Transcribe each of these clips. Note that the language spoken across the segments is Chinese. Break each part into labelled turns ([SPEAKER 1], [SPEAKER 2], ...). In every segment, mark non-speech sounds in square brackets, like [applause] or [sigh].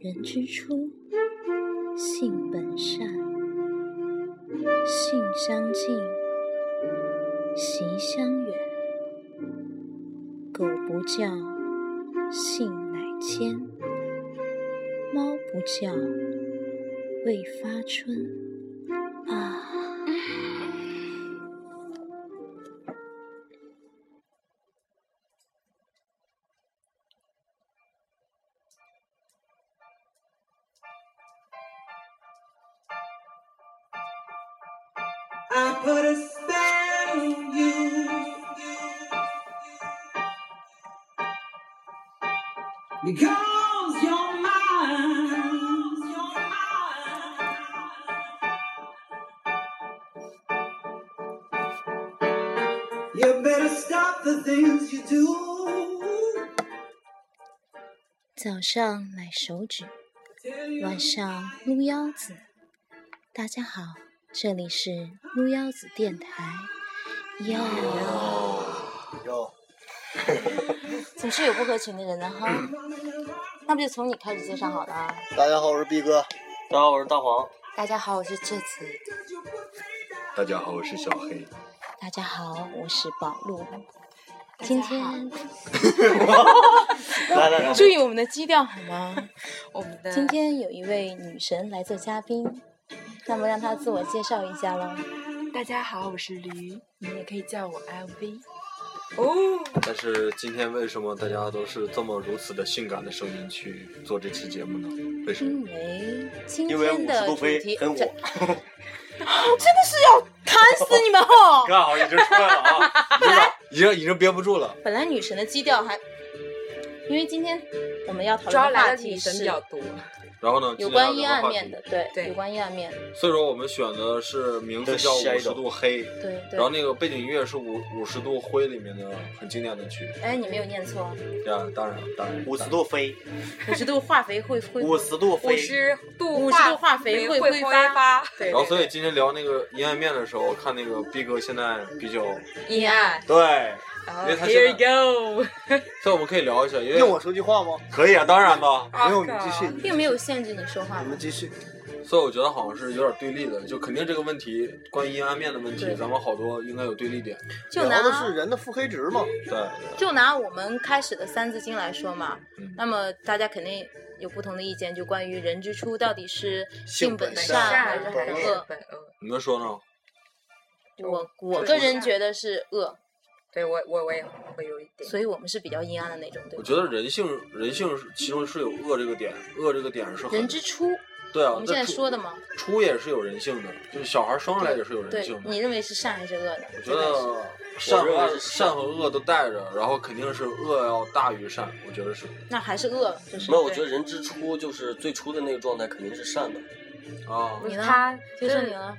[SPEAKER 1] 人之初，性本善，性相近，习相远。狗不教，性乃迁；猫不教，未发春。啊，
[SPEAKER 2] I put a spell on you. Because you're mine, you're mine. You better stop the things you do.
[SPEAKER 1] 早上买手指，
[SPEAKER 2] Tell you
[SPEAKER 1] 晚上撸腰子。大家好，这里是撸腰子电台。哟，
[SPEAKER 3] 哟，
[SPEAKER 4] 总是有不合群的人的哈。那不就从你开始介绍好
[SPEAKER 1] 啊
[SPEAKER 4] 了。
[SPEAKER 3] 大家好，我是毕哥。
[SPEAKER 5] 大家好，我是大黄。
[SPEAKER 4] 大家好，我是智子。
[SPEAKER 6] 大家好，我是小黑。
[SPEAKER 1] 大家好，我是宝路。今天，
[SPEAKER 5] 来来来，
[SPEAKER 4] 注意我们的基调好吗？我们的
[SPEAKER 1] 今天有一位女神来做嘉宾，那么让她自我介绍一下喽。
[SPEAKER 7] 大家好，我是驴，你们也可以叫我 LV。
[SPEAKER 6] [laughs] 但是今天为什么大家都是这么如此的性感的声音去做这期节目呢？为什么？
[SPEAKER 1] 因为今
[SPEAKER 3] 因为
[SPEAKER 1] 天
[SPEAKER 3] 五十
[SPEAKER 1] 的
[SPEAKER 3] 度
[SPEAKER 1] 主
[SPEAKER 3] 飞
[SPEAKER 1] 题
[SPEAKER 3] 跟
[SPEAKER 1] 这 [laughs]
[SPEAKER 3] 我
[SPEAKER 4] 砍死你们哦！
[SPEAKER 6] 刚好已经出来了啊， [laughs] 已经已经已经憋不住了。
[SPEAKER 4] 本来女神的基调还，因为今天我们要讨
[SPEAKER 7] 主要来
[SPEAKER 4] 论的话
[SPEAKER 7] 的女
[SPEAKER 4] 题
[SPEAKER 7] 神
[SPEAKER 4] 是
[SPEAKER 7] 比较多，
[SPEAKER 6] 然后呢，
[SPEAKER 4] 有
[SPEAKER 6] 今天
[SPEAKER 4] 关阴
[SPEAKER 6] 要聊
[SPEAKER 4] 暗
[SPEAKER 6] 个话
[SPEAKER 4] 面
[SPEAKER 6] 题
[SPEAKER 4] 的，对，
[SPEAKER 7] 对
[SPEAKER 4] 有关阴暗面，
[SPEAKER 6] 所以说我们选的是名字叫
[SPEAKER 3] The
[SPEAKER 6] 《五
[SPEAKER 3] Shadow
[SPEAKER 6] 十度黑》，
[SPEAKER 4] 对
[SPEAKER 6] 然后
[SPEAKER 4] 对。
[SPEAKER 6] 那个背景音乐是五五十度灰里面的很经典的曲。
[SPEAKER 4] 哎，你没有念
[SPEAKER 7] [laughs]
[SPEAKER 4] 错，
[SPEAKER 6] 对啊，当然当然。
[SPEAKER 3] 五十度飞，
[SPEAKER 4] 五十度化肥会会
[SPEAKER 3] 五十度
[SPEAKER 7] 五
[SPEAKER 3] 飞，
[SPEAKER 7] 十度
[SPEAKER 4] 五十度化肥
[SPEAKER 7] 会
[SPEAKER 4] 会挥
[SPEAKER 7] 发
[SPEAKER 4] 发，对
[SPEAKER 6] 然后所以今天聊那个阴暗面的时候，看那个毕哥现在比较
[SPEAKER 7] 阴暗。
[SPEAKER 6] 对，因为他
[SPEAKER 7] 哦
[SPEAKER 6] 现
[SPEAKER 7] Here
[SPEAKER 6] 在
[SPEAKER 7] we go！
[SPEAKER 6] 所以我们可以聊一下，因为
[SPEAKER 3] 用我说句话吗？
[SPEAKER 6] 可以啊，当然的。
[SPEAKER 3] 不用，你继续，
[SPEAKER 4] 并没有限制你说话
[SPEAKER 3] 你
[SPEAKER 4] 嘛
[SPEAKER 3] 们。继续。
[SPEAKER 6] 所以我觉得好像是有点对立的，就肯定这个问题关于阴暗面的问题
[SPEAKER 4] 对，
[SPEAKER 6] 咱们好多应该有对立点。
[SPEAKER 4] 就
[SPEAKER 3] 聊的
[SPEAKER 4] 拿
[SPEAKER 3] 是人的腹黑值嘛？
[SPEAKER 6] 对，对
[SPEAKER 4] 就拿我们开始的《三字经》来说嘛，
[SPEAKER 6] 嗯
[SPEAKER 4] 那么大家肯定有不同的意见，就关于人之初到底是性本
[SPEAKER 3] 性
[SPEAKER 4] 善还
[SPEAKER 3] 善
[SPEAKER 4] 是
[SPEAKER 3] 本
[SPEAKER 4] 很
[SPEAKER 3] 恶
[SPEAKER 4] 恶？
[SPEAKER 7] 本恶。
[SPEAKER 6] 你们说呢？
[SPEAKER 4] 我我
[SPEAKER 7] 本
[SPEAKER 4] 个
[SPEAKER 7] 善
[SPEAKER 4] 人觉得是恶，
[SPEAKER 7] 对我我我也会有一点。
[SPEAKER 4] 所以我们是比较阴暗的那种，对
[SPEAKER 6] 我
[SPEAKER 4] 吧？
[SPEAKER 6] 觉得人性，人性是其中是有恶这个点，恶这个点是很
[SPEAKER 4] 人之初，
[SPEAKER 6] 对啊。
[SPEAKER 4] 我们现在
[SPEAKER 6] 初
[SPEAKER 4] 说的嘛，
[SPEAKER 6] 初也是有人性的，就是小孩生下来也是有人
[SPEAKER 4] 对
[SPEAKER 6] 性，的。
[SPEAKER 4] 你认为是善还是恶呢？
[SPEAKER 6] 我觉得善
[SPEAKER 3] 我认为
[SPEAKER 6] 和
[SPEAKER 3] 是
[SPEAKER 6] 善和恶都带着，然后肯定是恶要大于善，我觉得是
[SPEAKER 4] 那还是恶，就是
[SPEAKER 8] 没有，我觉得人之初就是最初的那个状态肯定是善的，
[SPEAKER 6] 啊。
[SPEAKER 4] 你呢
[SPEAKER 7] 他
[SPEAKER 4] 接受你了，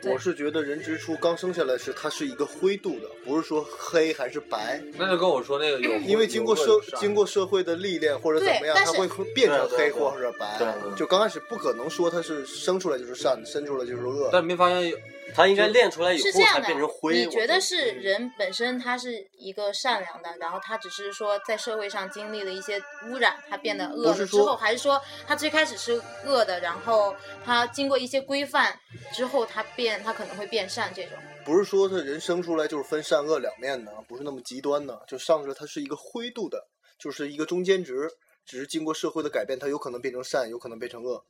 [SPEAKER 7] 对
[SPEAKER 3] 我是觉得人之初刚生下来时，它是一个灰度的，不是说黑还是白，
[SPEAKER 6] 那就跟我说那个
[SPEAKER 8] 嗯
[SPEAKER 6] 有，
[SPEAKER 3] 因为经过
[SPEAKER 6] 有恶
[SPEAKER 3] 社
[SPEAKER 6] 有善
[SPEAKER 3] 经过社会的历练或者怎么样，
[SPEAKER 4] 对但
[SPEAKER 3] 它
[SPEAKER 4] 是
[SPEAKER 3] 会变成黑
[SPEAKER 8] 对对对
[SPEAKER 3] 或者白。
[SPEAKER 8] 对对
[SPEAKER 3] 就刚开始不可能说它是生出来就是善，生出来就是恶。
[SPEAKER 6] 但没发现有
[SPEAKER 8] 他应该练出来以
[SPEAKER 4] 是这
[SPEAKER 8] 后
[SPEAKER 4] 样
[SPEAKER 8] 才
[SPEAKER 4] 的
[SPEAKER 8] 变成，灰。
[SPEAKER 4] 你
[SPEAKER 8] 我
[SPEAKER 4] 觉得是人本身他是一个善良的，然后他只是说在社会上经历了一些污染，他变得恶
[SPEAKER 3] 不是
[SPEAKER 4] 了之
[SPEAKER 3] 说
[SPEAKER 4] 后，还是说他最开始是恶的，然后他经过一些规范之后，他变他可能会变善这种。
[SPEAKER 3] 不是说他人生出来就是分善恶两面的，不是那么极端的。就上来它是一个灰度的，就是一个中间值，只是经过社会的改变，它有可能变成善，有可能变成恶。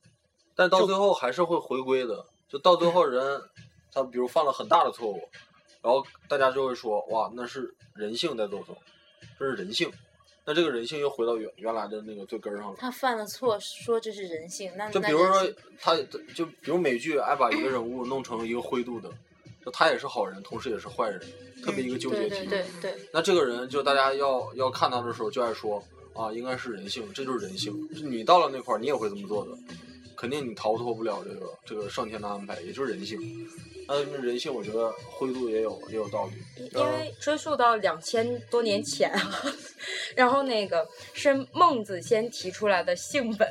[SPEAKER 6] 但到最后还是会回归的。就到最后人，他比如犯了很大的错误，然后大家就会说，哇，那是人性在作祟，这是人性。那这个人性又回到原原来的那个最根儿上了。
[SPEAKER 4] 他犯了错，说这是人性，那
[SPEAKER 6] 就
[SPEAKER 4] 那
[SPEAKER 6] 比如
[SPEAKER 4] 人
[SPEAKER 6] 说
[SPEAKER 4] 性
[SPEAKER 6] 他，就比如美剧爱把一个人物弄成一个灰度的，就他也是好人，同时也是坏人，特别一个纠结
[SPEAKER 4] 对
[SPEAKER 6] 体。
[SPEAKER 4] 对对对，
[SPEAKER 6] 那这个人就大家要要看他的时候就爱说啊，应该是人性，这就是人性。你到了那块儿，你也会这么做的，肯定你逃脱不了这个这个上天的安排，也就是人性。那人性，我觉得灰度也有也有道理。
[SPEAKER 7] 因
[SPEAKER 3] 嗯
[SPEAKER 7] 为追溯到两千多年前， [laughs] 然后那个是孟子先提出来的性本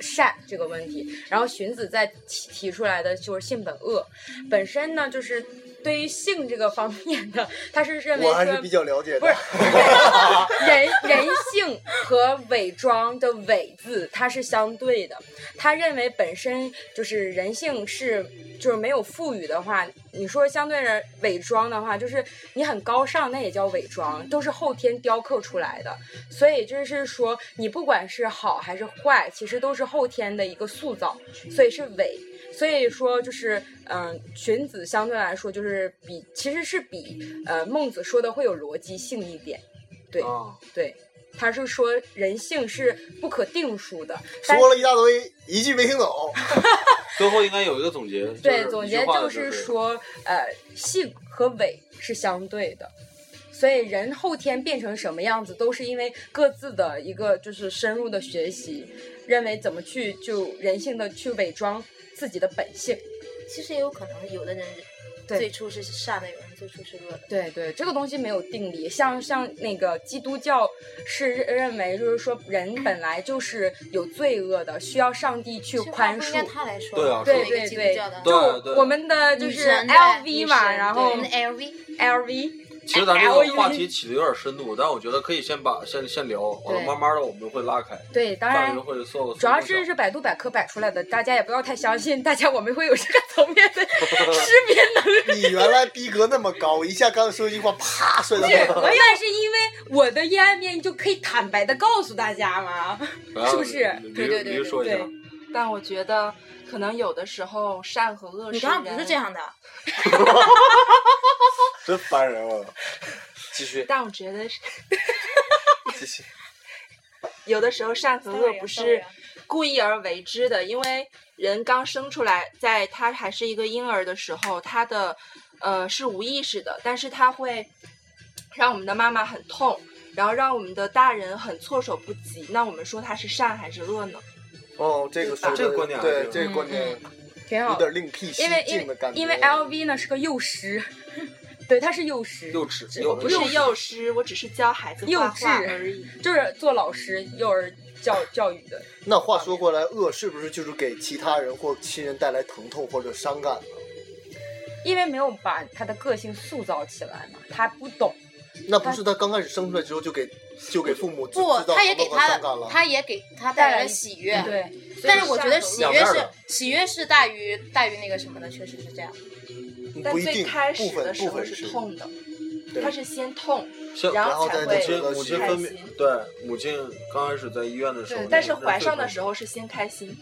[SPEAKER 7] 善这个问题，然后荀子再提提出来的就是性本恶。本身呢，就是对于性这个方面的，他是认为
[SPEAKER 3] 我还
[SPEAKER 7] 说
[SPEAKER 3] 是比较了解
[SPEAKER 7] 不是 [laughs]
[SPEAKER 3] 的。
[SPEAKER 7] 人人性和伪装的伪字，它是相对的。他认为本身就是人性是就是没有赋予的话，你说相对着伪装的话，就是你很高尚，那也叫伪装，都是后天雕刻出来的。所以就是说，你不管是好还是坏，其实都是后天的一个塑造，所以是伪。所以说，就是嗯、呃荀子相对来说就是比其实是比呃孟子说的会有逻辑性一点。对
[SPEAKER 6] 啊，
[SPEAKER 7] 对，他是说人性是不可定数的。但
[SPEAKER 3] 说了一大堆，一句没听懂。
[SPEAKER 6] 最后应该有一个总结。就是
[SPEAKER 7] 对，总
[SPEAKER 6] 一
[SPEAKER 7] 结
[SPEAKER 6] 句话
[SPEAKER 7] 就，
[SPEAKER 6] 就是
[SPEAKER 7] 说，呃，性和伪是相对的。所以人后天变成什么样子，都是因为各自的一个就是深入的学习，认为怎么去就人性的去伪装自己的本性。
[SPEAKER 4] 其实也有可能，有的人
[SPEAKER 7] 对
[SPEAKER 4] 最初是善的，有人最初是恶的。
[SPEAKER 7] 对对，这个东西没有定理，像像那个基督教是认认为就是说人本来就是有罪恶的，需要上帝去
[SPEAKER 4] 这话
[SPEAKER 7] 宽
[SPEAKER 4] 不
[SPEAKER 7] 恕。
[SPEAKER 4] 应该他来说
[SPEAKER 6] 对啊
[SPEAKER 4] 吧，
[SPEAKER 6] 是
[SPEAKER 7] 对
[SPEAKER 4] 作为一个
[SPEAKER 7] 对
[SPEAKER 4] 基
[SPEAKER 7] 对啊
[SPEAKER 4] 督教的，
[SPEAKER 7] 就
[SPEAKER 6] 对对
[SPEAKER 7] 我们的就
[SPEAKER 4] 女
[SPEAKER 7] 是
[SPEAKER 4] 神哎
[SPEAKER 7] LV
[SPEAKER 4] 女
[SPEAKER 7] 嘛，
[SPEAKER 4] 神
[SPEAKER 7] 然后
[SPEAKER 4] 对 LV
[SPEAKER 7] LV，
[SPEAKER 6] 其实咱
[SPEAKER 7] 哎
[SPEAKER 6] 这个话题起的有点深度，但我觉得可以先把先先聊，完了
[SPEAKER 7] 对
[SPEAKER 6] 慢慢的我们会拉开。
[SPEAKER 7] 对，当
[SPEAKER 6] 大
[SPEAKER 7] 然
[SPEAKER 6] 约会做个
[SPEAKER 7] 主要
[SPEAKER 6] 缩
[SPEAKER 7] 这
[SPEAKER 6] 小
[SPEAKER 7] 是百度百科摆出来的，大家也不要太相信，大家我们会有这个层面
[SPEAKER 6] [laughs]
[SPEAKER 7] 的识别能力。
[SPEAKER 3] 你原来逼格那么高，一下刚说一句话，啪摔到地上。
[SPEAKER 7] 但是因为我的阴暗面就可以坦白的告诉大家嘛，是不是？
[SPEAKER 6] 你
[SPEAKER 7] 对对对
[SPEAKER 6] 你
[SPEAKER 7] 对
[SPEAKER 6] 说一下
[SPEAKER 7] 对，
[SPEAKER 5] 但我觉得可能有的时候善和恶
[SPEAKER 4] 你
[SPEAKER 5] 是
[SPEAKER 4] 刚刚不是
[SPEAKER 5] 人
[SPEAKER 4] 这，样的，
[SPEAKER 3] 真烦人我。
[SPEAKER 8] 继续
[SPEAKER 5] 但我觉得是
[SPEAKER 8] 继续，
[SPEAKER 5] 有的时候善和恶不是故意而为之的，因为人刚生出来，在他还是一个婴儿的时候，他的呃是无意识的，但是他会让我们的妈妈很痛，然后让我们的大人很措手不及。那我们说他是善还是恶呢？
[SPEAKER 3] 哦，这个说的
[SPEAKER 6] 这个观点还
[SPEAKER 3] 对
[SPEAKER 6] 挺
[SPEAKER 3] 这个观点
[SPEAKER 7] 挺
[SPEAKER 3] 有
[SPEAKER 7] 好。
[SPEAKER 3] 点另辟蹊
[SPEAKER 7] 嗯因为因
[SPEAKER 3] 径的
[SPEAKER 7] 为
[SPEAKER 3] 感觉。
[SPEAKER 7] 因为 LV 呢是个幼师， [laughs] 对，他是幼师，
[SPEAKER 6] 幼稚
[SPEAKER 7] 只
[SPEAKER 6] 幼
[SPEAKER 5] 我不是幼师，我只是教孩子画画
[SPEAKER 7] 幼稚
[SPEAKER 4] [laughs]
[SPEAKER 5] 而已。
[SPEAKER 7] 就是做老师幼儿教教育的。
[SPEAKER 3] 那话说过来，恶是不是就是给其他人或亲人带来疼痛或者伤感呢？
[SPEAKER 7] 因为没有把他的个性塑造起来嘛，他不懂。
[SPEAKER 3] 那不是他刚开始生出来之后就给就给父母制
[SPEAKER 4] 不，
[SPEAKER 3] 制造
[SPEAKER 4] 他也给
[SPEAKER 3] 疼痛和
[SPEAKER 4] 他
[SPEAKER 3] 伤感了？
[SPEAKER 4] 他也给他带来了喜悦。
[SPEAKER 7] 对，
[SPEAKER 4] 但是我觉得喜
[SPEAKER 6] 两
[SPEAKER 4] 悦
[SPEAKER 6] 面儿
[SPEAKER 4] 是
[SPEAKER 6] 的
[SPEAKER 4] 喜悦是大于大于那个什么的，确实是这样。
[SPEAKER 3] 嗯
[SPEAKER 5] 但
[SPEAKER 3] 不一
[SPEAKER 5] 最
[SPEAKER 3] 定
[SPEAKER 5] 开，
[SPEAKER 3] 部
[SPEAKER 5] 始
[SPEAKER 3] 分
[SPEAKER 5] 的时
[SPEAKER 3] 部
[SPEAKER 5] 候
[SPEAKER 3] 分
[SPEAKER 5] 是
[SPEAKER 3] 是
[SPEAKER 5] 痛的，
[SPEAKER 3] 对
[SPEAKER 5] 他是先痛，
[SPEAKER 6] 像
[SPEAKER 5] 然
[SPEAKER 3] 然后
[SPEAKER 5] 后
[SPEAKER 3] 再
[SPEAKER 5] 才
[SPEAKER 6] 母
[SPEAKER 3] 对
[SPEAKER 5] 会
[SPEAKER 3] 觉得
[SPEAKER 6] 亲母
[SPEAKER 3] 是
[SPEAKER 6] 亲
[SPEAKER 5] 开
[SPEAKER 6] 分
[SPEAKER 5] 心
[SPEAKER 6] 娩，对母亲刚开始在医院的时候
[SPEAKER 7] 对，
[SPEAKER 5] 但是怀上的
[SPEAKER 6] 候
[SPEAKER 5] 时候是先开心。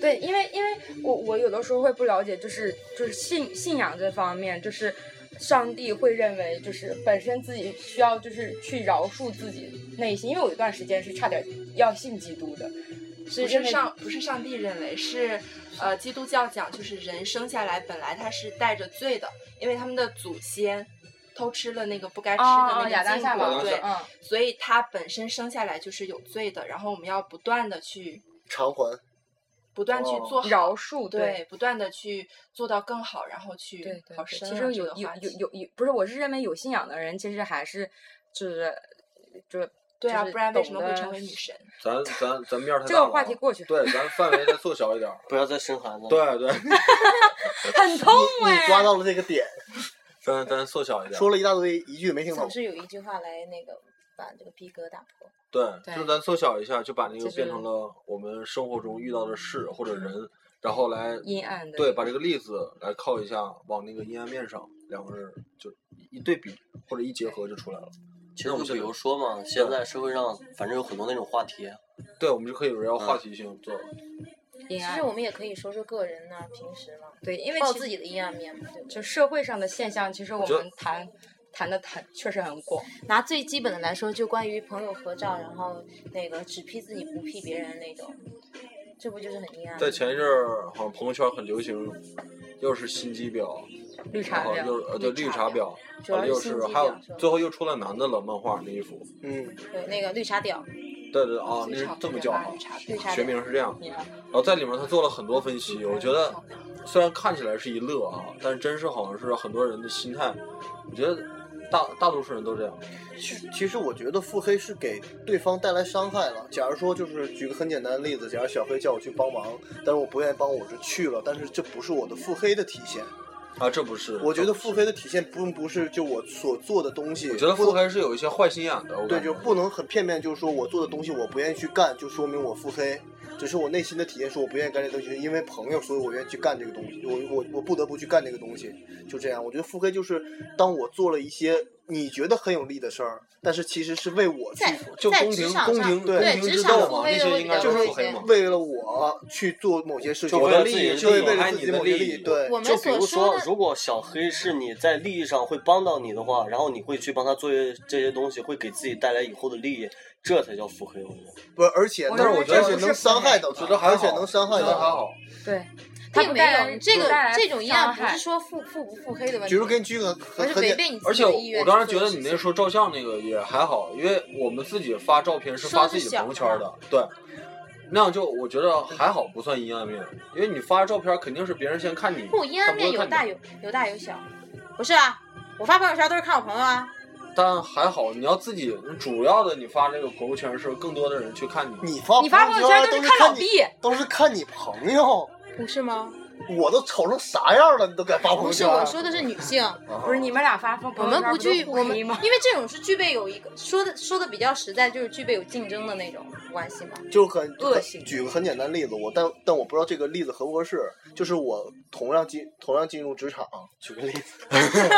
[SPEAKER 7] 对，因为因为我我有的时候会不了解，就是就是信信仰这方面，就是上帝会认为就是本身自己需要就是去饶恕自己内心，因为我有一段时间是差点要信基督的，是
[SPEAKER 5] 不
[SPEAKER 7] 认
[SPEAKER 5] 是
[SPEAKER 7] 为
[SPEAKER 5] 上不是上帝认为是，呃，基督教讲就是人生下来本来他是带着罪的，因为他们的祖先偷吃了那个不该吃的
[SPEAKER 7] 啊
[SPEAKER 5] 那
[SPEAKER 7] 啊亚
[SPEAKER 5] 个
[SPEAKER 7] 当
[SPEAKER 5] 禁
[SPEAKER 7] 夏
[SPEAKER 5] 果，
[SPEAKER 7] 娃
[SPEAKER 5] 对，哦
[SPEAKER 7] 嗯，
[SPEAKER 5] 所以他本身生下来就是有罪的，然后我们要不断的去
[SPEAKER 3] 偿还。
[SPEAKER 5] 不断去
[SPEAKER 3] 哦
[SPEAKER 5] 做好，
[SPEAKER 7] 饶恕对。
[SPEAKER 5] 对，不断的去做到更好，然后去
[SPEAKER 7] 对对
[SPEAKER 5] 好
[SPEAKER 7] 对，
[SPEAKER 5] 深
[SPEAKER 7] 其
[SPEAKER 5] 啊
[SPEAKER 7] 实
[SPEAKER 5] 这
[SPEAKER 7] 有
[SPEAKER 5] 个
[SPEAKER 7] 有
[SPEAKER 5] 话
[SPEAKER 7] 有
[SPEAKER 5] 题
[SPEAKER 7] 有有，不是，我是认为有信仰的人，其实还是就是就是
[SPEAKER 5] 对啊，
[SPEAKER 7] 就是
[SPEAKER 5] 不然为什
[SPEAKER 7] 懂
[SPEAKER 5] 么会
[SPEAKER 7] 得
[SPEAKER 5] 成为女神？
[SPEAKER 6] 咱咱咱面儿太
[SPEAKER 7] 这
[SPEAKER 6] 大
[SPEAKER 7] 个
[SPEAKER 6] 了
[SPEAKER 7] 话
[SPEAKER 6] 啊
[SPEAKER 7] 题过去
[SPEAKER 6] 对，咱范围再缩小一点儿。
[SPEAKER 8] 不要再深含了。
[SPEAKER 6] 对对，
[SPEAKER 7] 很痛
[SPEAKER 3] 你
[SPEAKER 7] 哎、
[SPEAKER 3] 你抓到了这个点，
[SPEAKER 6] 咱咱缩小一点儿。
[SPEAKER 3] 说了一大堆，一句没听懂
[SPEAKER 4] 总。是有一句话来那个把这个逼格打破。
[SPEAKER 6] 对，
[SPEAKER 7] 对
[SPEAKER 6] 就是咱缩小一下，就把那
[SPEAKER 7] 就
[SPEAKER 6] 个
[SPEAKER 7] 是
[SPEAKER 6] 变成了我们生活中遇到的事或者人，然后来
[SPEAKER 7] 阴暗的
[SPEAKER 6] 对，
[SPEAKER 7] 地
[SPEAKER 6] 把这个例子来靠一下，往那个阴暗面上，两个人就一对比或者一结合就出来了。
[SPEAKER 8] 其实
[SPEAKER 6] 那我们
[SPEAKER 8] 就比
[SPEAKER 6] 现在
[SPEAKER 8] 如说嘛，现在社会上反正有很多那种话题，
[SPEAKER 6] 对，我们就可以围
[SPEAKER 8] 嗯
[SPEAKER 6] 绕话题性做。
[SPEAKER 7] 阴
[SPEAKER 4] 其
[SPEAKER 7] 暗
[SPEAKER 4] 实我们也可以说说个人呐、平时嘛，
[SPEAKER 7] 对，因为
[SPEAKER 4] 报
[SPEAKER 7] 其
[SPEAKER 4] 自己的阴暗面嘛，对不对？
[SPEAKER 7] 就社会上的现象，其实我
[SPEAKER 6] 觉得
[SPEAKER 7] 们谈谈的谈确实很广。
[SPEAKER 4] 拿最基本的来说，就关于朋友合照，然后那个只 P 自己不 P 别人那种，这不就是很阴暗吗？
[SPEAKER 6] 在前一阵儿，好像朋友圈很流行，又是心机婊，
[SPEAKER 7] 绿
[SPEAKER 6] 然
[SPEAKER 7] 茶
[SPEAKER 6] 后
[SPEAKER 7] 婊，
[SPEAKER 6] 又是呃对绿茶婊，
[SPEAKER 4] 主
[SPEAKER 6] 完
[SPEAKER 4] 要
[SPEAKER 6] 了
[SPEAKER 4] 是
[SPEAKER 6] 又
[SPEAKER 4] 心
[SPEAKER 6] 是
[SPEAKER 4] 机
[SPEAKER 6] 还有
[SPEAKER 4] 婊是吧
[SPEAKER 6] 最后又出来男的了，漫画那一幅。
[SPEAKER 3] 嗯，
[SPEAKER 4] 对那个绿茶婊，
[SPEAKER 6] 对对啊，那
[SPEAKER 5] 最
[SPEAKER 6] 是
[SPEAKER 5] 吵
[SPEAKER 6] 这
[SPEAKER 5] 的
[SPEAKER 6] 么
[SPEAKER 5] 人
[SPEAKER 6] 叫
[SPEAKER 5] 吧
[SPEAKER 6] 哈
[SPEAKER 5] 绿，茶
[SPEAKER 4] 绿
[SPEAKER 5] 婊
[SPEAKER 4] 茶婊
[SPEAKER 6] 学名是这样。
[SPEAKER 7] 你
[SPEAKER 6] 然后在里面他做了很多分析，我觉得虽然看起来是一乐啊，但是真是好像是很多人的心态。我觉得大大多数人都这样。
[SPEAKER 3] 其其实我觉得腹黑是给对方带来伤害了。假如说就是举个很简单的例子，假如小黑叫我去帮忙，但是我不愿意帮，我是去了，但是这不是我的腹黑的体现。
[SPEAKER 6] 啊，这不是。
[SPEAKER 3] 我觉
[SPEAKER 6] 这
[SPEAKER 3] 得
[SPEAKER 6] 不是
[SPEAKER 3] 腹黑的体现并不是就我所做的东西，
[SPEAKER 6] 我觉得腹黑是有一些坏心眼的。我
[SPEAKER 3] 对，
[SPEAKER 6] 感
[SPEAKER 3] 就
[SPEAKER 6] 觉
[SPEAKER 3] 不能很片面，就是说我做的东西我不愿意去干，就说明我腹黑。只是我内心的体验说我不愿意干这东西，是因为朋友，所以我愿意去干这个东西，我我我不得不去干这个东西，就这样。我觉得腹黑就是当我做了一些你觉得很有利的事儿，但是其实是为我去
[SPEAKER 4] 在
[SPEAKER 6] 就
[SPEAKER 4] 在
[SPEAKER 6] 宫
[SPEAKER 4] 职
[SPEAKER 6] 廷
[SPEAKER 4] 场
[SPEAKER 6] 宫
[SPEAKER 4] 上
[SPEAKER 6] 廷
[SPEAKER 3] 对
[SPEAKER 6] 宫廷
[SPEAKER 4] 职
[SPEAKER 6] 之
[SPEAKER 4] 场
[SPEAKER 6] 斗
[SPEAKER 4] 腹
[SPEAKER 6] 嘛，
[SPEAKER 4] 黑
[SPEAKER 6] 那
[SPEAKER 4] 的会
[SPEAKER 6] 些应该
[SPEAKER 4] 比
[SPEAKER 6] 都
[SPEAKER 4] 较
[SPEAKER 6] 是腹
[SPEAKER 4] 多一
[SPEAKER 6] 黑
[SPEAKER 4] 些
[SPEAKER 6] 嘛。
[SPEAKER 3] 为了我去做某些事情，
[SPEAKER 8] 就为了
[SPEAKER 3] 利
[SPEAKER 8] 自己的
[SPEAKER 3] 益，
[SPEAKER 8] 利
[SPEAKER 3] 对，
[SPEAKER 8] 益
[SPEAKER 3] 为了
[SPEAKER 6] 还
[SPEAKER 3] 自
[SPEAKER 6] 你
[SPEAKER 3] 己
[SPEAKER 6] 的
[SPEAKER 3] 某些
[SPEAKER 6] 利益
[SPEAKER 3] 对
[SPEAKER 4] 我，们
[SPEAKER 8] 就比
[SPEAKER 4] 所
[SPEAKER 8] 如
[SPEAKER 4] 说
[SPEAKER 8] 说，
[SPEAKER 4] 的
[SPEAKER 8] 如果小黑是你在利益上会帮到你的话，然后你会去帮他做这些东西，会给自己带来以后的利益，这才叫腹黑。我觉得。
[SPEAKER 3] 不是，而且
[SPEAKER 7] 我
[SPEAKER 3] 能
[SPEAKER 6] 认为这
[SPEAKER 3] 而
[SPEAKER 6] 不
[SPEAKER 3] 且
[SPEAKER 6] 是
[SPEAKER 3] 能伤害到
[SPEAKER 4] 啊
[SPEAKER 6] 我
[SPEAKER 3] 他，
[SPEAKER 6] 觉得还
[SPEAKER 3] 而
[SPEAKER 6] 好，
[SPEAKER 3] 且能伤害
[SPEAKER 6] 我觉
[SPEAKER 3] 到
[SPEAKER 6] 得还好。
[SPEAKER 7] 对，他
[SPEAKER 4] 并
[SPEAKER 7] 不
[SPEAKER 4] 没
[SPEAKER 7] 带来
[SPEAKER 4] 有这
[SPEAKER 7] 不
[SPEAKER 4] 个
[SPEAKER 7] 带来
[SPEAKER 4] 这种一
[SPEAKER 7] 伤
[SPEAKER 4] 样，不
[SPEAKER 7] 害
[SPEAKER 4] 是说腹腹不腹黑的问题，
[SPEAKER 3] 就是跟鞠个很
[SPEAKER 4] 而是
[SPEAKER 3] 很
[SPEAKER 4] 违
[SPEAKER 3] 简
[SPEAKER 4] 背你自
[SPEAKER 6] 而
[SPEAKER 4] 己
[SPEAKER 6] 且
[SPEAKER 4] 的
[SPEAKER 6] 我
[SPEAKER 4] 意愿
[SPEAKER 6] 我
[SPEAKER 4] 去
[SPEAKER 6] 当时
[SPEAKER 4] 做
[SPEAKER 6] 觉
[SPEAKER 4] 的
[SPEAKER 6] 得
[SPEAKER 4] 事
[SPEAKER 6] 你那
[SPEAKER 4] 情
[SPEAKER 6] 说照相那个也还好，因为我们自己发照片是
[SPEAKER 4] 说
[SPEAKER 6] 发
[SPEAKER 4] 的
[SPEAKER 6] 自己的
[SPEAKER 4] 小
[SPEAKER 6] 朋友圈
[SPEAKER 4] 嘛
[SPEAKER 6] 的，对，那样就我觉得还好，不算阴暗面，因为你发照片肯定是别人先看你，
[SPEAKER 4] 不阴暗
[SPEAKER 6] 他
[SPEAKER 4] 面
[SPEAKER 6] 会
[SPEAKER 4] 有
[SPEAKER 6] 看
[SPEAKER 4] 大
[SPEAKER 6] 你，
[SPEAKER 4] 有有大有小，不是啊？我发朋友圈都是看我朋友啊，
[SPEAKER 6] 但还好，你要自己主要的你发这个朋友圈是更多的人去看你，
[SPEAKER 3] 你发
[SPEAKER 7] 你发朋友
[SPEAKER 6] 哦
[SPEAKER 7] 圈
[SPEAKER 3] 都
[SPEAKER 7] 都是
[SPEAKER 3] 看
[SPEAKER 7] 看老
[SPEAKER 3] 你
[SPEAKER 7] 毕，
[SPEAKER 3] 都是看你朋友，
[SPEAKER 4] 不是吗？
[SPEAKER 3] 我都瞅成啥样了，你都敢发朋
[SPEAKER 4] 不
[SPEAKER 3] 友
[SPEAKER 4] 是，
[SPEAKER 6] 啊
[SPEAKER 3] 圈？啊
[SPEAKER 4] 我说的是女性，
[SPEAKER 6] 哦
[SPEAKER 7] 不是你们俩发朋
[SPEAKER 4] 我
[SPEAKER 7] 友
[SPEAKER 4] 们
[SPEAKER 7] 圈
[SPEAKER 4] 不
[SPEAKER 7] 不
[SPEAKER 4] 具
[SPEAKER 7] 就
[SPEAKER 4] 我
[SPEAKER 7] 互
[SPEAKER 4] 们，
[SPEAKER 7] 黑 [laughs]
[SPEAKER 4] 因
[SPEAKER 7] 吗？
[SPEAKER 4] 为这种是具备有一个说的说的比较实在，就是具备有竞争的那种关系嘛。
[SPEAKER 3] 就是很
[SPEAKER 4] 恶性
[SPEAKER 3] 举个很简单的例子，我但但我不知道这个例子合不合适。就是我同样进同样进入职场，举个例子， [laughs]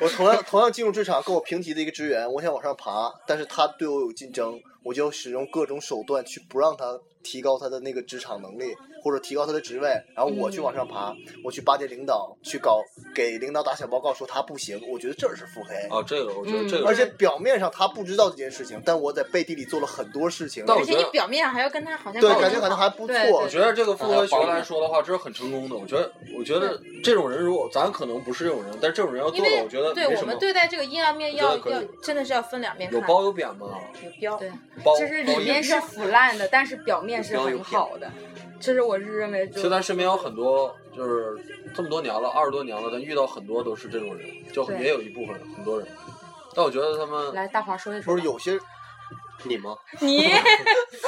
[SPEAKER 3] 我同样同样进入职场，跟我平级的一个职员，我想往上爬，但是他对我有竞争，我就使用各种手段去不让他提高他的那个职场能力，或者提高他的职位，然后我去往上爬，我去巴结领导，去搞给领导打小报告说他不行，我觉得这是腹黑。
[SPEAKER 6] 啊，这个我觉
[SPEAKER 4] 嗯
[SPEAKER 6] 得这个，
[SPEAKER 3] 而且表面上他不知道这件事情，但我在背地里做了很多事情，
[SPEAKER 6] 但我
[SPEAKER 4] 而且
[SPEAKER 6] 觉
[SPEAKER 4] 你
[SPEAKER 6] 得
[SPEAKER 4] 表面上还要跟他好像
[SPEAKER 3] 对
[SPEAKER 4] 搞，得
[SPEAKER 3] 感
[SPEAKER 4] 很
[SPEAKER 3] 觉可能
[SPEAKER 4] 好
[SPEAKER 3] 还不
[SPEAKER 7] 对
[SPEAKER 3] 错
[SPEAKER 6] 我。觉得这个复合学
[SPEAKER 8] 还有
[SPEAKER 6] 来说的话，这是很成功的。我觉得，我觉得这种人，如果咱可能不是这种人，但这种人要
[SPEAKER 4] 因
[SPEAKER 6] 做的，
[SPEAKER 4] 为
[SPEAKER 6] 我觉得
[SPEAKER 4] 对
[SPEAKER 6] 没
[SPEAKER 4] 我
[SPEAKER 6] 什么
[SPEAKER 4] 们。对待这个阴暗面
[SPEAKER 6] 我觉
[SPEAKER 4] 要
[SPEAKER 6] 得可以
[SPEAKER 4] 要真的是要分两面看，
[SPEAKER 6] 有褒有贬嘛，
[SPEAKER 4] 有标
[SPEAKER 7] 对
[SPEAKER 6] 褒
[SPEAKER 7] 就是
[SPEAKER 6] 褒
[SPEAKER 7] 里
[SPEAKER 6] 也
[SPEAKER 7] 面是腐烂的，但是表面是很好的。其实我是认为就，
[SPEAKER 6] 其实咱身边
[SPEAKER 4] 嗯
[SPEAKER 6] 有很多，就是这么多年了，二十多年了，咱遇到很多都是这种人，就
[SPEAKER 7] 对
[SPEAKER 6] 也有一部分很多人。但我觉得他们
[SPEAKER 7] 来大华说一说
[SPEAKER 3] 不
[SPEAKER 7] 吧，
[SPEAKER 3] 是有些
[SPEAKER 8] 你吗？
[SPEAKER 7] [laughs] 你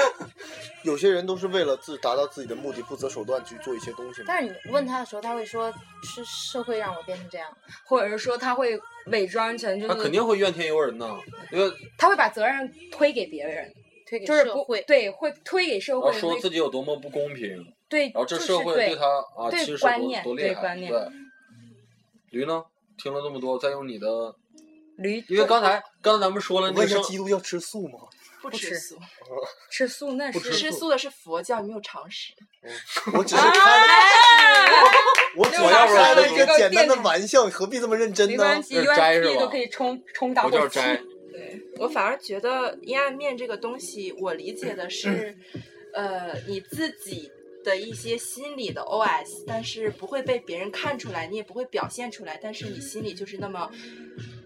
[SPEAKER 3] [laughs] 有些人都是为了自达到自己的目的，不择手段去做一些东西嘛。
[SPEAKER 4] 但是你问他的时候，他会说是社会让我变成这样。
[SPEAKER 7] 或者是说他会伪装成就是
[SPEAKER 6] 他肯定会怨天尤人呐，因为
[SPEAKER 7] 他会把责任推给别人，
[SPEAKER 4] 推给
[SPEAKER 7] 就是
[SPEAKER 4] 社
[SPEAKER 7] 不
[SPEAKER 4] 会，
[SPEAKER 7] 对会推给社
[SPEAKER 6] 然后
[SPEAKER 7] 会，
[SPEAKER 6] 哦说
[SPEAKER 7] 会
[SPEAKER 6] 自己有多么不公平，
[SPEAKER 7] 对，
[SPEAKER 6] 然后这
[SPEAKER 7] 就是
[SPEAKER 6] 社会
[SPEAKER 7] 对
[SPEAKER 6] 他啊
[SPEAKER 7] 对
[SPEAKER 6] 其实
[SPEAKER 7] 观
[SPEAKER 6] 多
[SPEAKER 7] 念
[SPEAKER 6] 多厉
[SPEAKER 7] 对
[SPEAKER 6] 害。
[SPEAKER 7] 观念
[SPEAKER 6] 对，驴呢？听了这么多，再用你的，
[SPEAKER 7] 驴
[SPEAKER 6] 因为刚才刚才咱们说了
[SPEAKER 3] 我
[SPEAKER 6] 那
[SPEAKER 3] 问一
[SPEAKER 6] 个
[SPEAKER 3] 下，
[SPEAKER 6] 生
[SPEAKER 3] 基督教吃素吗？
[SPEAKER 5] 不
[SPEAKER 7] 吃
[SPEAKER 5] 吃素，
[SPEAKER 7] 吃素那
[SPEAKER 6] 不
[SPEAKER 7] 是
[SPEAKER 5] 吃
[SPEAKER 6] 吃
[SPEAKER 5] 素的是佛教，你没有常识。
[SPEAKER 3] 我只是
[SPEAKER 7] 啊
[SPEAKER 3] 开了，我只是开了一个简单的玩笑，何必这么认真
[SPEAKER 7] 没
[SPEAKER 3] 呢？
[SPEAKER 7] 关系，
[SPEAKER 6] 这是
[SPEAKER 7] 一万
[SPEAKER 6] 斋是
[SPEAKER 7] P
[SPEAKER 6] 吧
[SPEAKER 7] 都可以充充当
[SPEAKER 6] 我就是斋，
[SPEAKER 5] 对我反而觉得阴暗面这个东西，我理解的是，呃，你自己的一些心理的 OS，但是不会被别人看出来，你也不会表现出来，但是你心里就是那么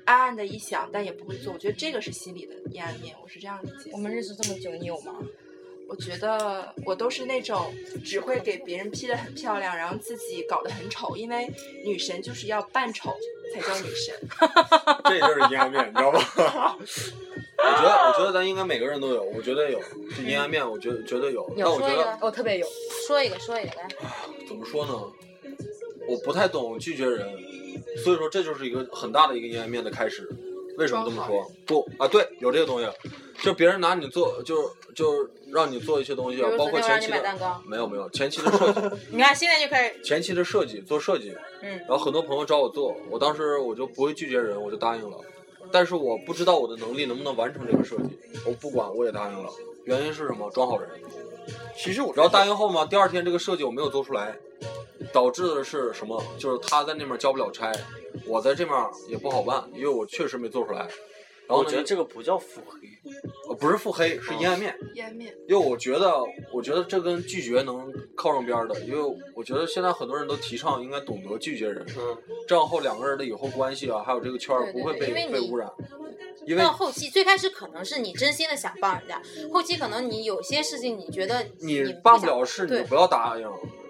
[SPEAKER 5] 暗暗的一想，但也不会做。我觉得这个是心理的阴暗面，我是这样理解。
[SPEAKER 7] [laughs] 我们认识这么久，你有吗？
[SPEAKER 5] 我觉得我都是那种只会给别人 P 的很漂亮，然后自己搞得很丑，因为女神就是要扮丑才叫女神。
[SPEAKER 6] 这就是阴暗面，你知道吗？我觉得，我觉得咱应该每个人都有，我觉得有这阴暗面，我觉得绝对有。但我觉
[SPEAKER 4] 说一
[SPEAKER 6] 得
[SPEAKER 4] 个
[SPEAKER 7] 哦我特别有，
[SPEAKER 4] 说一个说一个来，
[SPEAKER 6] 怎么说呢？我不太懂拒绝人，所以说这就是一个很大的一个阴暗面的开始。为什么这么说？不啊，对，有这个东西，就别人拿你做，就是就是让你做一些东西
[SPEAKER 4] 比
[SPEAKER 6] 啊
[SPEAKER 4] 如，
[SPEAKER 6] 包
[SPEAKER 4] 昨
[SPEAKER 6] 括
[SPEAKER 4] 天我让
[SPEAKER 6] 前
[SPEAKER 4] 你
[SPEAKER 6] 期
[SPEAKER 4] 买蛋
[SPEAKER 6] 的
[SPEAKER 4] 糕，
[SPEAKER 6] 没有没有前期的设计，
[SPEAKER 4] 你看现在就开始，
[SPEAKER 6] 前期的设计做设计，
[SPEAKER 4] 嗯
[SPEAKER 6] 然后很多朋友找我做，我当时我就不会拒绝人，我就答应了。但是我不知道我的能力能不能完成这个设计，我不管，我也答应了。原因是什么？装好人。
[SPEAKER 3] 其实我
[SPEAKER 6] 然后答应后嘛，第二天这个设计我没有做出来，导致的是什么？就是他在那面交不了差，我在这面也不好办，因为我确实没做出来。然后
[SPEAKER 8] 我
[SPEAKER 6] 呢
[SPEAKER 8] 觉得这个不叫腹黑，
[SPEAKER 6] 呃不是腹黑，是阴暗面。
[SPEAKER 5] 阴暗面，
[SPEAKER 6] 因为我觉得，我觉得这跟拒绝能靠上边儿的，因为我觉得现在很多人都提倡应该懂得拒绝人，
[SPEAKER 8] 嗯，
[SPEAKER 6] 这样后两个人的以后关系啊，还有这个圈儿
[SPEAKER 4] 对
[SPEAKER 6] 不
[SPEAKER 4] 对
[SPEAKER 6] 会
[SPEAKER 4] 对
[SPEAKER 6] 被
[SPEAKER 4] 因为
[SPEAKER 6] 被
[SPEAKER 4] 你
[SPEAKER 6] 污染，因为
[SPEAKER 4] 到后期最开始可能是你真心的想帮人家，后期可能你有些事情你觉得
[SPEAKER 6] 你
[SPEAKER 4] 不
[SPEAKER 6] 办不
[SPEAKER 4] 想
[SPEAKER 6] 了事，你
[SPEAKER 4] 对
[SPEAKER 6] 就不要答应。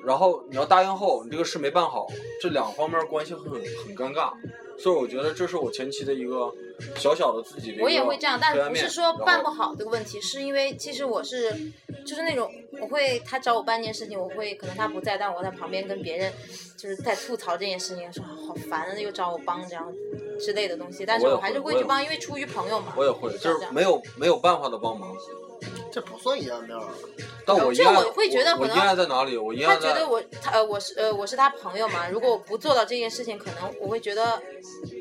[SPEAKER 6] 然后你要答应后，你这个事没办好，这两方面关系很很尴尬。所以我觉得这是我前期的一个小小的自己的一个
[SPEAKER 4] 我也会这样，但
[SPEAKER 6] 黑暗
[SPEAKER 4] 不
[SPEAKER 6] 面
[SPEAKER 4] 是说办不。
[SPEAKER 6] 然后
[SPEAKER 4] 好这个问题，是因为其实我是就是那种我会他找我办一件事情，我会可能他不在，但我在旁边跟别人就是在吐槽这件事情，说啊好烦啊，又找我帮这样之类的东西，但是
[SPEAKER 6] 我也
[SPEAKER 4] 我还是
[SPEAKER 6] 会我
[SPEAKER 4] 会
[SPEAKER 6] 也
[SPEAKER 4] 去帮，因为出于朋友嘛。
[SPEAKER 6] 我也会，
[SPEAKER 4] 这
[SPEAKER 6] 就
[SPEAKER 4] 样
[SPEAKER 6] 是没有没有办法的帮忙。
[SPEAKER 3] 这不算一样啊面儿，
[SPEAKER 6] 但我
[SPEAKER 4] 这
[SPEAKER 6] 依赖
[SPEAKER 4] 我会觉得
[SPEAKER 6] 我
[SPEAKER 4] 可能
[SPEAKER 6] 依赖在哪里？我依赖
[SPEAKER 4] 他觉
[SPEAKER 6] 在
[SPEAKER 4] 得我他呃我是呃我是他朋友嘛，如果我不做到这件事情，可能我会觉得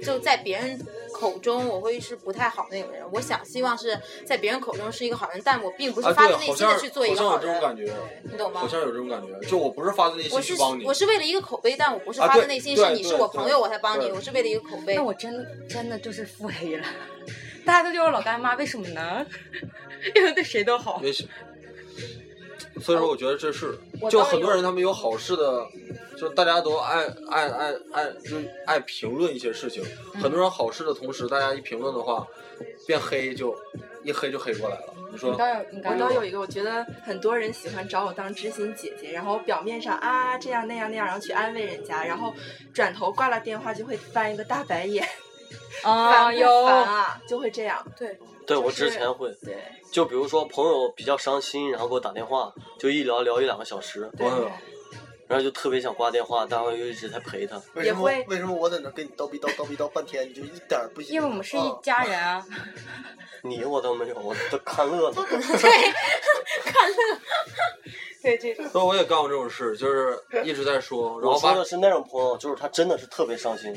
[SPEAKER 4] 就在别人口中我会是不太好那种人。我想希望是在别人口中是一个好人，但我并不
[SPEAKER 6] 啊
[SPEAKER 4] 是发
[SPEAKER 6] 对
[SPEAKER 4] 自内
[SPEAKER 6] 好
[SPEAKER 4] 心
[SPEAKER 6] 像
[SPEAKER 4] 的去做一个
[SPEAKER 6] 好
[SPEAKER 4] 好
[SPEAKER 6] 像有这种
[SPEAKER 4] 人，
[SPEAKER 6] 感觉，
[SPEAKER 4] 你懂吗
[SPEAKER 6] 好？像有这种感觉，就我不是发自内心
[SPEAKER 4] 我
[SPEAKER 6] 去
[SPEAKER 4] 是
[SPEAKER 6] 帮你
[SPEAKER 4] 我。是为了一个口碑，但我不是
[SPEAKER 6] 啊
[SPEAKER 4] 发自
[SPEAKER 6] 对
[SPEAKER 4] 内心，
[SPEAKER 6] 对
[SPEAKER 4] 是你
[SPEAKER 6] 对
[SPEAKER 4] 是我
[SPEAKER 6] 对
[SPEAKER 4] 朋友我才帮你，
[SPEAKER 6] 对
[SPEAKER 4] 我是为了一个口碑
[SPEAKER 7] 那。我真的真的就是腹黑了， [laughs] 大家都叫我老干妈，为什么呢？ [laughs] 因为对谁都好。
[SPEAKER 6] 也许，所以说我觉得这是
[SPEAKER 7] 我，
[SPEAKER 6] 就
[SPEAKER 7] 倒
[SPEAKER 6] 很多
[SPEAKER 7] 有
[SPEAKER 6] 人他们有好事的，就是大家都爱爱爱爱，就是爱评论一些事情。
[SPEAKER 4] 嗯
[SPEAKER 6] 很多人好事的同时，大家一评论的话，变黑就一黑就黑过来了。你说
[SPEAKER 7] 你倒有，你
[SPEAKER 5] 我
[SPEAKER 7] 刚
[SPEAKER 5] 倒有一个，我觉得很多人喜欢找我当知心姐姐，然后表面上啊这样那样那样，然后去安慰人家，然后转头挂了电话就会翻一个大白眼，
[SPEAKER 7] 啊
[SPEAKER 5] [laughs] 烦不
[SPEAKER 7] 有
[SPEAKER 5] 烦啊？就会这样。
[SPEAKER 8] 对我
[SPEAKER 5] 就是
[SPEAKER 8] 之前会，
[SPEAKER 5] 对，
[SPEAKER 8] 就比如说朋友比较伤心，然后给我打电话，就一聊聊一两个小时，
[SPEAKER 6] 网友
[SPEAKER 8] 然后就特别想挂电话，但我又一直在陪他。
[SPEAKER 3] 为什么
[SPEAKER 5] 也会
[SPEAKER 3] 为什么我在那跟你叨逼叨叨逼叨半天，你就一点儿不行？
[SPEAKER 7] 因为我们是
[SPEAKER 3] 啊
[SPEAKER 7] 一家人啊。
[SPEAKER 6] 哦
[SPEAKER 8] 你我倒没有，我都看乐了。
[SPEAKER 4] 对这种
[SPEAKER 6] 所以我也干过这种事，就是一直在说，然
[SPEAKER 8] 我
[SPEAKER 6] 后
[SPEAKER 8] 说
[SPEAKER 6] 把
[SPEAKER 8] 的是那种朋友，就是他真的是特别伤心，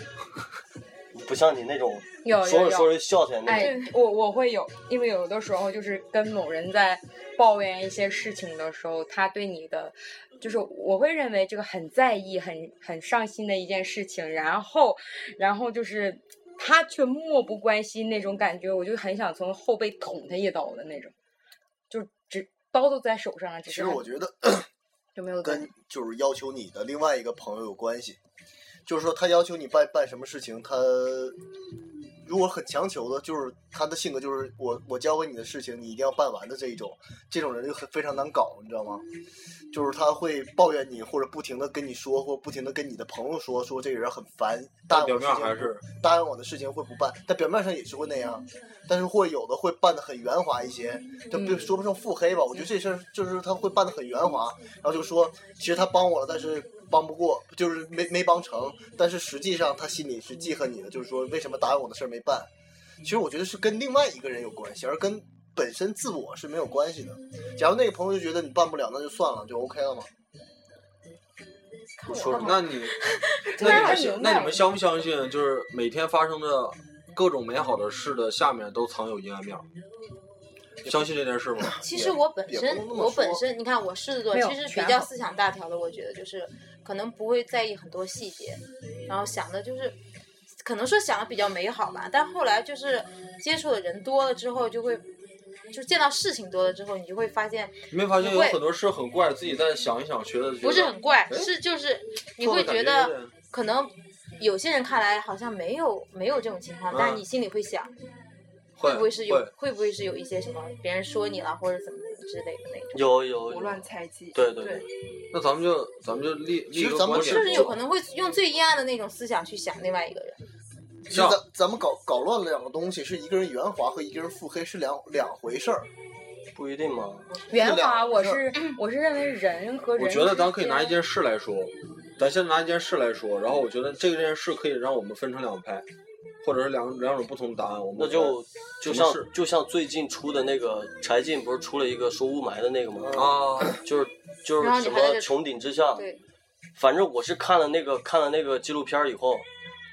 [SPEAKER 8] 不像你那种
[SPEAKER 7] 有
[SPEAKER 8] 说
[SPEAKER 7] 有
[SPEAKER 8] 着说
[SPEAKER 7] 有。
[SPEAKER 8] 着笑起来那种。
[SPEAKER 7] 哎，我我会有，因为有的时候就是跟某人在抱怨一些事情的时候，他对你的，就是我会认为这个很在意、很很上心的一件事情，然后，然后就是他却漠不关心那种感觉，我就很想从后背捅他一刀的那种，就只刀都在手上了，只
[SPEAKER 3] 其
[SPEAKER 7] 是
[SPEAKER 3] 实我
[SPEAKER 7] 很
[SPEAKER 3] 觉
[SPEAKER 7] [laughs]
[SPEAKER 3] 得
[SPEAKER 7] 就没有
[SPEAKER 3] 跟就是要求你的另外一个朋友有关系，就是说他要求你办办什么事情，他如果很强求的，就是他的性格就是我我交给你的事情你一定要办完的这一种，这种人就很非常难搞，你知道吗？就是他会抱怨你，或者不停的跟你说，或者不停的跟你的朋友说，说这个人很烦，答
[SPEAKER 6] 但
[SPEAKER 3] 应
[SPEAKER 6] 表
[SPEAKER 3] 我的
[SPEAKER 6] 面
[SPEAKER 3] 事情
[SPEAKER 6] 还是
[SPEAKER 3] 答应我的事情会不办，但表面上也是会那样，但是会有的会办的很圆滑一些，就别说不上腹黑吧。我觉得这事儿就是他会办的很圆滑，然后就说其实他帮我了，但是帮不过，就是没没帮成，但是实际上他心里是记恨你的，就是说为什么答应我的事儿没办。其实我觉得是跟另外一个人有关系，而跟本身自我是没有关系的。假如那个朋友就觉得你办不了，那就算了，就 OK 了嘛。
[SPEAKER 6] 我说那你，那你们
[SPEAKER 7] 明白
[SPEAKER 6] 相那你们相不相信，就是每天发生的各种美好的事的下面都藏有阴暗面儿？相信这件事吗？
[SPEAKER 4] [laughs] 其
[SPEAKER 3] 也
[SPEAKER 4] 实我本
[SPEAKER 3] 也不
[SPEAKER 4] 身
[SPEAKER 3] 能这么
[SPEAKER 4] 我本
[SPEAKER 3] 说
[SPEAKER 4] 身你看我狮子座
[SPEAKER 7] 没有
[SPEAKER 4] 其实
[SPEAKER 7] 全
[SPEAKER 4] 比较
[SPEAKER 7] 好
[SPEAKER 4] 思想大条的，我觉得就是可能不会在意很多细节，然后想的就是可能说想的比较美好吧，但后来就是接触的人多了之后，就会就见到事情多了之后，你就会发现
[SPEAKER 6] 你没发现有
[SPEAKER 4] 会
[SPEAKER 6] 很多事很怪，自己再想一想，觉得
[SPEAKER 4] 不是很怪，
[SPEAKER 6] 哎
[SPEAKER 4] 是就是你
[SPEAKER 6] 做
[SPEAKER 4] 会
[SPEAKER 6] 的
[SPEAKER 4] 觉
[SPEAKER 6] 感
[SPEAKER 4] 得
[SPEAKER 6] 有点
[SPEAKER 4] 可能有些人看来好像没有没有这种情况，但
[SPEAKER 6] 嗯
[SPEAKER 4] 你心里会想，
[SPEAKER 6] 会
[SPEAKER 4] 会不会是有
[SPEAKER 6] 会
[SPEAKER 4] 会不会是有一些什么别人说你了或者怎么之类的那种，
[SPEAKER 8] 有有
[SPEAKER 5] 胡
[SPEAKER 8] 有，
[SPEAKER 5] 乱猜忌。
[SPEAKER 8] 对对
[SPEAKER 4] 对
[SPEAKER 8] 对，
[SPEAKER 6] 那咱们就咱们就立立
[SPEAKER 3] 其
[SPEAKER 6] 一
[SPEAKER 3] 实
[SPEAKER 6] 个
[SPEAKER 3] 咱们
[SPEAKER 6] 观
[SPEAKER 3] 不
[SPEAKER 6] 点，
[SPEAKER 4] 就是有可能会用最阴暗的那种思想去想另外一个人。
[SPEAKER 3] 其实咱咱们搞搞乱了两个东西，是一个人圆滑和一个人腹黑是两两回事儿。
[SPEAKER 8] 不一定嘛。
[SPEAKER 7] 圆
[SPEAKER 3] 这两
[SPEAKER 7] 滑，
[SPEAKER 3] 回
[SPEAKER 7] 我
[SPEAKER 3] 事儿
[SPEAKER 7] 是 [coughs] 我是认为人和人，
[SPEAKER 6] 我觉得咱可以拿一件事来说，咱先拿一件事来说，然后我觉得这个这件事可以让我们分成两派，或者是两两种不同的答案，我们
[SPEAKER 8] 那就就
[SPEAKER 6] 什么
[SPEAKER 8] 像
[SPEAKER 6] 事
[SPEAKER 8] 就像最近出的那个柴进，不是出了一个说雾霾的那个吗？
[SPEAKER 6] 啊，
[SPEAKER 8] 就是就
[SPEAKER 4] 然后你
[SPEAKER 8] 是什
[SPEAKER 4] 还在
[SPEAKER 8] 么
[SPEAKER 4] 这
[SPEAKER 8] 穹顶之下，
[SPEAKER 4] 对，
[SPEAKER 8] 反正我是看了那个看了那个纪录片儿以后，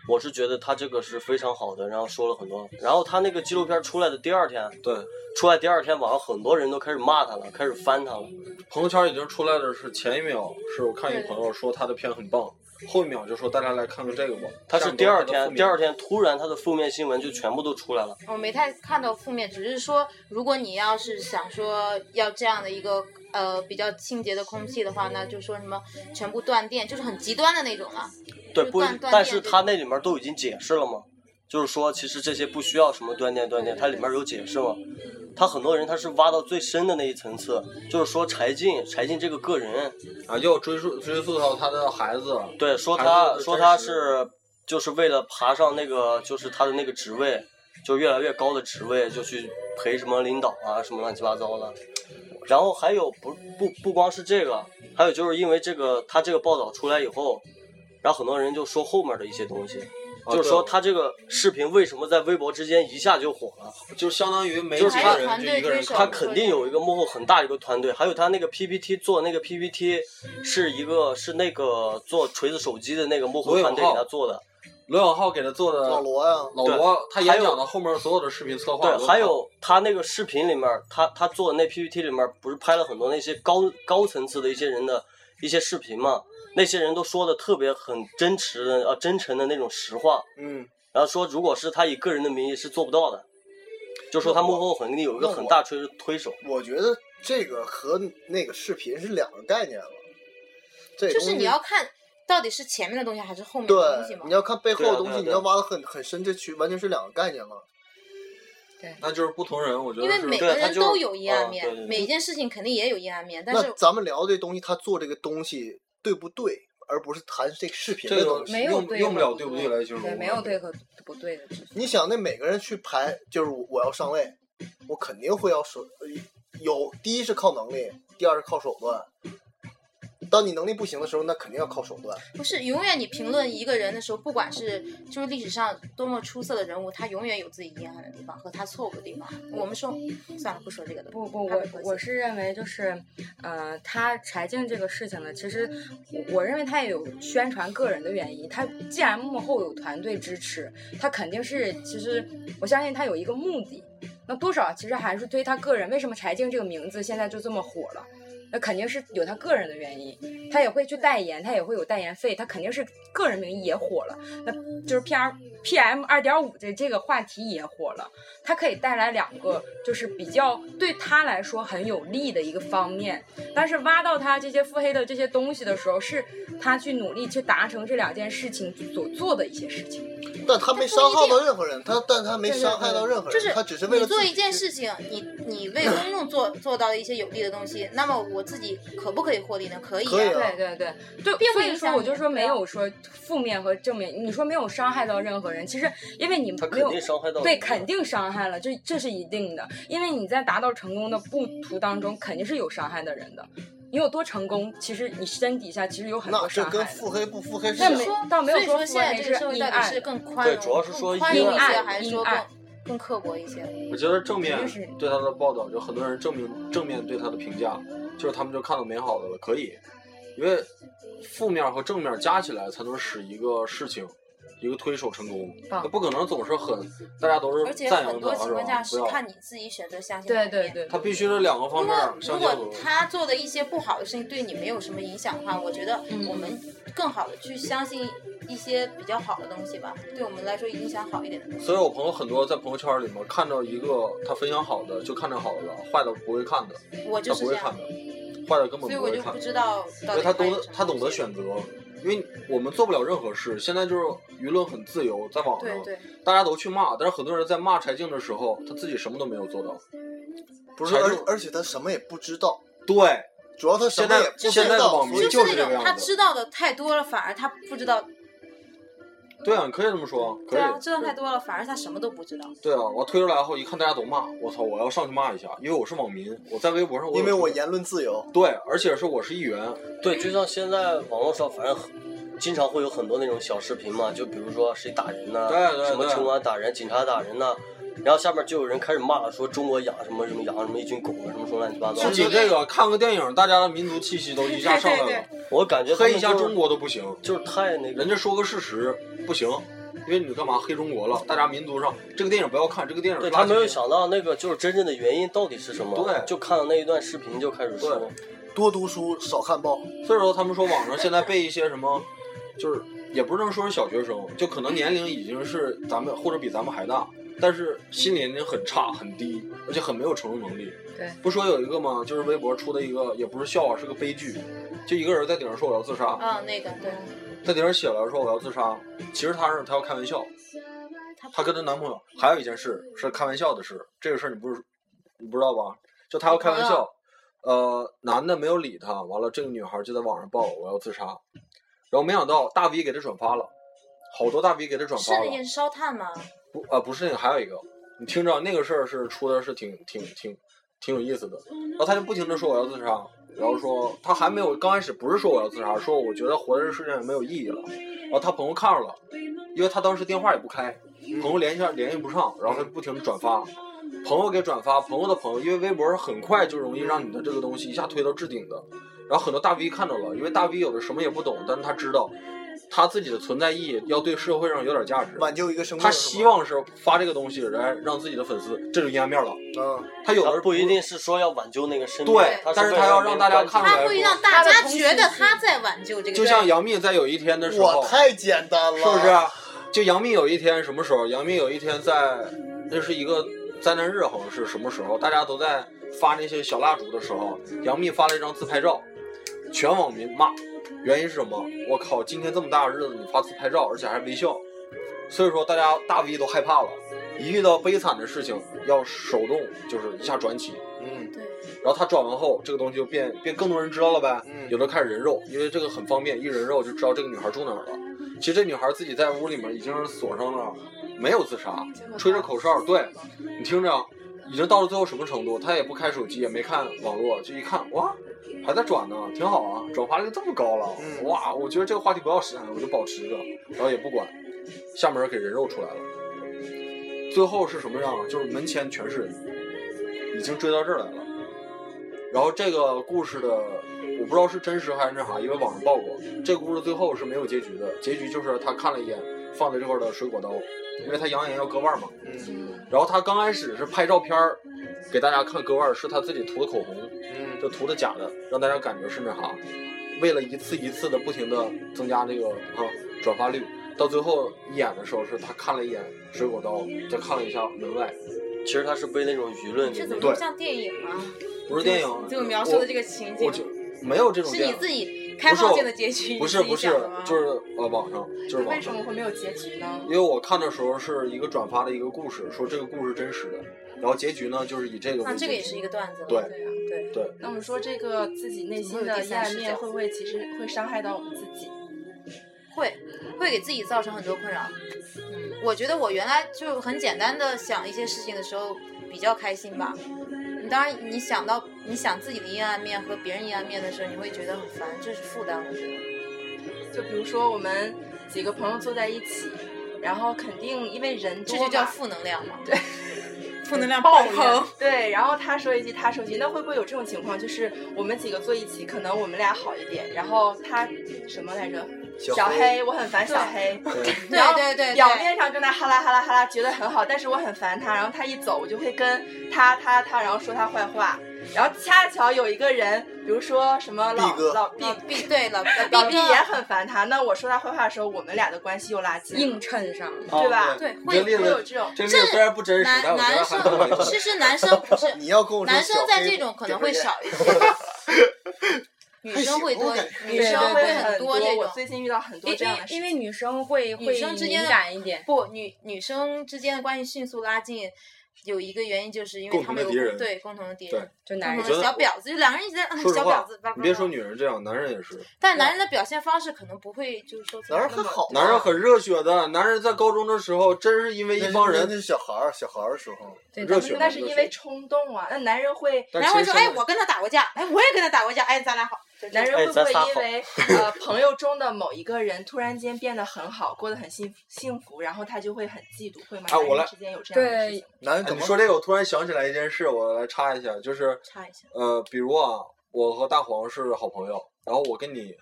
[SPEAKER 8] 我是觉得他这个是非常好的，然后说了很多。然后他那个纪录片儿出来的第二天，
[SPEAKER 6] 对，
[SPEAKER 8] 出来第二天网上很多人都开始骂他了，开始翻他了。
[SPEAKER 6] 朋友圈已经出来的是前一秒是我看一个朋友说他的片很棒，后一秒就说大家来看看这个吧。
[SPEAKER 8] 他
[SPEAKER 6] 下
[SPEAKER 8] 是
[SPEAKER 6] 面
[SPEAKER 8] 第二
[SPEAKER 6] 都是他的
[SPEAKER 8] 天
[SPEAKER 6] 负面
[SPEAKER 8] 第二天突然他的负面新闻就全部都出来了。
[SPEAKER 4] 我没太看到负面，只是说，如果你要是想说要这样的一个呃比较清洁的空气的话，那就说什么全部断电，就是很极端的那种了。
[SPEAKER 8] 对，
[SPEAKER 4] 就
[SPEAKER 8] 不一
[SPEAKER 4] 断，断
[SPEAKER 8] 但
[SPEAKER 4] 电
[SPEAKER 8] 是
[SPEAKER 4] 这
[SPEAKER 8] 他
[SPEAKER 4] 种
[SPEAKER 8] 那里面都已经解释了嘛，就是说其实这些不需要什么断电断电，它里面有解释嘛。他很多人他是挖到最深的那一层次，就是说柴进，柴进这个个人，
[SPEAKER 6] 啊，又追溯追溯到他的孩子，啊
[SPEAKER 8] 对，说
[SPEAKER 6] 还
[SPEAKER 8] 他
[SPEAKER 6] 是
[SPEAKER 8] 说他
[SPEAKER 6] 真实
[SPEAKER 8] 是就是为了爬上那个就是他的那个职位，就越来越高的职位，就去陪什么领导啊什么乱七八糟的。然后还有不不不光是这个，还有就是因为这个他这个报道出来以后，然后很多人就说后面的一些东西，
[SPEAKER 6] 啊
[SPEAKER 8] 就是说
[SPEAKER 6] 对
[SPEAKER 8] 他这个视频为什么在微博之间一下就火了。
[SPEAKER 6] 就相当于没
[SPEAKER 8] 就
[SPEAKER 6] 几
[SPEAKER 8] 是
[SPEAKER 6] 个
[SPEAKER 8] 他
[SPEAKER 6] 人就一个人
[SPEAKER 4] 他
[SPEAKER 8] 他
[SPEAKER 6] 看，
[SPEAKER 8] 肯定有一个幕后很大一个团队，还有他那个 PPT 做那个 PPT 是一个是那个做锤子手机的那个幕后团队给他做的，
[SPEAKER 6] 罗永浩给他做的
[SPEAKER 3] 老罗呀、
[SPEAKER 6] 老
[SPEAKER 8] 对
[SPEAKER 6] 罗他
[SPEAKER 8] 还
[SPEAKER 6] 演
[SPEAKER 8] 有
[SPEAKER 6] 讲的后面所有的视频策划，
[SPEAKER 8] 对，还有他那个视频里面，他他做的那 PPT 里面不是拍了很多那些高高层次的一些人的一些视频嘛？那些人都说的特别很真实的呃真诚的那种实话，
[SPEAKER 3] 嗯，
[SPEAKER 8] 然后说如果是他以个人的名义是做不到的，就说他幕后肯定有一个很大推推手。
[SPEAKER 3] 我觉得这个和那个视频是两个概念了。这
[SPEAKER 4] 就
[SPEAKER 3] 东
[SPEAKER 4] 是
[SPEAKER 3] 西
[SPEAKER 4] 你要看到底是前面的东西还是后面的东西
[SPEAKER 3] 对
[SPEAKER 4] 嘛，
[SPEAKER 3] 你。要看背后
[SPEAKER 8] 对
[SPEAKER 3] 的
[SPEAKER 8] 啊
[SPEAKER 3] 东
[SPEAKER 8] 对啊
[SPEAKER 3] 西，你
[SPEAKER 8] 对啊
[SPEAKER 3] 要挖的很很深，这区完全是两个概念了。
[SPEAKER 6] 那就是不同人，我觉得
[SPEAKER 4] 因为
[SPEAKER 6] 是
[SPEAKER 4] 每
[SPEAKER 8] 对
[SPEAKER 4] 个
[SPEAKER 8] 他
[SPEAKER 4] 人
[SPEAKER 8] 就
[SPEAKER 4] 都有阴暗
[SPEAKER 8] 嗯
[SPEAKER 4] 面
[SPEAKER 8] 对对，对
[SPEAKER 4] 每一件事情肯定也有阴暗面，但
[SPEAKER 3] 那
[SPEAKER 4] 是
[SPEAKER 3] 咱们聊这东西，他做这个东西对不对，而不是谈这个视频
[SPEAKER 6] 这
[SPEAKER 3] 的
[SPEAKER 6] 个
[SPEAKER 3] 东西。
[SPEAKER 7] 没有
[SPEAKER 6] 用
[SPEAKER 7] 对
[SPEAKER 6] 用不
[SPEAKER 7] 和
[SPEAKER 6] 了对不对来形容，啊
[SPEAKER 7] 对，没有对和不对的之分。
[SPEAKER 3] 你想，那每个人去排，就是我我要上位，我肯定会要说，呃有第一是靠能力，第二是靠手段。当你能力不行的时候，那肯定要靠手段。
[SPEAKER 4] 不是永远你评论一个人的时候，不管是就是历史上多么出色的人物，他永远有自己阴暗的地方和他错误的地方。我们说算了，不说这个了。
[SPEAKER 7] 不不，
[SPEAKER 4] 怕
[SPEAKER 7] 我
[SPEAKER 4] 被和谐
[SPEAKER 7] 我是认为就是，呃，他柴静这个事情呢，其实我我认为他也有宣传个人的原因。他既然幕后有团队支持，他肯定是其实我相信他有一个目的。那多少其实还是对他个人，为什么柴静这个名字现在就这么火了？那肯定是有他个人的原因，他也会去代言，他也会有代言费，他肯定是个人名义也火了。那就是 P R P M 二点五的这个话题也火了。它可以带来两个，就是比较对他来说很有利的一个方面。但是挖到他这些腹黑的这些东西的时候，是他去努力去达成这两件事情所做的一些事情。
[SPEAKER 3] 但他没伤害到任何人，他但他没
[SPEAKER 7] 对对
[SPEAKER 3] 伤害到
[SPEAKER 7] 对
[SPEAKER 3] 任何人，
[SPEAKER 4] 就是
[SPEAKER 3] 他只是为
[SPEAKER 4] 你
[SPEAKER 3] 了
[SPEAKER 4] 做
[SPEAKER 3] 自
[SPEAKER 4] 一
[SPEAKER 3] 己
[SPEAKER 4] 件
[SPEAKER 3] 去
[SPEAKER 4] 事情，你你为公众做做到一些有利的东西，那么我自己可不可以获利呢？可以、
[SPEAKER 3] 可以啊
[SPEAKER 4] 啊。
[SPEAKER 7] 对对对，就
[SPEAKER 4] 并不
[SPEAKER 7] 所以
[SPEAKER 4] 影
[SPEAKER 7] 说
[SPEAKER 4] 响
[SPEAKER 7] 我就
[SPEAKER 4] 你
[SPEAKER 7] 说没
[SPEAKER 4] 对啊
[SPEAKER 7] 有说负面和正面，你说没有伤害到任何人，其实因为你
[SPEAKER 8] 他
[SPEAKER 7] 没
[SPEAKER 8] 肯
[SPEAKER 7] 有
[SPEAKER 8] 定伤害到
[SPEAKER 7] 对，
[SPEAKER 8] 你
[SPEAKER 7] 肯定伤害了，这这是一定的，因为你在达到成功的路途当中，肯定是有伤害的人的。你有多成功，其实你身底下其实有很
[SPEAKER 3] 那
[SPEAKER 7] 多
[SPEAKER 3] 这
[SPEAKER 7] 伤害的。
[SPEAKER 3] 跟腹黑不腹黑是
[SPEAKER 7] 那
[SPEAKER 4] 所
[SPEAKER 3] 两回事
[SPEAKER 7] 没
[SPEAKER 4] 以说，
[SPEAKER 7] 倒没有
[SPEAKER 4] 所以
[SPEAKER 7] 说
[SPEAKER 4] 说
[SPEAKER 7] 负
[SPEAKER 4] 现在
[SPEAKER 7] 面
[SPEAKER 4] 这个
[SPEAKER 7] 是
[SPEAKER 4] 社会
[SPEAKER 7] 阴
[SPEAKER 4] 到底
[SPEAKER 7] 暗
[SPEAKER 4] 是更宽容、
[SPEAKER 8] 对主要是说
[SPEAKER 4] 更宽容一
[SPEAKER 7] 阴
[SPEAKER 4] 些，
[SPEAKER 7] 暗
[SPEAKER 4] 还是
[SPEAKER 7] 阴
[SPEAKER 4] 说
[SPEAKER 7] 暗
[SPEAKER 4] 更更刻薄一些？
[SPEAKER 6] 我觉得正面
[SPEAKER 7] 肯定是
[SPEAKER 6] 对他的报道，就很多人正面正面对他的评价，就是他们就看到美好的了，可以，因为负面和正面加起来才能使一个事情。一个推手成功，
[SPEAKER 7] 棒
[SPEAKER 6] 那不可能总是很，大家都
[SPEAKER 4] 而
[SPEAKER 6] 是
[SPEAKER 4] 且
[SPEAKER 6] 赞扬
[SPEAKER 4] 很
[SPEAKER 6] 他，
[SPEAKER 4] 多
[SPEAKER 6] 是
[SPEAKER 4] 情况
[SPEAKER 6] 吧
[SPEAKER 4] 下？是
[SPEAKER 6] 不要，
[SPEAKER 4] 看你自己选择相信哪
[SPEAKER 7] 对
[SPEAKER 4] 一
[SPEAKER 7] 对
[SPEAKER 4] 面
[SPEAKER 7] 对，
[SPEAKER 6] 他必须是两个方
[SPEAKER 4] 如
[SPEAKER 6] 面
[SPEAKER 4] 果
[SPEAKER 6] 相
[SPEAKER 4] 如
[SPEAKER 6] 结
[SPEAKER 4] 果
[SPEAKER 6] 合。
[SPEAKER 4] 他做的一些不好的事情对你没有什么影响的话，我觉得
[SPEAKER 7] 嗯
[SPEAKER 4] 我们更好的去相信一些比较好的东西吧，对我们来说影响好一点的东西。
[SPEAKER 6] 所以我朋友很多在朋友圈里面看到一个他分享好的就看着好的了，坏的不会看的，
[SPEAKER 4] 我就
[SPEAKER 6] 他
[SPEAKER 4] 是
[SPEAKER 6] 不会
[SPEAKER 4] 这样
[SPEAKER 6] 看，的，坏的根
[SPEAKER 4] 所
[SPEAKER 6] 本
[SPEAKER 4] 以
[SPEAKER 6] 不
[SPEAKER 4] 我
[SPEAKER 6] 会
[SPEAKER 4] 就
[SPEAKER 6] 看
[SPEAKER 4] 不。知道到
[SPEAKER 6] 因为
[SPEAKER 4] 底
[SPEAKER 6] 他懂
[SPEAKER 4] 有
[SPEAKER 6] 得
[SPEAKER 4] 什么
[SPEAKER 6] 他懂得
[SPEAKER 4] 东西
[SPEAKER 6] 选择，因为我们做不了任何事。现在就是舆论很自由，在网
[SPEAKER 4] 对
[SPEAKER 6] 上
[SPEAKER 4] 对，
[SPEAKER 6] 大家都去骂，但是很多人在骂柴静的时候，他自己什么都没有做到。
[SPEAKER 3] 不是，
[SPEAKER 6] 还
[SPEAKER 3] 而
[SPEAKER 6] 是
[SPEAKER 3] 而且他什么也不知道，
[SPEAKER 6] 对，
[SPEAKER 3] 主要他什么
[SPEAKER 6] 现在
[SPEAKER 3] 也不
[SPEAKER 6] 现
[SPEAKER 3] 知
[SPEAKER 6] 在的
[SPEAKER 3] 道，
[SPEAKER 6] 网
[SPEAKER 3] 所
[SPEAKER 6] 民
[SPEAKER 3] 以
[SPEAKER 6] 就
[SPEAKER 4] 就是是
[SPEAKER 6] 这个
[SPEAKER 4] 那
[SPEAKER 6] 样
[SPEAKER 4] 种
[SPEAKER 6] 子
[SPEAKER 4] 他知道的太多了，反而他不知道，
[SPEAKER 6] 对啊，你可以这么说，可
[SPEAKER 4] 对
[SPEAKER 6] 以。
[SPEAKER 4] 啊，知道太多了，反而他什么都不知道。
[SPEAKER 6] 对啊，我推出来后一看大家都骂，我操，我要上去骂一下，因为我是网民，我在微博上有
[SPEAKER 3] 因为我
[SPEAKER 6] 推
[SPEAKER 3] 言论自由，
[SPEAKER 6] 对，而且是我是议员，
[SPEAKER 8] 对，就像现在网络上，反正很经常会有很多那种小视频嘛，就比如说谁打人呐、
[SPEAKER 6] 对啊对
[SPEAKER 8] 什么
[SPEAKER 6] 对
[SPEAKER 8] 城管打人、警察打人呐、然后下面就有人开始骂了，说中国养什么什么养什么一群狗啊，什么什么乱七八糟
[SPEAKER 6] 自
[SPEAKER 8] 的。
[SPEAKER 6] 己这个看个电影，大家的民族气息都一下上来了，
[SPEAKER 8] 我感觉他
[SPEAKER 6] 黑
[SPEAKER 8] 们
[SPEAKER 6] 一下
[SPEAKER 8] 就是
[SPEAKER 6] 中国都不行。
[SPEAKER 8] 就是太那个
[SPEAKER 6] 人，家说个事实不行，因为你干嘛黑中国了？大家民族上这个电影不要看，这个电影
[SPEAKER 8] 对
[SPEAKER 6] 垃
[SPEAKER 8] 他
[SPEAKER 6] 圾
[SPEAKER 8] 没有
[SPEAKER 6] 片
[SPEAKER 8] 想到那个就是真正的原因到底是什么。
[SPEAKER 6] 对
[SPEAKER 8] 就看了那一段视频就开始说，
[SPEAKER 3] 多读书少看报，
[SPEAKER 6] 所以说他们说网上现在被一些什么，就是也不能说是小学生，就可能年龄已经是咱们或者比咱们还大，但是心理年龄很差很低，而且很没有承受能力。
[SPEAKER 7] 对，
[SPEAKER 6] 不说有一个吗？就是微博出的一个，也不是笑话，是个悲剧。就一个人在顶上说我要自杀，
[SPEAKER 4] 啊嗯，那个对，
[SPEAKER 6] 在顶上写了说我要自杀，其实他是他要开玩笑，她跟她男朋友还有一件事是开玩笑的事，这个事儿你不是你不知道吧？就她要开玩笑，呃，男的没有理她，完了这个女孩就在网上报我要自杀，然后没想到大 V 给她转发了，好多大 V 给她转
[SPEAKER 4] 是
[SPEAKER 6] 发了
[SPEAKER 4] 那，件烧炭吗？
[SPEAKER 6] 不啊、不是那个，还有一个，你听着那个事儿是出的是挺挺挺挺有意思的，然后他就不停的说我要自杀，然后说他还没有刚开始不是说我要自杀，说我觉得活在这世界上没有意义了，然后他朋友看着了，因为他当时电话也不开，朋友联系上联系不上，然后他就不停的转发。朋友给转发，朋友的朋友，因为微博是很快就容易让你的这个东西一下推到置顶的，然后很多大 V 看到了，因为大 V 有的什么也不懂，但是他知道他自己的存在意义要对社会上有点价值，
[SPEAKER 3] 挽救一个生命。
[SPEAKER 6] 他希望是发这个东西来让自己的粉丝，这就阴暗面了。
[SPEAKER 3] 啊，
[SPEAKER 6] 他有的
[SPEAKER 8] 他
[SPEAKER 6] 人
[SPEAKER 8] 不一定是说要挽救那个生命，
[SPEAKER 6] 对但是
[SPEAKER 8] 是
[SPEAKER 6] 他要让大家看出
[SPEAKER 4] 他
[SPEAKER 6] 来
[SPEAKER 4] 会让大家觉得他在挽救这个，
[SPEAKER 6] 就像杨幂在有一天的时
[SPEAKER 3] 我
[SPEAKER 6] 候，
[SPEAKER 3] 太简单了，
[SPEAKER 6] 是不啊是？就杨幂有一天什么时候？杨幂有一天在那是一个灾难日，好像是什么时候？大家都在发那些小蜡烛的时候，杨幂发了一张自拍照，全网民骂，原因是什么？我靠，今天这么大的日子，你发自拍照，而且还微笑，所以说大家大 V 都害怕了。一遇到悲惨的事情，要手动就是一下转起，
[SPEAKER 3] 嗯，
[SPEAKER 6] 然后他转完后，这个东西就变变更多人知道了呗。
[SPEAKER 3] 嗯
[SPEAKER 6] 有的开始人肉，因为这个很方便，一人肉就知道这个女孩住哪儿了。其实这女孩自己在屋里面已经锁上了，没有自杀，
[SPEAKER 5] 嗯
[SPEAKER 6] 吹着口哨。对，你听着，已经到了最后什么程度？她也不开手机，也没看网络，就一看哇，还在转呢，挺好啊，转发率这么高了，
[SPEAKER 3] 嗯
[SPEAKER 6] 哇！我觉得这个话题不要删，我就保持着，然后也不管，下面给人肉出来了。最后是什么样？啊就是门前全是人，已经追到这儿来了。然后这个故事的，我不知道是真实还是那啥，因为网上报过，这个故事最后是没有结局的，结局就是他看了一眼放在这块儿的水果刀，因为他扬言要割腕嘛。
[SPEAKER 3] 嗯
[SPEAKER 6] 然后他刚开始是拍照片儿给大家看割腕，是他自己涂的口红，
[SPEAKER 3] 嗯，
[SPEAKER 6] 就涂的假的，让大家感觉是那啥。为了一次一次的不停的增加这个啊转发率，到最后一眼的时候是他看了一眼水果刀，再看了一下门外，
[SPEAKER 8] 其实他是被那种舆论给
[SPEAKER 4] 这怎
[SPEAKER 8] 那
[SPEAKER 4] 么这
[SPEAKER 8] 个
[SPEAKER 4] 么像电影啊？
[SPEAKER 6] 不是电影，
[SPEAKER 4] 就描述的这
[SPEAKER 6] 个
[SPEAKER 4] 个情
[SPEAKER 6] 我
[SPEAKER 4] 景，
[SPEAKER 6] 就没有这种
[SPEAKER 4] 是
[SPEAKER 6] 电
[SPEAKER 4] 你
[SPEAKER 6] 影。
[SPEAKER 4] 自己开放性的啊结局，
[SPEAKER 6] 不是
[SPEAKER 4] 你自己
[SPEAKER 6] 不是
[SPEAKER 4] 想的吗，
[SPEAKER 6] 就是呃网上就是网
[SPEAKER 5] 为什
[SPEAKER 6] 上，
[SPEAKER 5] 么会没有结局呢？
[SPEAKER 6] 因为我看的时候是一个转发的一个故事，说这个故事真实的，然后结局呢就是以这个为
[SPEAKER 4] 啊，
[SPEAKER 6] 结局。
[SPEAKER 4] 这个也是一个段子了。
[SPEAKER 6] 对
[SPEAKER 5] 对啊。
[SPEAKER 4] 对，
[SPEAKER 5] 那我们说这个自己内心的阴暗面，会不会其实会伤害到我们自己？
[SPEAKER 4] 会会给自己造成很多困扰。嗯，我觉得我原来就很简单的想一些事情的时候比较开心吧。你当然，你想到你想自己的阴暗面和别人阴暗面的时候，你会觉得很烦，这是负担。我觉得
[SPEAKER 5] 就比如说我们几个朋友坐在一起，然后肯定因为人
[SPEAKER 4] 这
[SPEAKER 5] 多
[SPEAKER 4] 就
[SPEAKER 5] 嘛，
[SPEAKER 4] 叫负能量嘛。
[SPEAKER 6] [laughs]
[SPEAKER 4] 对，负能量 [laughs]
[SPEAKER 5] 抱
[SPEAKER 4] 爆
[SPEAKER 5] 怨
[SPEAKER 4] 棚。。
[SPEAKER 5] [laughs] 对，然后他说一句，他说一句，那会不会有这种情况？就是我们几个坐一起，可能我们俩好一点，然后他什么来着？
[SPEAKER 3] 小
[SPEAKER 5] 小
[SPEAKER 3] 黑
[SPEAKER 5] 黑，我很烦小黑。 [laughs]
[SPEAKER 4] 对
[SPEAKER 5] 然后
[SPEAKER 4] 对对，
[SPEAKER 5] 表
[SPEAKER 4] 对
[SPEAKER 5] 面上跟他哈啦哈啦哈啦，觉得很好，但是我很烦他。然后他一走，我就会跟他他他，然后说他坏话。然后恰巧有一个人，比如说什么老
[SPEAKER 3] 毕哥
[SPEAKER 5] 老毕
[SPEAKER 4] 老毕对老
[SPEAKER 5] 老
[SPEAKER 4] 老
[SPEAKER 5] 毕
[SPEAKER 4] 毕
[SPEAKER 5] 也很烦他，那我说他坏话的时候，我们俩的关系又拉近了，
[SPEAKER 7] 硬衬上了。
[SPEAKER 5] 对
[SPEAKER 3] 哦
[SPEAKER 5] 吧？
[SPEAKER 4] 对
[SPEAKER 6] 啊你这
[SPEAKER 4] 会
[SPEAKER 6] 例
[SPEAKER 5] 会有
[SPEAKER 6] 子，
[SPEAKER 5] 这种。
[SPEAKER 6] 这例子虽然不真实，但
[SPEAKER 4] 男
[SPEAKER 6] 我觉得
[SPEAKER 4] 男
[SPEAKER 6] 还蛮有意
[SPEAKER 4] 生
[SPEAKER 6] 思的
[SPEAKER 4] 其实男生不
[SPEAKER 6] [laughs]
[SPEAKER 4] 是
[SPEAKER 3] 你要跟我说
[SPEAKER 4] 男生
[SPEAKER 3] 小
[SPEAKER 4] 在
[SPEAKER 3] 黑
[SPEAKER 4] 这种可能会
[SPEAKER 3] 点
[SPEAKER 4] 少一些，女生会多
[SPEAKER 3] 还行，
[SPEAKER 4] 女生
[SPEAKER 5] 会
[SPEAKER 4] 会很
[SPEAKER 5] 多
[SPEAKER 4] 多这
[SPEAKER 5] 我
[SPEAKER 4] 种。
[SPEAKER 5] 最近遇到很多
[SPEAKER 7] 因
[SPEAKER 5] 这样的
[SPEAKER 7] 为
[SPEAKER 5] 事
[SPEAKER 7] 因
[SPEAKER 5] 情。
[SPEAKER 7] 为女生会会
[SPEAKER 4] 女生之间
[SPEAKER 7] 敏
[SPEAKER 4] 的
[SPEAKER 7] 感一点，
[SPEAKER 4] 不，女女生之间的关系迅速拉近，有一个原因就是因为
[SPEAKER 6] 共
[SPEAKER 4] 他
[SPEAKER 6] 同
[SPEAKER 4] 们
[SPEAKER 6] 的
[SPEAKER 4] 有
[SPEAKER 6] 敌人
[SPEAKER 4] 共对共同的敌人，
[SPEAKER 7] 就男
[SPEAKER 4] 共
[SPEAKER 7] 人
[SPEAKER 6] 我
[SPEAKER 4] 同
[SPEAKER 6] 觉
[SPEAKER 4] 的
[SPEAKER 6] 得
[SPEAKER 4] 小婊子，就两个人一直在嗯
[SPEAKER 6] 说实
[SPEAKER 4] [laughs] 小
[SPEAKER 6] 话
[SPEAKER 4] 婊子。哦叭叭叭
[SPEAKER 6] 你别说女人这样，男人也是。
[SPEAKER 4] 但男人的表现方式可能不会，就是说
[SPEAKER 3] 男人
[SPEAKER 4] 那
[SPEAKER 3] 很
[SPEAKER 4] 么
[SPEAKER 3] 好，
[SPEAKER 6] 男人很热血的，男人在高中的时候，真是因为一帮
[SPEAKER 3] 那是
[SPEAKER 6] 人
[SPEAKER 3] 那是小孩儿，小孩儿的时候，
[SPEAKER 7] 对
[SPEAKER 6] 热
[SPEAKER 7] 咱
[SPEAKER 6] 血
[SPEAKER 7] 们
[SPEAKER 6] 的。
[SPEAKER 5] 那是因为
[SPEAKER 6] 热血
[SPEAKER 5] 冲动啊，那男人会
[SPEAKER 6] 但
[SPEAKER 4] 男人会
[SPEAKER 6] 其
[SPEAKER 4] 说：“
[SPEAKER 6] 实
[SPEAKER 4] 哎，我跟他打过架，哎，我也跟他打过架，哎，咱俩好。就这种”
[SPEAKER 5] 男人
[SPEAKER 8] 哎
[SPEAKER 5] 会不
[SPEAKER 8] 咱
[SPEAKER 5] 会
[SPEAKER 8] 仨
[SPEAKER 5] 因
[SPEAKER 6] [laughs]
[SPEAKER 8] 好
[SPEAKER 5] 为呃朋友中的某一个人突然间变得很好，过得很幸福幸福，然后他就会很嫉妒，会吗？
[SPEAKER 6] 啊我
[SPEAKER 5] 男
[SPEAKER 6] 来
[SPEAKER 5] 人之间有这样的事
[SPEAKER 7] 对
[SPEAKER 5] 情吗。
[SPEAKER 3] 男人
[SPEAKER 6] 哎
[SPEAKER 3] 怎
[SPEAKER 6] 你
[SPEAKER 3] 么
[SPEAKER 6] 说这个，我突然想起来一件事，我来插一下，就是
[SPEAKER 4] 插一下，
[SPEAKER 6] 呃，比如啊，我和大黄是好朋友，然后我跟你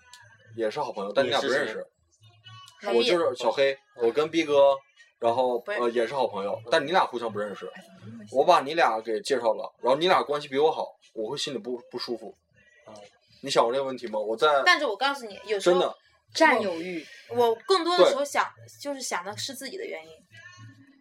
[SPEAKER 6] 也是好朋友，但你俩不
[SPEAKER 8] 你是
[SPEAKER 6] 认
[SPEAKER 8] 谁
[SPEAKER 6] 识。
[SPEAKER 4] 老
[SPEAKER 6] 我
[SPEAKER 4] 毕
[SPEAKER 6] 就是小黑，我跟逼哥，然后
[SPEAKER 4] 不是
[SPEAKER 6] 呃也是好朋友，但你俩互相不认识。
[SPEAKER 5] 哎怎么那么
[SPEAKER 6] 我把你俩给介绍了，然后你俩关系比我好，我会心里不不舒服。啊，你想过这个问题吗？我在
[SPEAKER 4] 但是我告诉你，有时
[SPEAKER 6] 真
[SPEAKER 4] 候
[SPEAKER 6] 的
[SPEAKER 7] 占有欲，
[SPEAKER 4] 我更多的
[SPEAKER 6] 对
[SPEAKER 4] 时候想，就是想的是自己的原因。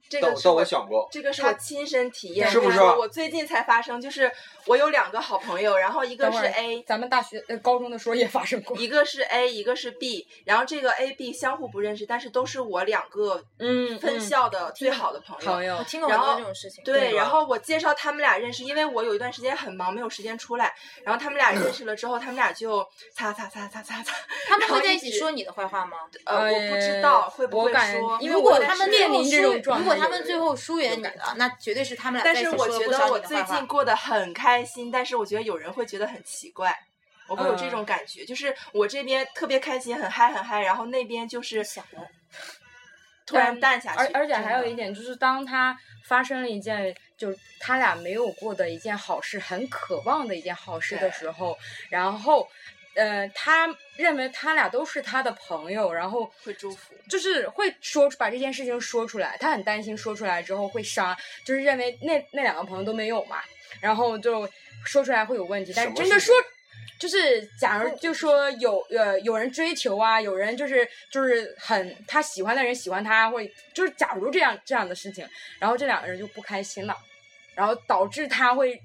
[SPEAKER 5] 这
[SPEAKER 6] 但
[SPEAKER 5] 个
[SPEAKER 6] 我
[SPEAKER 5] 是
[SPEAKER 6] 但
[SPEAKER 5] 我
[SPEAKER 6] 我想过，
[SPEAKER 5] 这个是我亲身体验，
[SPEAKER 6] 是不啊是
[SPEAKER 5] 然后我最近才发生，就是我有两个好朋友，然后一个
[SPEAKER 7] 等会
[SPEAKER 5] 是
[SPEAKER 7] 儿
[SPEAKER 5] A，
[SPEAKER 7] 咱们大学、呃、高中的时候也发生过。
[SPEAKER 5] 一个是 A，一个是 B，然后这个 A、B 相互不认识，但是都是我两个
[SPEAKER 7] [laughs] 嗯
[SPEAKER 5] 分校的最好的朋友。
[SPEAKER 7] 朋
[SPEAKER 6] 哦
[SPEAKER 7] 友
[SPEAKER 4] 我，听过很
[SPEAKER 5] 然
[SPEAKER 4] 多
[SPEAKER 5] 后
[SPEAKER 4] 这种事情。
[SPEAKER 5] 对，
[SPEAKER 6] 吧
[SPEAKER 5] 然后我介绍他们俩认识，因为我有一段时间很忙，没有时间出来。然后他们俩认识了之后，他们俩就擦擦擦擦擦擦。
[SPEAKER 4] 他们
[SPEAKER 5] 然后
[SPEAKER 4] 会在
[SPEAKER 5] 一
[SPEAKER 4] 一起
[SPEAKER 5] 直
[SPEAKER 4] 说你的坏话吗？
[SPEAKER 5] 呃，我不知道会不
[SPEAKER 7] 我
[SPEAKER 5] 会
[SPEAKER 7] 感
[SPEAKER 5] 说，
[SPEAKER 7] 因为
[SPEAKER 4] 如
[SPEAKER 7] 我
[SPEAKER 4] 果
[SPEAKER 7] 也
[SPEAKER 4] 他们
[SPEAKER 7] 是
[SPEAKER 4] 最
[SPEAKER 7] 面
[SPEAKER 4] 后
[SPEAKER 7] 临这
[SPEAKER 4] 疏
[SPEAKER 7] 种状态有
[SPEAKER 4] 如果他们
[SPEAKER 7] 人
[SPEAKER 4] 最后疏远
[SPEAKER 7] 有
[SPEAKER 4] 你
[SPEAKER 7] 感
[SPEAKER 4] 了，那绝对是他们俩
[SPEAKER 5] 但
[SPEAKER 4] 在一
[SPEAKER 5] 是
[SPEAKER 4] 起
[SPEAKER 5] 我
[SPEAKER 4] 说了
[SPEAKER 5] 觉
[SPEAKER 4] 不
[SPEAKER 5] 得
[SPEAKER 4] 少
[SPEAKER 5] 我
[SPEAKER 4] 你的
[SPEAKER 5] 最
[SPEAKER 4] 坏话
[SPEAKER 5] 近。过得很开心，但是我觉得有人会觉得很奇怪，我会有这种感觉，就是我这边特别开心，很嗨很嗨，然后那边就是突然淡下去。
[SPEAKER 7] 而而且
[SPEAKER 5] 真
[SPEAKER 7] 还有
[SPEAKER 5] 的
[SPEAKER 7] 一点就是，当他发生了一件就是他俩没有过的一件好事，很渴望的一件好事的
[SPEAKER 5] 对
[SPEAKER 7] 时候，然后，呃，他认为他俩都是他的朋友，然后
[SPEAKER 5] 会祝福，
[SPEAKER 7] 就是会说出把这件事情说出来，他很担心说出来之后会伤，就是认为那那两个朋友都没有嘛，然后就说出来会有问题，但
[SPEAKER 3] 什么
[SPEAKER 7] 真的
[SPEAKER 3] 事情
[SPEAKER 7] 说。就是，假如就说有呃有人追求啊，有人就是就是很他喜欢的人喜欢他，或者就是假如这样这样的事情，然后这两个人就不开心了，然后导致他会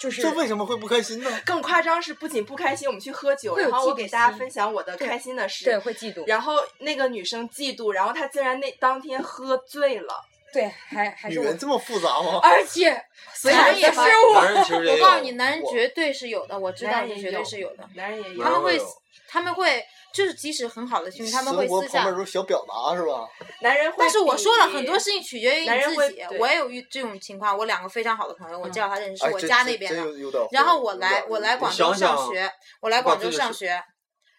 [SPEAKER 7] 就是
[SPEAKER 3] 这为什么会不开心呢？
[SPEAKER 5] 更夸张是不仅不开心，我们去喝酒，
[SPEAKER 7] 会有
[SPEAKER 5] 然后
[SPEAKER 7] 嫉
[SPEAKER 5] 我
[SPEAKER 7] 妒
[SPEAKER 5] 给大家
[SPEAKER 7] 心
[SPEAKER 5] 分享我的
[SPEAKER 7] 对
[SPEAKER 5] 开心的事，
[SPEAKER 7] 对会嫉妒，
[SPEAKER 5] 然后那个女生嫉妒，然后她竟然那当天喝醉了，
[SPEAKER 7] 对还还
[SPEAKER 3] 女
[SPEAKER 7] 是
[SPEAKER 3] 人
[SPEAKER 7] 我，
[SPEAKER 3] 这么复杂
[SPEAKER 4] 啊
[SPEAKER 3] 吗？
[SPEAKER 7] 而且
[SPEAKER 5] 所以
[SPEAKER 4] 男
[SPEAKER 5] 我
[SPEAKER 4] 人也
[SPEAKER 5] 才
[SPEAKER 7] 也是
[SPEAKER 5] 发
[SPEAKER 4] 会
[SPEAKER 7] 我
[SPEAKER 6] 男人其实也
[SPEAKER 4] [laughs] 我
[SPEAKER 6] 有，
[SPEAKER 4] 告诉你，男人
[SPEAKER 3] 我
[SPEAKER 4] 绝对是有的，我知道
[SPEAKER 5] 男人
[SPEAKER 4] 这
[SPEAKER 5] 也
[SPEAKER 4] 绝对
[SPEAKER 5] 有
[SPEAKER 4] 是有的。
[SPEAKER 5] 男人也
[SPEAKER 6] 有
[SPEAKER 5] 有
[SPEAKER 4] 他们会
[SPEAKER 6] 有，
[SPEAKER 4] 他们会就是即使很好的兄弟，他们会
[SPEAKER 3] 生活
[SPEAKER 4] 私
[SPEAKER 3] 旁边
[SPEAKER 4] 下
[SPEAKER 3] 有。种小表达是吧？
[SPEAKER 5] 男人会，
[SPEAKER 4] 但是我说了很多。事情取决于
[SPEAKER 5] 男
[SPEAKER 4] 你
[SPEAKER 5] 人
[SPEAKER 4] 自
[SPEAKER 5] 会
[SPEAKER 4] 己
[SPEAKER 5] 对，
[SPEAKER 4] 我也有遇这种情况。我两个非常好的朋友，我
[SPEAKER 7] 嗯
[SPEAKER 4] 介绍他认识，
[SPEAKER 3] 哎
[SPEAKER 4] 是我
[SPEAKER 3] 这
[SPEAKER 4] 家
[SPEAKER 3] 这
[SPEAKER 4] 那边
[SPEAKER 3] 真
[SPEAKER 4] 的。
[SPEAKER 3] 有有点
[SPEAKER 4] 然后
[SPEAKER 3] 会
[SPEAKER 4] 我
[SPEAKER 3] 有
[SPEAKER 4] 来
[SPEAKER 3] 点
[SPEAKER 4] 我来广
[SPEAKER 6] 你想
[SPEAKER 4] 州上
[SPEAKER 6] 想
[SPEAKER 4] 学，我来
[SPEAKER 6] 你把
[SPEAKER 4] 广
[SPEAKER 6] 自
[SPEAKER 4] 州
[SPEAKER 6] 己
[SPEAKER 4] 上
[SPEAKER 6] 是
[SPEAKER 4] 学，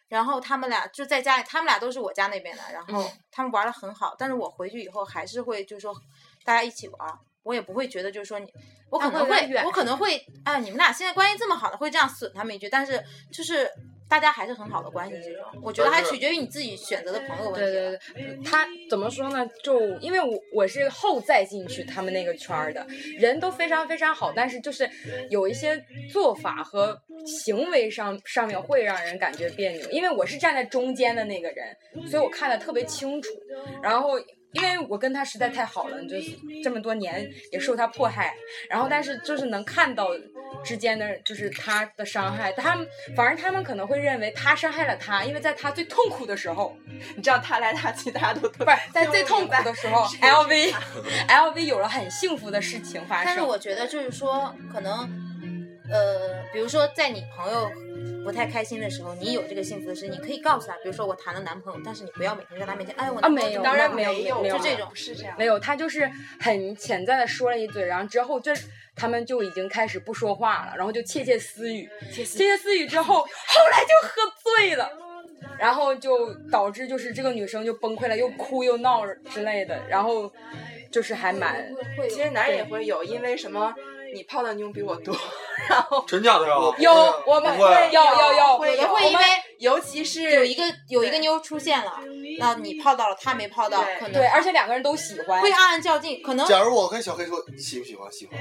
[SPEAKER 4] 然后他们俩就在家里，他们俩都是我家那边的，然后
[SPEAKER 6] 嗯
[SPEAKER 4] 他们玩的很好，但是我回去以后还是会就是说大家一起玩儿。我也不会觉得，就是说你，我可
[SPEAKER 7] 啊
[SPEAKER 4] 能
[SPEAKER 7] 会拉
[SPEAKER 4] 会，
[SPEAKER 7] 远
[SPEAKER 4] 我可能会，哎，你们俩现在关系这么好了，会这样损他们一句，但是就是大家还是很好的关系，这种，我觉得
[SPEAKER 6] 但
[SPEAKER 4] 还
[SPEAKER 6] 是
[SPEAKER 4] 取决于你自己选择的朋友问题啊
[SPEAKER 7] 对
[SPEAKER 4] 了。
[SPEAKER 7] 对对，他怎么说呢？就因为我我是后再进去他们那个圈儿的，人都非常非常好，但是就是有一些做法和行为上上面会让人感觉别扭。因为我是站在中间的那个人，所以我看得特别清楚。然后因为我跟他实在太好了，就是这么多年也受他迫害，然后但是就是能看到之间的，就是他的伤害。他们反而他们可能会认为他伤害了他，因为在他最痛苦的时候。
[SPEAKER 5] 你知道他来他去，大家都不
[SPEAKER 7] 不是在最痛苦的时候
[SPEAKER 5] 是
[SPEAKER 7] [laughs] ，LV LV 有了很幸福的事情发生。
[SPEAKER 4] 但是我觉得就是说，可能，呃，比如说在你朋友不太开心的时候，你有这个幸福的事，你可以告诉他，比如说我谈了男朋友，但是你不要每天在他面前，哎，我
[SPEAKER 7] 啊
[SPEAKER 4] 男朋友
[SPEAKER 7] 没有
[SPEAKER 4] 怎么
[SPEAKER 5] 当然
[SPEAKER 4] 样
[SPEAKER 7] 没有
[SPEAKER 5] 没有，
[SPEAKER 7] 没有
[SPEAKER 5] 就这种是这样
[SPEAKER 7] 没。有，他就是很潜在的说了一嘴，然后之后这他们就已经开始不说话了，然后就窃窃私语，窃窃私语之后， [laughs] 后来就喝醉了。然后就导致就是这个女生就崩溃了，又哭又闹之类的，然后就是还蛮
[SPEAKER 5] 其实男人也会有，因为什么？你泡的妞比我多， [laughs] 然后
[SPEAKER 6] 真假的呀？
[SPEAKER 7] 有我们
[SPEAKER 6] 不会
[SPEAKER 7] 有有有
[SPEAKER 5] 会
[SPEAKER 4] 有的会
[SPEAKER 5] 我
[SPEAKER 4] 因
[SPEAKER 5] 们
[SPEAKER 4] 为
[SPEAKER 5] 尤其是
[SPEAKER 4] 有一个有一个妞出现了，那你泡到了，他没泡到，
[SPEAKER 5] 对
[SPEAKER 4] 可能
[SPEAKER 7] 对，而且两个人都喜欢，
[SPEAKER 4] 会暗暗较劲，可能
[SPEAKER 3] 假如我跟小黑说你喜不喜欢，喜欢，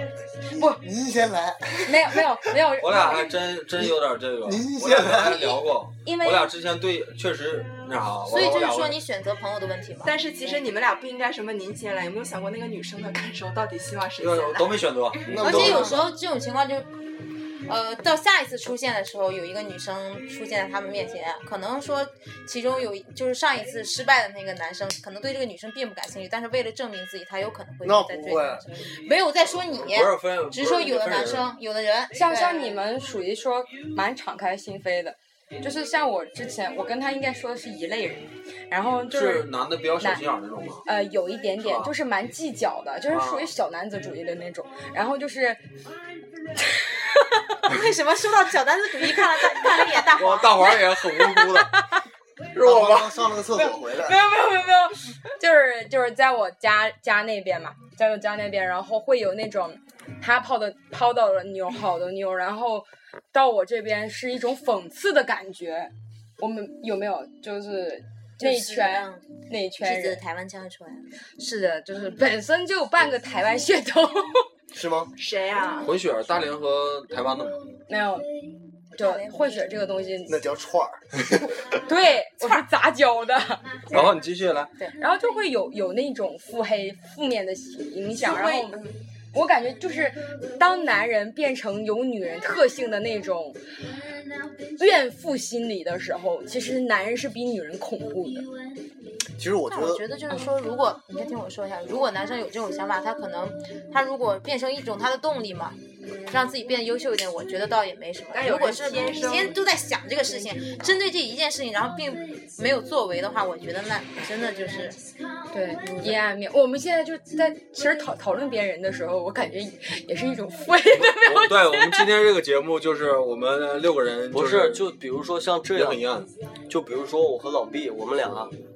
[SPEAKER 7] 不，
[SPEAKER 3] 您先来，
[SPEAKER 7] 没有没有没有，
[SPEAKER 6] 我俩还真真有点这个，
[SPEAKER 3] 您
[SPEAKER 6] 我俩
[SPEAKER 3] 先来
[SPEAKER 6] 还聊过，
[SPEAKER 7] 因为
[SPEAKER 6] 我俩之前对确实那啥，
[SPEAKER 4] 所以
[SPEAKER 6] 我
[SPEAKER 4] 就
[SPEAKER 6] 俩
[SPEAKER 4] 是
[SPEAKER 6] 我俩
[SPEAKER 4] 说你选择朋友的问题嘛。
[SPEAKER 5] 但是其实你们俩不应该什么您先来，有没有想过那个女生的感受到底希望谁
[SPEAKER 6] 因
[SPEAKER 5] 先
[SPEAKER 6] 为我
[SPEAKER 5] 来？
[SPEAKER 6] 都没选择，
[SPEAKER 3] 那
[SPEAKER 4] 嗯而
[SPEAKER 3] 不都
[SPEAKER 4] 且
[SPEAKER 3] 是
[SPEAKER 4] 有时候这种情况就，呃，到下一次出现的时候，有一个女生出现在他们面前，可能说其中有一就是上一次失败的那个男生，可能对这个女生并不感兴趣，但是为了证明自己，他有可能会
[SPEAKER 3] 那
[SPEAKER 4] 再追
[SPEAKER 3] 不会
[SPEAKER 4] 那个女生。没有在说你，
[SPEAKER 6] 不是分，
[SPEAKER 4] 只是说
[SPEAKER 6] 不
[SPEAKER 4] 有的
[SPEAKER 6] 分
[SPEAKER 4] 男
[SPEAKER 6] 人
[SPEAKER 4] 生，有的人
[SPEAKER 7] 像
[SPEAKER 4] 对
[SPEAKER 7] 像你们属于说蛮敞开心扉的，就是像我之前，我跟他应该说的是一类人，然后就是
[SPEAKER 6] 男的比较小心眼儿那种
[SPEAKER 4] [laughs]
[SPEAKER 6] 吗？
[SPEAKER 7] 呃有一点点
[SPEAKER 6] 是吧
[SPEAKER 7] 就是蛮计较的，就是属于小男子主义的那种，然后就是
[SPEAKER 4] [laughs] 为什么说到小男子主义，看了大看了一眼大
[SPEAKER 6] 哇，
[SPEAKER 4] 黄，
[SPEAKER 6] 大黄也很无辜
[SPEAKER 4] [laughs]
[SPEAKER 6] 的，
[SPEAKER 3] 是我刚上了个厕所回
[SPEAKER 7] 没
[SPEAKER 3] 来，
[SPEAKER 7] 有没有没有没有，就是就是在我家家那边嘛，在我家那边，然后会有那种他泡的泡到了妞，好的妞，然后到我这边是一种讽刺的感觉，我们有没有就是那一圈那一圈
[SPEAKER 4] 是
[SPEAKER 7] 人
[SPEAKER 4] 指？台湾腔出来了。
[SPEAKER 7] 是的，就是本身就有半个台湾血统， [laughs]
[SPEAKER 3] 是吗？
[SPEAKER 5] 谁呀、啊
[SPEAKER 6] 混血儿大连和台湾的嘛，
[SPEAKER 7] 没有，就混血这个东西，
[SPEAKER 3] 那叫串儿。
[SPEAKER 7] 对，我是杂交的，
[SPEAKER 6] 然后你继续来，
[SPEAKER 7] 然后就会有有那种腹黑负面的影响，然后
[SPEAKER 5] 会
[SPEAKER 7] 我们我感觉就是当男人变成有女人特性的那种怨妇心理的时候，其实男人是比女人恐怖的。
[SPEAKER 3] 其实我觉
[SPEAKER 4] 但我
[SPEAKER 3] 得
[SPEAKER 4] 觉得就是说，如果你先听我说一下，如果男生有这种想法，他可能他如果变成一种他的动力嘛，让自己变得优秀一点，我觉得倒也没什么。
[SPEAKER 5] 但有
[SPEAKER 4] 如果
[SPEAKER 5] 人
[SPEAKER 4] 是
[SPEAKER 5] 天
[SPEAKER 4] 每
[SPEAKER 5] 生
[SPEAKER 4] 天都在想这个事情，针对这一件事情，然后并没有作为的话，我觉得那真的就是
[SPEAKER 7] 对，阴暗面。我们现在就在其实讨讨论别人的时候，我感觉也是一种负面的 [laughs]
[SPEAKER 6] 我对我们今天这个节目就是我们六个人、
[SPEAKER 8] 不
[SPEAKER 6] 是
[SPEAKER 8] 是，就比如说像这
[SPEAKER 6] 也很阴
[SPEAKER 8] 样，
[SPEAKER 6] 暗，
[SPEAKER 8] 就比如说我和老毕，我们俩，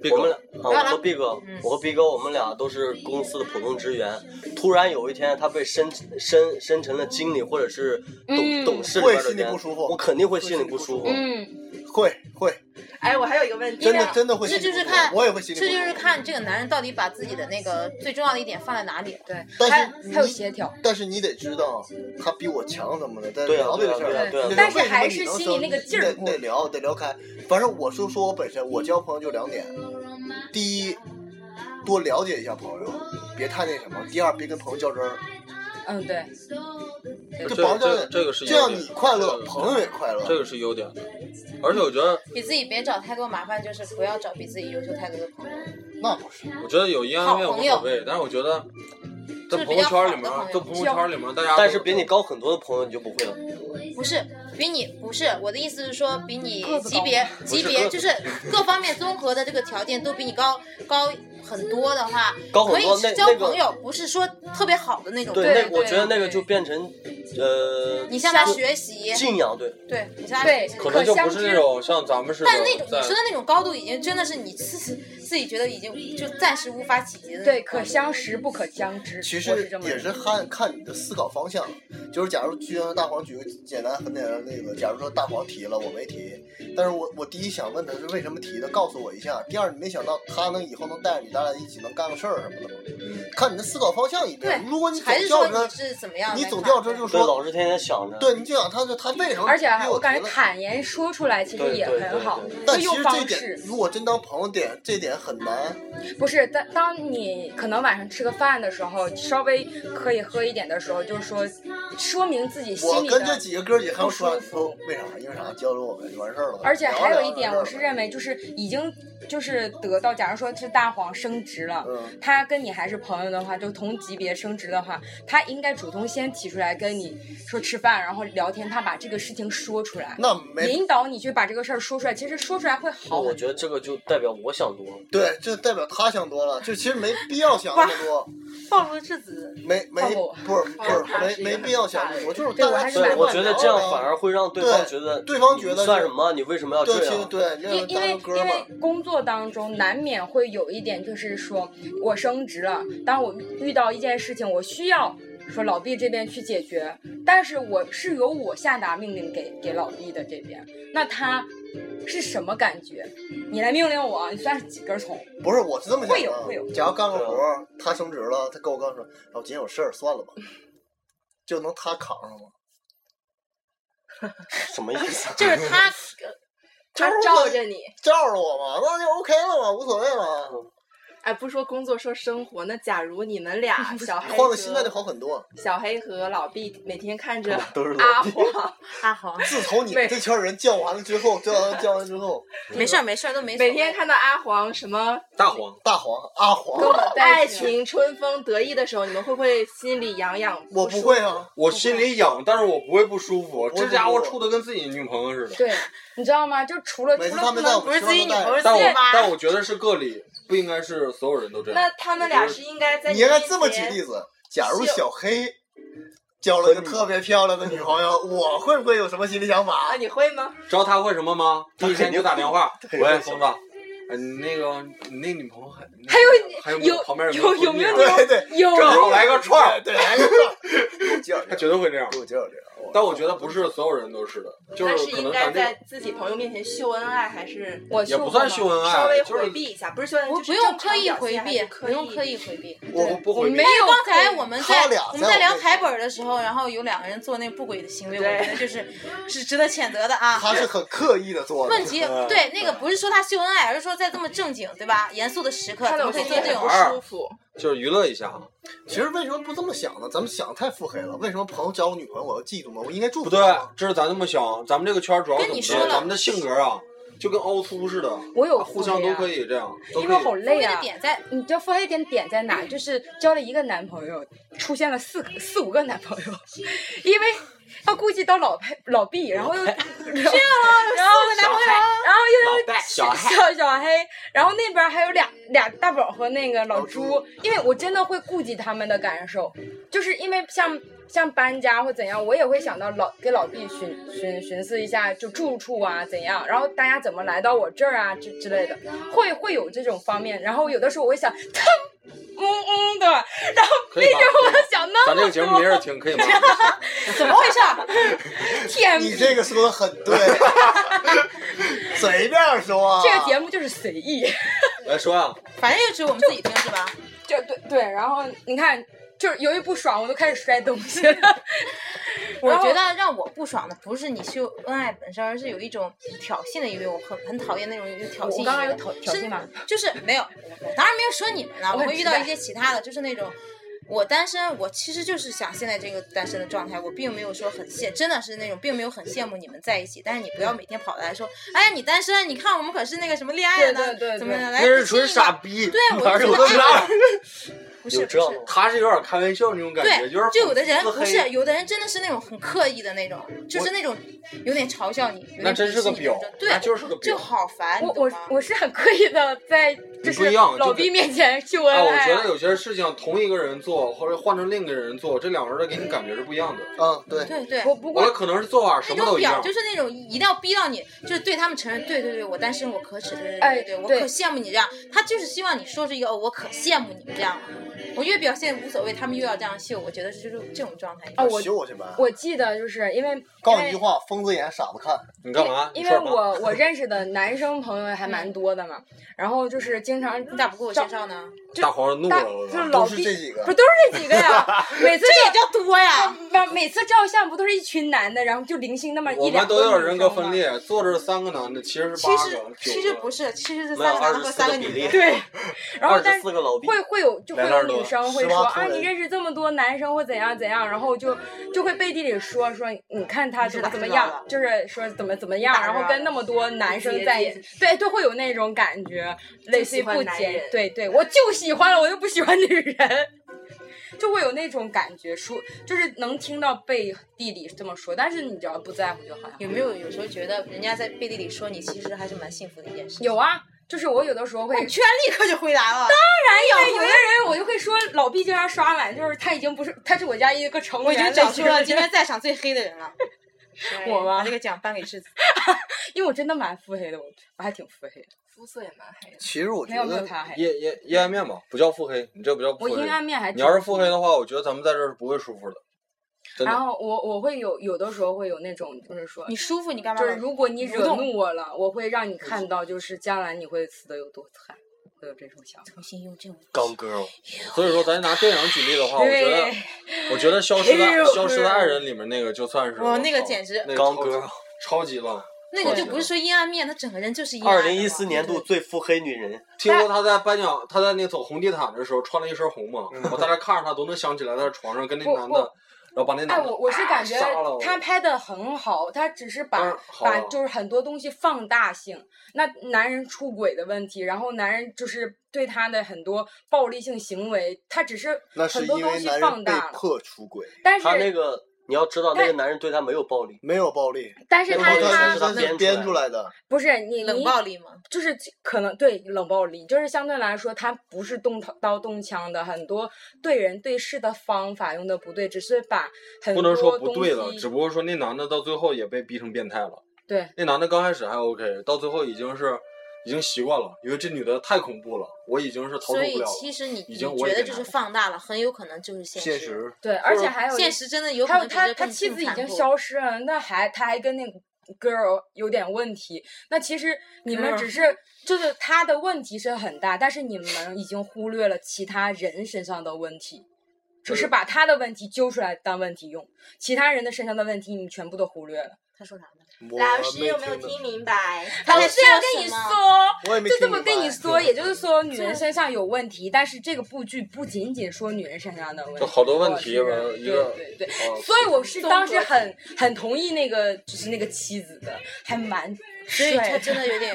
[SPEAKER 6] 毕
[SPEAKER 8] 我
[SPEAKER 6] 哥
[SPEAKER 8] 们俩，啊，我
[SPEAKER 4] 要了嗯
[SPEAKER 8] 和毕哥，我和毕哥，我们俩都是公司的普通职员。突然有一天，他被升升升成了经理或者是
[SPEAKER 7] 嗯
[SPEAKER 8] 董董事里
[SPEAKER 3] 会
[SPEAKER 8] 边的
[SPEAKER 3] 心里
[SPEAKER 8] 人
[SPEAKER 3] 不舒服
[SPEAKER 8] 我肯定会心里不舒服。
[SPEAKER 7] 嗯，
[SPEAKER 3] 会会，
[SPEAKER 5] 哎，我还有一个问题
[SPEAKER 3] 真的
[SPEAKER 5] 啊，
[SPEAKER 3] 真的会
[SPEAKER 4] 这
[SPEAKER 3] 心
[SPEAKER 4] 就
[SPEAKER 3] 里不
[SPEAKER 4] 是
[SPEAKER 3] 舒服。
[SPEAKER 4] 看，
[SPEAKER 3] 我也会心里不
[SPEAKER 4] 这
[SPEAKER 3] 舒服。
[SPEAKER 4] 就是看这个男人到底把自己的那个最重要的一点放在哪里。
[SPEAKER 7] 对，
[SPEAKER 3] 但
[SPEAKER 7] 还
[SPEAKER 3] 是
[SPEAKER 7] 还有
[SPEAKER 3] 你
[SPEAKER 7] 协调。
[SPEAKER 3] 但是你得知道他比我强怎么的，得
[SPEAKER 8] 对啊
[SPEAKER 3] 聊这
[SPEAKER 8] 对
[SPEAKER 3] 个
[SPEAKER 8] 啊
[SPEAKER 3] 事儿。
[SPEAKER 8] 对啊对啊
[SPEAKER 3] 得
[SPEAKER 7] 但是
[SPEAKER 3] 为什么
[SPEAKER 7] 还
[SPEAKER 3] 你
[SPEAKER 7] 是
[SPEAKER 3] 能
[SPEAKER 7] 心里
[SPEAKER 3] 升
[SPEAKER 7] 那个劲儿
[SPEAKER 3] 得
[SPEAKER 7] 不
[SPEAKER 3] 得聊得聊开。反正我就说我本身，我交朋友就两点：第一，多了解一下朋友，别太那什么；第二，别跟朋友较真儿，
[SPEAKER 7] 嗯，对，
[SPEAKER 6] 这
[SPEAKER 3] 就保证
[SPEAKER 6] 这这个是
[SPEAKER 3] 这样
[SPEAKER 6] 优点
[SPEAKER 3] 你快乐，
[SPEAKER 6] 这个
[SPEAKER 3] 朋友也快乐。
[SPEAKER 6] 这个是优点，而且我觉得
[SPEAKER 4] 给自己别找太多麻烦，就是不要找比自己优秀太多的朋友。
[SPEAKER 3] 那不是，
[SPEAKER 6] 我觉得有阴暗面无所谓，但是我觉得在朋友圈里面，在朋友圈里面大家都
[SPEAKER 8] 但是比你高很多的朋友你就不会了。
[SPEAKER 4] 不是比你不是我的意思是说比你
[SPEAKER 7] 个子
[SPEAKER 4] 级
[SPEAKER 7] 高
[SPEAKER 4] 别级
[SPEAKER 8] 个
[SPEAKER 4] 别
[SPEAKER 8] 子
[SPEAKER 4] 就是各方面综合的这个条件都比你高高很多的话，
[SPEAKER 8] 高很
[SPEAKER 4] 可以
[SPEAKER 8] 多那
[SPEAKER 4] 是交
[SPEAKER 8] 那个
[SPEAKER 4] 朋友，不是说特别好的那种。
[SPEAKER 7] 对
[SPEAKER 8] 那个我
[SPEAKER 7] 对
[SPEAKER 8] 觉得那个
[SPEAKER 7] 对
[SPEAKER 8] 就变成呃，
[SPEAKER 4] 你向他学习，
[SPEAKER 8] 敬仰，对，
[SPEAKER 4] 对你向他
[SPEAKER 7] 对
[SPEAKER 4] 学习。
[SPEAKER 6] 可能就
[SPEAKER 7] 可相
[SPEAKER 6] 不是
[SPEAKER 7] 知
[SPEAKER 6] 那种像咱们似的
[SPEAKER 4] 但是那种
[SPEAKER 6] 在
[SPEAKER 4] 你说的那种高度，已经真的是你自己自己觉得已经就暂时无法企及的那种。
[SPEAKER 7] 对，可相识不可相知，
[SPEAKER 3] 其
[SPEAKER 7] 我
[SPEAKER 3] 实
[SPEAKER 7] 是这么
[SPEAKER 3] 也
[SPEAKER 7] 认
[SPEAKER 3] 是
[SPEAKER 7] 为
[SPEAKER 3] 看看你的思考方向。就是假如就像大黄举个简单很简单的例子，假如说大黄提了，我没提，但是我我第一想问他是为什么提的，告诉我一下。第二，你没想到他能以后能带着你，咱俩一起能干个事儿什么的吗？
[SPEAKER 7] 嗯
[SPEAKER 3] 看你的思考方向一
[SPEAKER 4] 对
[SPEAKER 3] 边。如果你总
[SPEAKER 4] 还是
[SPEAKER 3] 较
[SPEAKER 4] 说
[SPEAKER 3] 真
[SPEAKER 4] 你，是怎么样来看？
[SPEAKER 3] 你总较真就
[SPEAKER 8] 对，
[SPEAKER 3] 说，
[SPEAKER 8] 老是天天想着。
[SPEAKER 3] 对，你就想他他为什么？
[SPEAKER 7] 而且
[SPEAKER 3] 比
[SPEAKER 7] 我
[SPEAKER 3] 我
[SPEAKER 7] 感
[SPEAKER 3] 提
[SPEAKER 7] 觉
[SPEAKER 3] 了
[SPEAKER 7] 坦言说出来其实
[SPEAKER 8] 对
[SPEAKER 7] 也
[SPEAKER 8] 对
[SPEAKER 7] 很
[SPEAKER 8] 对
[SPEAKER 7] 好
[SPEAKER 8] 对，
[SPEAKER 3] 但
[SPEAKER 7] 就
[SPEAKER 3] 其
[SPEAKER 7] 用
[SPEAKER 3] 实
[SPEAKER 7] 方
[SPEAKER 3] 这点
[SPEAKER 7] 式，
[SPEAKER 3] 如果真当朋友点，这点很难。
[SPEAKER 7] 不是，当当你可能晚上吃个饭的时候，稍微可以喝一点的时候，就是说说明自己
[SPEAKER 3] 我
[SPEAKER 7] 心里
[SPEAKER 3] 跟这
[SPEAKER 7] 的。
[SPEAKER 3] 几个哥几个还要说
[SPEAKER 7] 不舒，服
[SPEAKER 3] 说为啥？因为啥交流我们就完事儿了呗。
[SPEAKER 7] 而且
[SPEAKER 3] 聊
[SPEAKER 7] 还有
[SPEAKER 3] 聊
[SPEAKER 7] 一点，
[SPEAKER 3] 完
[SPEAKER 7] 我
[SPEAKER 3] 事
[SPEAKER 7] 是
[SPEAKER 3] 儿
[SPEAKER 7] 认为就是已经就是得到，假如说是大黄升职了，
[SPEAKER 3] 了
[SPEAKER 7] 他跟你还是朋友的话，就同级别升职的话，他应该主动先提出来跟你说吃饭，然后聊天，他把这个事情说出来
[SPEAKER 3] 嗯，，那没
[SPEAKER 7] 引导你去把这个事儿说出来。其实说出来会好
[SPEAKER 8] 我
[SPEAKER 7] 很多。
[SPEAKER 8] 觉得这个就代表我想多了。
[SPEAKER 3] 对，这代表他想多了，这其实没必要想那么多，
[SPEAKER 4] 暴露质子，
[SPEAKER 3] 没没
[SPEAKER 7] 放过我
[SPEAKER 3] 不是不
[SPEAKER 5] 放过
[SPEAKER 3] 是
[SPEAKER 5] 他是
[SPEAKER 3] 没
[SPEAKER 5] 一个
[SPEAKER 3] 没
[SPEAKER 5] 很
[SPEAKER 3] 必要想
[SPEAKER 5] 大
[SPEAKER 3] 那
[SPEAKER 5] 的
[SPEAKER 3] 么多，就是
[SPEAKER 7] 对
[SPEAKER 3] 大
[SPEAKER 7] 我
[SPEAKER 3] 家
[SPEAKER 7] 还是
[SPEAKER 3] 吃
[SPEAKER 8] 对，
[SPEAKER 7] 蛮
[SPEAKER 3] 饭
[SPEAKER 8] 我觉得
[SPEAKER 4] 哦
[SPEAKER 3] 聊
[SPEAKER 8] 这样
[SPEAKER 3] 聊
[SPEAKER 8] 反而会让对
[SPEAKER 3] 对
[SPEAKER 8] 方觉得，
[SPEAKER 3] 对方觉得
[SPEAKER 8] 算
[SPEAKER 3] 是
[SPEAKER 8] 什么？啊你为什么要
[SPEAKER 3] 对
[SPEAKER 8] 这
[SPEAKER 3] 其实
[SPEAKER 8] 样？
[SPEAKER 3] 对，让
[SPEAKER 7] 因因
[SPEAKER 3] 大家
[SPEAKER 7] 为
[SPEAKER 3] 当哥
[SPEAKER 7] 因
[SPEAKER 3] 们
[SPEAKER 7] 为
[SPEAKER 3] 儿。
[SPEAKER 7] 工作当中难免会有一点，就是说我升职了，当我遇到一件事情，我需要说老毕这边去解决，但是我是由我下达命令给给老毕的这边，那他是什么感觉？你来命令我，你算是几根葱？
[SPEAKER 3] 不是，我是这么想
[SPEAKER 7] 会有会有
[SPEAKER 3] 的，假如干个活儿，他升职了，他跟我刚说，我今天有事儿，算了吧，就能他扛上吗？ [laughs]
[SPEAKER 8] 什么意思？
[SPEAKER 3] 啊
[SPEAKER 4] 就是
[SPEAKER 8] [laughs]
[SPEAKER 4] 他
[SPEAKER 5] 他罩着你。
[SPEAKER 3] 罩着我嘛，那就 OK 了嘛，无所谓了，
[SPEAKER 5] 哎，不说工作，说生活。那假如你们俩小
[SPEAKER 7] 哎
[SPEAKER 3] 换
[SPEAKER 5] 黑和
[SPEAKER 3] 了心态就好很多。
[SPEAKER 5] 小黑和老毕每天看着
[SPEAKER 8] 都是
[SPEAKER 5] 阿
[SPEAKER 8] 老毕
[SPEAKER 5] 黄，
[SPEAKER 4] 阿黄，
[SPEAKER 3] 自从你们这圈人叫完了之后，叫完叫完之后，
[SPEAKER 4] 没事儿没事儿都没所
[SPEAKER 5] 每
[SPEAKER 4] 谓。
[SPEAKER 5] 天看到阿黄什么
[SPEAKER 6] 大黄，
[SPEAKER 3] 大黄阿黄，
[SPEAKER 5] 跟我 [laughs] 爱
[SPEAKER 4] 爱情
[SPEAKER 5] 情春风得意的时候，你们会不会心里痒痒？
[SPEAKER 3] 我不会。啊，
[SPEAKER 6] 我心里痒，但是我不会不舒服。
[SPEAKER 3] 不
[SPEAKER 6] 这家伙处的跟自己女朋友似的，
[SPEAKER 7] 对，你知道吗？就除了
[SPEAKER 3] 每次
[SPEAKER 7] 除
[SPEAKER 3] 他
[SPEAKER 7] 了不
[SPEAKER 3] 们在
[SPEAKER 7] 能
[SPEAKER 3] 我
[SPEAKER 4] 不
[SPEAKER 3] 们
[SPEAKER 4] 是
[SPEAKER 3] 身
[SPEAKER 4] 自
[SPEAKER 3] 上
[SPEAKER 4] 己女
[SPEAKER 3] 带
[SPEAKER 4] 朋友，
[SPEAKER 3] 着
[SPEAKER 4] 是，自
[SPEAKER 6] 但
[SPEAKER 4] 己
[SPEAKER 6] 我
[SPEAKER 4] 妈。
[SPEAKER 6] 但我觉得是个例，不应该是所有人都这样
[SPEAKER 5] 那。他们俩是应该在
[SPEAKER 3] 你应该这么举例
[SPEAKER 5] 子，
[SPEAKER 3] 子：假如
[SPEAKER 5] 是
[SPEAKER 3] 小黑交了一个特别漂亮的女朋友，我会不会有什么心理想
[SPEAKER 5] 啊，
[SPEAKER 3] 法？
[SPEAKER 5] 你会吗？
[SPEAKER 6] 知道他会什么吗？第一天就打电话，
[SPEAKER 3] 肯定会
[SPEAKER 6] 喂，疯子，哎，你那个你那女朋友还
[SPEAKER 7] 还有
[SPEAKER 6] 还有没
[SPEAKER 7] 有
[SPEAKER 6] 旁边
[SPEAKER 7] 有有
[SPEAKER 6] 闺
[SPEAKER 7] 没
[SPEAKER 6] 蜜
[SPEAKER 7] 有
[SPEAKER 6] 啊
[SPEAKER 3] 对对，
[SPEAKER 7] 有
[SPEAKER 6] 正好来个串儿，
[SPEAKER 3] 对，来个串儿，给我介绍
[SPEAKER 6] 他
[SPEAKER 3] 介
[SPEAKER 6] 绝对会这样
[SPEAKER 3] 绍，。给我介绍介绍。
[SPEAKER 6] 但我觉得不是所有人都是的，就
[SPEAKER 5] 但
[SPEAKER 6] 是
[SPEAKER 5] 是
[SPEAKER 6] 可
[SPEAKER 5] 应
[SPEAKER 6] 能
[SPEAKER 5] 该
[SPEAKER 6] 咱
[SPEAKER 5] 在
[SPEAKER 6] 这
[SPEAKER 5] 自己朋友面前秀恩爱，还是
[SPEAKER 7] 我
[SPEAKER 6] 也不
[SPEAKER 7] 说
[SPEAKER 6] 算
[SPEAKER 7] 过
[SPEAKER 6] 秀
[SPEAKER 7] 吗
[SPEAKER 6] 恩
[SPEAKER 5] 稍
[SPEAKER 6] 爱，
[SPEAKER 5] 微
[SPEAKER 6] 就
[SPEAKER 5] 回
[SPEAKER 6] 是
[SPEAKER 5] 避一下？不是秀恩爱，
[SPEAKER 4] 不
[SPEAKER 5] 就是
[SPEAKER 4] 不用
[SPEAKER 5] 正常
[SPEAKER 4] 刻意
[SPEAKER 5] 表
[SPEAKER 4] 回
[SPEAKER 5] 现还
[SPEAKER 4] 避
[SPEAKER 5] 是，
[SPEAKER 4] 不用刻意回避。
[SPEAKER 6] 我不
[SPEAKER 7] 我
[SPEAKER 6] 回避
[SPEAKER 7] 没。有
[SPEAKER 4] 刚才
[SPEAKER 7] 刻意
[SPEAKER 4] 我们
[SPEAKER 3] 他
[SPEAKER 4] 在
[SPEAKER 3] 俩
[SPEAKER 4] 我们在聊
[SPEAKER 3] 在我面前
[SPEAKER 4] 台白本儿的时候，然后有两个人做那不轨的行为，我
[SPEAKER 5] 对
[SPEAKER 4] 觉得就是是值得谴责的啊。
[SPEAKER 3] 他是嗯很刻意的做的。
[SPEAKER 4] 问题对那个不是说他秀恩爱，而是说在这么正经对吧、严肃的时刻，
[SPEAKER 5] 看
[SPEAKER 4] 怎么
[SPEAKER 5] 得我
[SPEAKER 4] 可以
[SPEAKER 5] 心
[SPEAKER 4] 做
[SPEAKER 5] 里
[SPEAKER 4] 这
[SPEAKER 5] 很
[SPEAKER 4] 种
[SPEAKER 5] 不
[SPEAKER 4] 事儿？
[SPEAKER 5] 舒服。
[SPEAKER 6] 就是娱乐一下啊。
[SPEAKER 3] 其实为什么不这么想呢？咱们想的太腹黑了。为什么朋友交我女朋友我要嫉妒吗？我应该祝福
[SPEAKER 6] 不对
[SPEAKER 3] 她吗，
[SPEAKER 6] 这是咱这么想，咱们这个圈儿主要
[SPEAKER 4] 跟
[SPEAKER 6] 怎么
[SPEAKER 4] 你
[SPEAKER 6] 着
[SPEAKER 4] 说？了
[SPEAKER 6] 咱们的性格啊，就跟凹凸似的，
[SPEAKER 7] 我有
[SPEAKER 6] 啊互相
[SPEAKER 7] 腹黑
[SPEAKER 6] 都
[SPEAKER 7] 啊
[SPEAKER 6] 可以这样，都
[SPEAKER 7] 因为
[SPEAKER 6] 可
[SPEAKER 7] 好
[SPEAKER 6] 以。
[SPEAKER 7] 累
[SPEAKER 4] 的
[SPEAKER 7] 啊。
[SPEAKER 4] 点 [laughs] 在
[SPEAKER 7] 你知道腹黑点点在哪？就是交了一个男朋友，出现了四个四五个男朋友，因为要顾及到老派老毕，然后又啊然后然后
[SPEAKER 4] 男朋友
[SPEAKER 7] 然后又
[SPEAKER 8] 老白小
[SPEAKER 7] 小小小黑，然后那边还有俩俩大宝和那个老
[SPEAKER 3] 老
[SPEAKER 7] 朱，因为我真的会顾及他们的感受，就是因为像像搬家或怎样，我也会想到老给老毕寻寻寻思一下，就住处啊怎样，然后大家怎么来到我这儿啊之之类的，会会有这种方面。然后有的时候我会想， [laughs] 他嗯嗯的，然后
[SPEAKER 6] 可以
[SPEAKER 7] 为
[SPEAKER 6] 吧
[SPEAKER 7] 什么我要想那
[SPEAKER 6] 咱这
[SPEAKER 7] 么
[SPEAKER 6] 个节目没人
[SPEAKER 7] 多？
[SPEAKER 6] 听，可以吗？
[SPEAKER 4] 怎么回事儿？
[SPEAKER 7] 天，
[SPEAKER 3] 你这个说的很
[SPEAKER 7] [laughs]
[SPEAKER 3] 对，随便说啊。
[SPEAKER 7] 这个节目就是随意。
[SPEAKER 6] 来说啊，
[SPEAKER 4] 反正就只有我们自己听是吧？
[SPEAKER 7] 就对对，然后你看，就是由于不爽，我都开始摔东西
[SPEAKER 4] [laughs]
[SPEAKER 7] 了。
[SPEAKER 4] 我
[SPEAKER 7] 然后
[SPEAKER 4] 觉得让我不爽的不是你秀恩爱本身，而是有一种挑衅的意味。我很很讨厌那种有挑衅意味。
[SPEAKER 7] 我刚刚有挑挑衅吗？
[SPEAKER 4] 是就是没有，我当然没有说你们了。
[SPEAKER 7] 我
[SPEAKER 4] 我
[SPEAKER 7] 很
[SPEAKER 4] 会遇
[SPEAKER 7] 期
[SPEAKER 4] 到
[SPEAKER 7] 待
[SPEAKER 4] 一些其他的，就是那种我单身，我其实就是想现在这个单身的状态，我并没有说很羡，真的是那种并没有很羡慕你们在一起。但是你不要每天跑来说，哎呀，你单身，你看我们可是那个什么恋爱的
[SPEAKER 7] 对
[SPEAKER 4] 呢，
[SPEAKER 7] 对对
[SPEAKER 4] 怎么的？
[SPEAKER 6] 那
[SPEAKER 4] 来
[SPEAKER 6] 是纯
[SPEAKER 4] 亲一个
[SPEAKER 6] 傻逼，
[SPEAKER 4] 对我就
[SPEAKER 6] 哪有
[SPEAKER 4] 觉得
[SPEAKER 6] 这样？
[SPEAKER 4] 不是不
[SPEAKER 8] 有这样
[SPEAKER 4] 是
[SPEAKER 8] 的吗？
[SPEAKER 6] 他是有点开玩笑那种感觉，
[SPEAKER 4] 对，
[SPEAKER 6] 就是
[SPEAKER 4] 就有的人
[SPEAKER 6] 腹黑
[SPEAKER 4] 不是，有的人真的是那种很刻意的那种，就是那种有点嘲笑你，有点
[SPEAKER 6] 那真是个
[SPEAKER 4] 鄙视你的
[SPEAKER 6] 婊
[SPEAKER 4] 对，
[SPEAKER 6] 那就是个婊
[SPEAKER 4] 就好烦，
[SPEAKER 7] 我
[SPEAKER 4] 你懂
[SPEAKER 7] 我
[SPEAKER 4] 吗
[SPEAKER 7] 我是很刻意的在就
[SPEAKER 6] 不
[SPEAKER 7] 是
[SPEAKER 6] 一样就
[SPEAKER 7] 老
[SPEAKER 6] 是
[SPEAKER 7] 毕面前秀恩
[SPEAKER 6] 哎，我
[SPEAKER 7] 爱
[SPEAKER 6] 觉
[SPEAKER 7] 啊、
[SPEAKER 6] 得有些事情同一个人做，或者换成另一个人做，这两个人的给你感觉是不一样的。
[SPEAKER 3] 嗯，对，
[SPEAKER 4] 对对。
[SPEAKER 7] 我不
[SPEAKER 6] 我
[SPEAKER 7] 过
[SPEAKER 6] 可能是做法
[SPEAKER 4] 那
[SPEAKER 6] 什么
[SPEAKER 4] 种
[SPEAKER 6] 都一
[SPEAKER 4] 表
[SPEAKER 6] 样，
[SPEAKER 4] 就是那种一定要逼到你，就是对他们承认，对对对，我单身，我可耻，对对对
[SPEAKER 7] 哎
[SPEAKER 4] 对，我
[SPEAKER 7] 对
[SPEAKER 4] 可羡慕你这样。他就是希望你说出一个，哦，我可羡慕你这样。我越表现无所谓，他们越要这样秀，我觉得就是这种状态。
[SPEAKER 7] 哦，我
[SPEAKER 3] 秀去吧。
[SPEAKER 7] 我记得就是因为
[SPEAKER 3] 告
[SPEAKER 7] 因
[SPEAKER 3] 诉
[SPEAKER 7] 为
[SPEAKER 3] 你一句话：疯子眼，傻子看。
[SPEAKER 6] 你干嘛？
[SPEAKER 7] 因
[SPEAKER 6] 你
[SPEAKER 7] 为
[SPEAKER 6] 说什么？
[SPEAKER 7] 我我认识的男生朋友还蛮多的嘛，然后就是经常
[SPEAKER 4] 你咋不给我介绍呢？
[SPEAKER 6] 大黄人怒
[SPEAKER 7] 大
[SPEAKER 6] 了，我
[SPEAKER 7] 就是
[SPEAKER 6] 操
[SPEAKER 7] 老
[SPEAKER 3] 都是
[SPEAKER 7] 毕
[SPEAKER 3] 这几个
[SPEAKER 7] 不都是这几个
[SPEAKER 6] [laughs]
[SPEAKER 7] 呀？每次
[SPEAKER 4] 这也叫多呀！
[SPEAKER 7] 每每次照相不都是一群男的，然后就零星那么
[SPEAKER 6] 我
[SPEAKER 7] 一
[SPEAKER 6] 们
[SPEAKER 7] 两
[SPEAKER 6] 都
[SPEAKER 7] 个
[SPEAKER 6] 有人格
[SPEAKER 7] 女生
[SPEAKER 6] 分
[SPEAKER 7] 吗。
[SPEAKER 6] 裂，坐着三个男的，其实是
[SPEAKER 4] 其
[SPEAKER 6] 八
[SPEAKER 4] 实
[SPEAKER 6] 个，
[SPEAKER 4] 其
[SPEAKER 6] 九
[SPEAKER 4] 实
[SPEAKER 6] 个
[SPEAKER 4] 不是，其实是
[SPEAKER 8] 我们
[SPEAKER 4] 三
[SPEAKER 8] 有
[SPEAKER 4] 个男
[SPEAKER 8] 二
[SPEAKER 4] 的
[SPEAKER 8] 十
[SPEAKER 4] 和
[SPEAKER 8] 四
[SPEAKER 4] 三
[SPEAKER 8] 个
[SPEAKER 4] 个
[SPEAKER 8] 比
[SPEAKER 4] 女
[SPEAKER 7] [laughs]
[SPEAKER 8] 例
[SPEAKER 4] 的。，
[SPEAKER 7] 对，然后
[SPEAKER 8] 二
[SPEAKER 7] 但
[SPEAKER 8] 十
[SPEAKER 7] 是
[SPEAKER 8] 四个老毕，
[SPEAKER 7] 会会有就会
[SPEAKER 8] 来那
[SPEAKER 7] 有
[SPEAKER 8] 儿多
[SPEAKER 7] 女
[SPEAKER 8] 了
[SPEAKER 7] 生会
[SPEAKER 3] 十
[SPEAKER 7] 说
[SPEAKER 3] 八
[SPEAKER 7] 啊，
[SPEAKER 3] 口人
[SPEAKER 7] 你认识这么多男生会怎样怎样，然后就就会背地里说说，你看他怎么怎么
[SPEAKER 4] 你是
[SPEAKER 7] 样，就是说怎么怎么样，
[SPEAKER 4] 打扰
[SPEAKER 7] 然后跟那么多男生在一起，对，都会有那种感觉，类似于
[SPEAKER 5] 喜欢
[SPEAKER 7] 不
[SPEAKER 5] 男
[SPEAKER 7] 解
[SPEAKER 5] 人，
[SPEAKER 7] 对对，我就喜欢了，我又不喜欢女人。 [laughs] 就会有那种感觉，说就是能听到背地里这么说，但是你只要不在乎就好。
[SPEAKER 4] 有没有有时候觉得人家在背地里说你，其实还是蛮幸福的一件事？
[SPEAKER 7] 有啊，就是我有的时候会
[SPEAKER 4] 你居然立刻就回答了，
[SPEAKER 7] 对，哎有的人我就会说老毕经常刷碗，就是他已经不是他是我家一个成员，
[SPEAKER 4] 我已经找出了今天在场最黑的人了。
[SPEAKER 7] 我吗
[SPEAKER 4] 把这个奖颁给智子。
[SPEAKER 7] [laughs] 因为我真的蛮腹黑的，我我还挺腹黑的，
[SPEAKER 5] 肤色也蛮黑的。
[SPEAKER 3] 其实我
[SPEAKER 7] 没
[SPEAKER 3] 觉
[SPEAKER 7] 有没有
[SPEAKER 3] 得，
[SPEAKER 7] 他黑。
[SPEAKER 6] 阴阴阴暗面吧，不叫腹黑，你这不叫腹
[SPEAKER 7] 我
[SPEAKER 6] 黑。
[SPEAKER 7] 阴暗面还
[SPEAKER 6] 你
[SPEAKER 7] 挺
[SPEAKER 6] 要是腹黑的话，我觉得咱们在这儿不会舒服的，真
[SPEAKER 7] 然
[SPEAKER 6] 的。
[SPEAKER 7] 后我我会有有的时候会有那种就是说，
[SPEAKER 4] 你舒服，你干嘛
[SPEAKER 7] 就
[SPEAKER 4] 老？
[SPEAKER 7] 是如果你
[SPEAKER 4] 蠕
[SPEAKER 7] 惹
[SPEAKER 4] 嗯动
[SPEAKER 7] 怒我了，我会让你看到就是将来你会死的有多惨，会有这种想法。
[SPEAKER 4] 重新用这种
[SPEAKER 8] 刚 girl，
[SPEAKER 6] 所以说，咱拿电影举例的话，我觉得
[SPEAKER 7] 对，
[SPEAKER 6] 我觉得《消失
[SPEAKER 7] [laughs]
[SPEAKER 6] 的
[SPEAKER 7] 哎呦
[SPEAKER 6] 消失的爱人》里面那个就算是
[SPEAKER 4] 哦那个简直
[SPEAKER 6] 那个
[SPEAKER 8] 刚
[SPEAKER 6] 超级
[SPEAKER 8] 哥
[SPEAKER 6] 超级浪。
[SPEAKER 4] 那个就不是说阴暗面，他整个人就是阴暗。
[SPEAKER 8] 二零一四年度，最腹黑女人，
[SPEAKER 6] 听说他在颁奖，他在那走红地毯的时候穿了一身红嘛，
[SPEAKER 3] 嗯
[SPEAKER 6] 我在那看着他都能想起来，在床上跟那
[SPEAKER 7] 不
[SPEAKER 6] 男
[SPEAKER 7] 不
[SPEAKER 6] 的，然后把那
[SPEAKER 7] 哎，
[SPEAKER 6] 男的
[SPEAKER 7] 我我是感觉
[SPEAKER 6] 杀了我
[SPEAKER 7] 他拍的很好，他只是把、
[SPEAKER 3] 嗯
[SPEAKER 6] 当然好
[SPEAKER 7] 把
[SPEAKER 6] 啊
[SPEAKER 7] 就是很多东西放大性，那男人出轨的问题，然后男人就是对他的很多暴力性行为，他只是
[SPEAKER 3] 那
[SPEAKER 7] 很
[SPEAKER 3] 是
[SPEAKER 7] 多
[SPEAKER 3] 因
[SPEAKER 7] 东
[SPEAKER 3] 为
[SPEAKER 7] 西
[SPEAKER 3] 男
[SPEAKER 7] 放
[SPEAKER 3] 人被
[SPEAKER 7] 大了，
[SPEAKER 3] 迫出轨，
[SPEAKER 7] 但是、
[SPEAKER 8] 他那个你要知道，那个
[SPEAKER 7] 但
[SPEAKER 8] 男人对她没有暴力，
[SPEAKER 3] 没有暴力，
[SPEAKER 7] 但是
[SPEAKER 8] 那
[SPEAKER 3] 那
[SPEAKER 7] 他
[SPEAKER 8] 个暴力全
[SPEAKER 7] 他
[SPEAKER 8] 是他
[SPEAKER 3] 是
[SPEAKER 8] 编
[SPEAKER 3] 编
[SPEAKER 8] 出
[SPEAKER 3] 出
[SPEAKER 8] 来
[SPEAKER 3] 来的。
[SPEAKER 7] 不是你
[SPEAKER 4] 冷
[SPEAKER 7] 你
[SPEAKER 4] 暴力嘛，
[SPEAKER 7] 就是可能对冷暴力，就是相对来说，他不是动刀刀动枪的，很多对人对事的方法用的不对，只是把很
[SPEAKER 6] 不
[SPEAKER 7] 多
[SPEAKER 6] 能
[SPEAKER 7] 东西
[SPEAKER 6] 说不对了，只不过说那男的到最后也被逼成变态了。
[SPEAKER 7] 对
[SPEAKER 6] 那男的刚开始还 OK，到最后已经是已经习惯了，因为这女的太恐怖了，我已经是逃脱不
[SPEAKER 4] 所以
[SPEAKER 6] 了了。
[SPEAKER 4] 其实你
[SPEAKER 6] 已
[SPEAKER 4] 你
[SPEAKER 6] 经我
[SPEAKER 4] 觉
[SPEAKER 6] 也
[SPEAKER 4] 得
[SPEAKER 6] 变
[SPEAKER 4] 就
[SPEAKER 6] 态
[SPEAKER 4] 是
[SPEAKER 6] 了
[SPEAKER 4] 放大了，很有可能就是现
[SPEAKER 3] 现
[SPEAKER 4] 实。
[SPEAKER 3] 实，
[SPEAKER 7] 对，而且还有一
[SPEAKER 4] 现实真的有可
[SPEAKER 7] 还有
[SPEAKER 4] 能比
[SPEAKER 7] 他
[SPEAKER 4] 这
[SPEAKER 7] 他
[SPEAKER 4] 更
[SPEAKER 7] 妻
[SPEAKER 4] 更
[SPEAKER 7] 子已
[SPEAKER 4] 残
[SPEAKER 7] 经
[SPEAKER 4] 酷
[SPEAKER 7] 消失了，那还他还跟那个 girl 有点问题。那其实你们
[SPEAKER 4] Girl
[SPEAKER 7] 只是就是他的问题是很大，但是你们已经忽略了其他人身上的问题。只是把他的问题揪出来当问题用，其他人的身上的问题你全部都忽略了。
[SPEAKER 4] 他说啥呢？
[SPEAKER 3] 我
[SPEAKER 5] 老师有没有
[SPEAKER 3] 呢
[SPEAKER 5] 听明白？
[SPEAKER 4] 他
[SPEAKER 7] 我
[SPEAKER 4] 在
[SPEAKER 7] 是要
[SPEAKER 4] 说
[SPEAKER 7] 跟你
[SPEAKER 4] 什么
[SPEAKER 7] 说，
[SPEAKER 3] 我也没
[SPEAKER 7] 就这
[SPEAKER 3] 听
[SPEAKER 7] 么
[SPEAKER 3] 明白
[SPEAKER 7] 跟你说，
[SPEAKER 3] 对
[SPEAKER 7] 也就是说，女人身上有问题，但是这个布剧不仅仅说女人身上的问题，
[SPEAKER 6] 就好多问
[SPEAKER 7] 我
[SPEAKER 6] 题
[SPEAKER 7] 是
[SPEAKER 6] 吧一个
[SPEAKER 7] 对对对，
[SPEAKER 6] 啊
[SPEAKER 7] 所以我是
[SPEAKER 4] 综
[SPEAKER 7] 当时
[SPEAKER 4] 合
[SPEAKER 7] 很很同意那个就是那个妻子的，还蛮
[SPEAKER 4] 所以他
[SPEAKER 7] 帅的。
[SPEAKER 4] 真的有点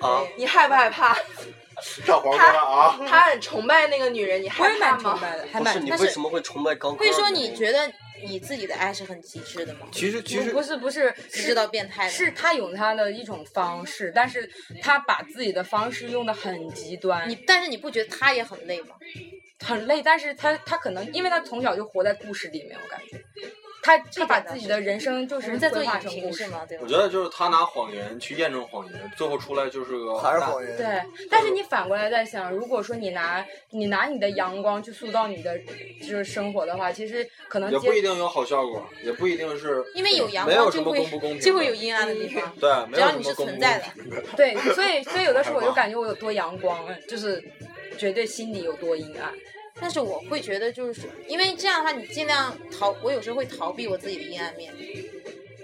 [SPEAKER 8] 啊，
[SPEAKER 5] 你害不害怕？ [laughs]
[SPEAKER 3] 上黄瓜了啊！
[SPEAKER 5] 他很崇拜那个女人，你
[SPEAKER 7] 我
[SPEAKER 5] 害
[SPEAKER 7] 也
[SPEAKER 5] 怕
[SPEAKER 7] 蛮崇
[SPEAKER 5] 吗？
[SPEAKER 7] 拜的，还
[SPEAKER 8] 不
[SPEAKER 7] 蛮
[SPEAKER 8] 是你
[SPEAKER 7] 但
[SPEAKER 8] 为什么会崇拜刚刚？
[SPEAKER 4] 会说你觉得你自己的爱是很极致的吗？
[SPEAKER 6] 其实其
[SPEAKER 7] 不
[SPEAKER 6] 实
[SPEAKER 7] 嗯不是不是
[SPEAKER 4] 你
[SPEAKER 7] 是
[SPEAKER 4] 知道变态的
[SPEAKER 7] 是他有他的一种方式，但是他把自己的方式用的很极端，
[SPEAKER 4] 你，但是你不觉得他也很累吗？
[SPEAKER 7] 很累，但是他他可能因为他从小就活在故事里面，我感觉他他
[SPEAKER 4] 这
[SPEAKER 7] 把
[SPEAKER 4] 点倒
[SPEAKER 7] 自己
[SPEAKER 4] 是
[SPEAKER 7] 的人生就
[SPEAKER 4] 我
[SPEAKER 7] 是
[SPEAKER 4] 们在做
[SPEAKER 7] 规划
[SPEAKER 4] 影
[SPEAKER 7] 成
[SPEAKER 4] 评
[SPEAKER 7] 故
[SPEAKER 4] 是
[SPEAKER 7] 事。
[SPEAKER 4] 吗？对吧
[SPEAKER 6] 我？觉得就是他拿谎言去验证谎言，最后出来就是个
[SPEAKER 3] 还是
[SPEAKER 6] 大
[SPEAKER 3] 谎言。
[SPEAKER 7] 对，但是你反过来在想，如果说你拿你拿你的阳光去塑造你的就是生活的话，其实可能
[SPEAKER 6] 也
[SPEAKER 7] 接
[SPEAKER 6] 不一定有好效果，也不一定是
[SPEAKER 4] 因为有阳
[SPEAKER 6] 没有
[SPEAKER 4] 光
[SPEAKER 6] 什
[SPEAKER 4] 就
[SPEAKER 6] 么
[SPEAKER 4] 会
[SPEAKER 6] 公不公平的，
[SPEAKER 4] 就会有阴暗的地方，
[SPEAKER 6] 对， [laughs] 没有
[SPEAKER 4] 只要
[SPEAKER 6] 什
[SPEAKER 4] 你
[SPEAKER 6] 么
[SPEAKER 4] 是
[SPEAKER 6] 公不
[SPEAKER 4] 存
[SPEAKER 6] 公
[SPEAKER 4] 在的
[SPEAKER 6] 平。，
[SPEAKER 7] [laughs] 对，所以所以有的时候我就感觉我有多阳光，就是绝对心里有多阴暗。
[SPEAKER 4] 但是我会觉得就是说，因为这样的话，你尽量逃，我有时候会逃避我自己的阴暗面，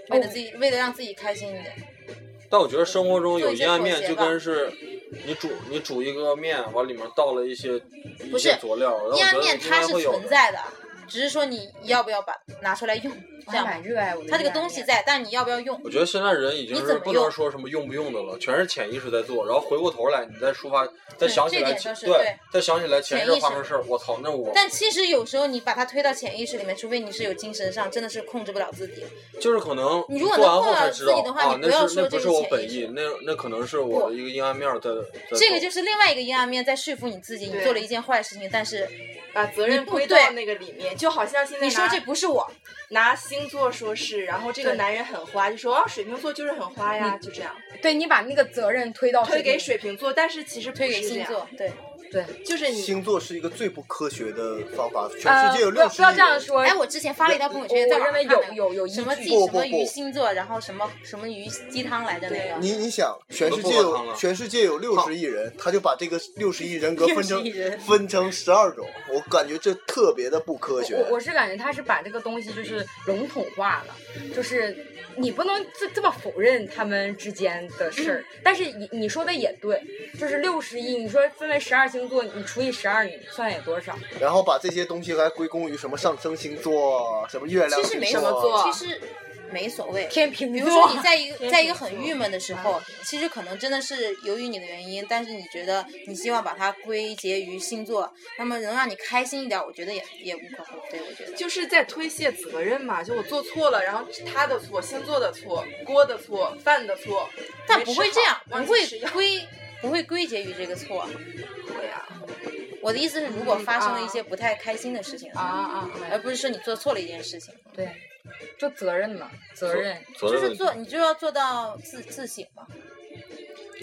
[SPEAKER 4] 为了
[SPEAKER 5] 哦
[SPEAKER 4] 自己，为了让自己开心一点。
[SPEAKER 6] 但我觉得生活中有
[SPEAKER 4] 做一些
[SPEAKER 6] 阴暗
[SPEAKER 4] 妥
[SPEAKER 6] 面，
[SPEAKER 4] 协
[SPEAKER 6] 就
[SPEAKER 4] 吧
[SPEAKER 6] 跟是你煮你煮一个面，往里面倒了一些一
[SPEAKER 4] 不
[SPEAKER 6] 些
[SPEAKER 4] 是
[SPEAKER 6] 佐料，然后我
[SPEAKER 4] 阴
[SPEAKER 6] 觉
[SPEAKER 4] 暗
[SPEAKER 6] 得
[SPEAKER 4] 面
[SPEAKER 6] 应
[SPEAKER 4] 它
[SPEAKER 6] 该
[SPEAKER 4] 是
[SPEAKER 6] 会有
[SPEAKER 4] 存
[SPEAKER 6] 的。
[SPEAKER 4] 在的，只是说你要不要把拿出来用，
[SPEAKER 7] 我
[SPEAKER 4] 这样
[SPEAKER 7] 还蛮
[SPEAKER 4] 吧。
[SPEAKER 7] 热爱我的
[SPEAKER 4] 它这个
[SPEAKER 7] 阴暗
[SPEAKER 4] 东西
[SPEAKER 7] 面
[SPEAKER 4] 在，但你要不要用？
[SPEAKER 6] 我觉得现在人已经
[SPEAKER 4] 你怎
[SPEAKER 6] 是
[SPEAKER 4] 么
[SPEAKER 6] 不
[SPEAKER 4] 用
[SPEAKER 6] 能说什么用不用的了，全是潜意识在做，然后回过头来你再抒发，再
[SPEAKER 4] 对
[SPEAKER 6] 想起
[SPEAKER 4] 这
[SPEAKER 6] 来
[SPEAKER 4] 点
[SPEAKER 6] 前
[SPEAKER 4] 倒是对
[SPEAKER 6] 再想起来前一
[SPEAKER 4] 潜
[SPEAKER 6] 阵
[SPEAKER 4] 意
[SPEAKER 6] 发
[SPEAKER 4] 识
[SPEAKER 6] 生事儿，我操，那我
[SPEAKER 4] 但其实有时候你把它推到潜意识里面，除非你是有精神上，真的是控制不了自己。
[SPEAKER 6] 就是可能
[SPEAKER 4] 你如果
[SPEAKER 6] 做
[SPEAKER 4] 能
[SPEAKER 6] 完后
[SPEAKER 4] 控制
[SPEAKER 6] 才
[SPEAKER 4] 了
[SPEAKER 6] 知
[SPEAKER 4] 自
[SPEAKER 6] 道
[SPEAKER 4] 己的话
[SPEAKER 6] 啊，
[SPEAKER 4] 你不要
[SPEAKER 6] 那是
[SPEAKER 4] 说
[SPEAKER 6] 那不
[SPEAKER 4] 这是
[SPEAKER 6] 是我
[SPEAKER 4] 潜
[SPEAKER 6] 本
[SPEAKER 4] 意识
[SPEAKER 6] 意，那那可能是我的一个阴暗面在在
[SPEAKER 4] 这个
[SPEAKER 6] 走
[SPEAKER 4] 就是另外一个阴暗面在说服你自己，你
[SPEAKER 5] 对
[SPEAKER 4] 做了一件坏事情，但是
[SPEAKER 5] 把责任
[SPEAKER 4] 你不
[SPEAKER 5] 归到
[SPEAKER 4] 对
[SPEAKER 5] 那个里面，就好像现在
[SPEAKER 4] 你说
[SPEAKER 5] 拿
[SPEAKER 4] 这不是我，
[SPEAKER 5] 拿星座说事，然后这个
[SPEAKER 4] 对
[SPEAKER 5] 男人很花，就说啊水瓶座就是很花呀，就这样
[SPEAKER 7] 对你把那个责任推到
[SPEAKER 5] 推给
[SPEAKER 7] 瓶
[SPEAKER 5] 水瓶座，但是其实不
[SPEAKER 4] 哦推给
[SPEAKER 5] 是这
[SPEAKER 4] 星
[SPEAKER 5] 样，
[SPEAKER 4] 座，对。
[SPEAKER 5] 就是你
[SPEAKER 3] 星座是一个最不科学的方法，全
[SPEAKER 7] 呃
[SPEAKER 3] 世界有
[SPEAKER 7] 不要
[SPEAKER 3] 六
[SPEAKER 7] 不
[SPEAKER 3] 十
[SPEAKER 7] 要这样说，
[SPEAKER 4] 哎，我之前发了一条朋友圈，
[SPEAKER 7] 我
[SPEAKER 4] 在
[SPEAKER 7] 我认为
[SPEAKER 4] 网上
[SPEAKER 7] 有
[SPEAKER 4] 看
[SPEAKER 7] 有有依
[SPEAKER 4] 什么
[SPEAKER 7] 据
[SPEAKER 4] 记
[SPEAKER 3] 不
[SPEAKER 4] 什么
[SPEAKER 3] 不
[SPEAKER 4] 鱼
[SPEAKER 3] 不
[SPEAKER 4] 星座，然后什么什么鱼鸡汤来着那个。
[SPEAKER 3] 你你想，全世界
[SPEAKER 6] 我都不管他
[SPEAKER 3] 有
[SPEAKER 6] 了
[SPEAKER 3] 全世界有六十亿人，他就把这个六十亿人格分成
[SPEAKER 4] 60亿人
[SPEAKER 3] 分成十二种，我感觉这特别的不科学。
[SPEAKER 7] 我我是感觉他是把这个东西就是笼统化了，就是你不能这这么否认他们之间的事
[SPEAKER 4] 嗯
[SPEAKER 7] 儿。但是你你说的也对，就是六十亿，你说分为十二星座，你除以十二，你算有多少？
[SPEAKER 3] 然后把这些东西还归功于什么上升星座、啊什么月亮
[SPEAKER 4] 其
[SPEAKER 3] 星
[SPEAKER 4] 实
[SPEAKER 3] 座。啊
[SPEAKER 4] 没
[SPEAKER 5] 什么座
[SPEAKER 4] 其实没所谓。
[SPEAKER 7] 天平
[SPEAKER 4] 比如
[SPEAKER 7] 座
[SPEAKER 4] 说你在一个
[SPEAKER 5] 天
[SPEAKER 4] 在一个
[SPEAKER 5] 秤
[SPEAKER 4] 很
[SPEAKER 5] 座
[SPEAKER 4] 郁闷的时候，其实可能真的是由于你的原因，但是你觉得你希望把它归结于星座，那么能让你开心一点，我觉得也也无可厚非。我觉得
[SPEAKER 5] 就是在推卸责任嘛，就我做错了，然后是他的错，星座的错，锅的错，饭的错，
[SPEAKER 4] 但
[SPEAKER 5] 没啊
[SPEAKER 4] 不
[SPEAKER 5] 吃
[SPEAKER 4] 会这
[SPEAKER 5] 好
[SPEAKER 4] 样，
[SPEAKER 5] 忘
[SPEAKER 4] 不
[SPEAKER 5] 记
[SPEAKER 4] 会
[SPEAKER 5] 吃药
[SPEAKER 4] 归不会归结于这个错。
[SPEAKER 5] 对呀
[SPEAKER 4] 我的意思是，如果
[SPEAKER 5] 嗯
[SPEAKER 4] 发生了一
[SPEAKER 5] 啊
[SPEAKER 4] 些不太开心的事情
[SPEAKER 5] 啊，啊
[SPEAKER 7] 呃
[SPEAKER 5] 啊！
[SPEAKER 4] 而不是说你做错了一件事情，
[SPEAKER 7] 对，就责任嘛，责任。
[SPEAKER 6] 责
[SPEAKER 4] 就
[SPEAKER 6] 任
[SPEAKER 4] 是
[SPEAKER 6] 问题。
[SPEAKER 4] 做你就要做到自自省嘛。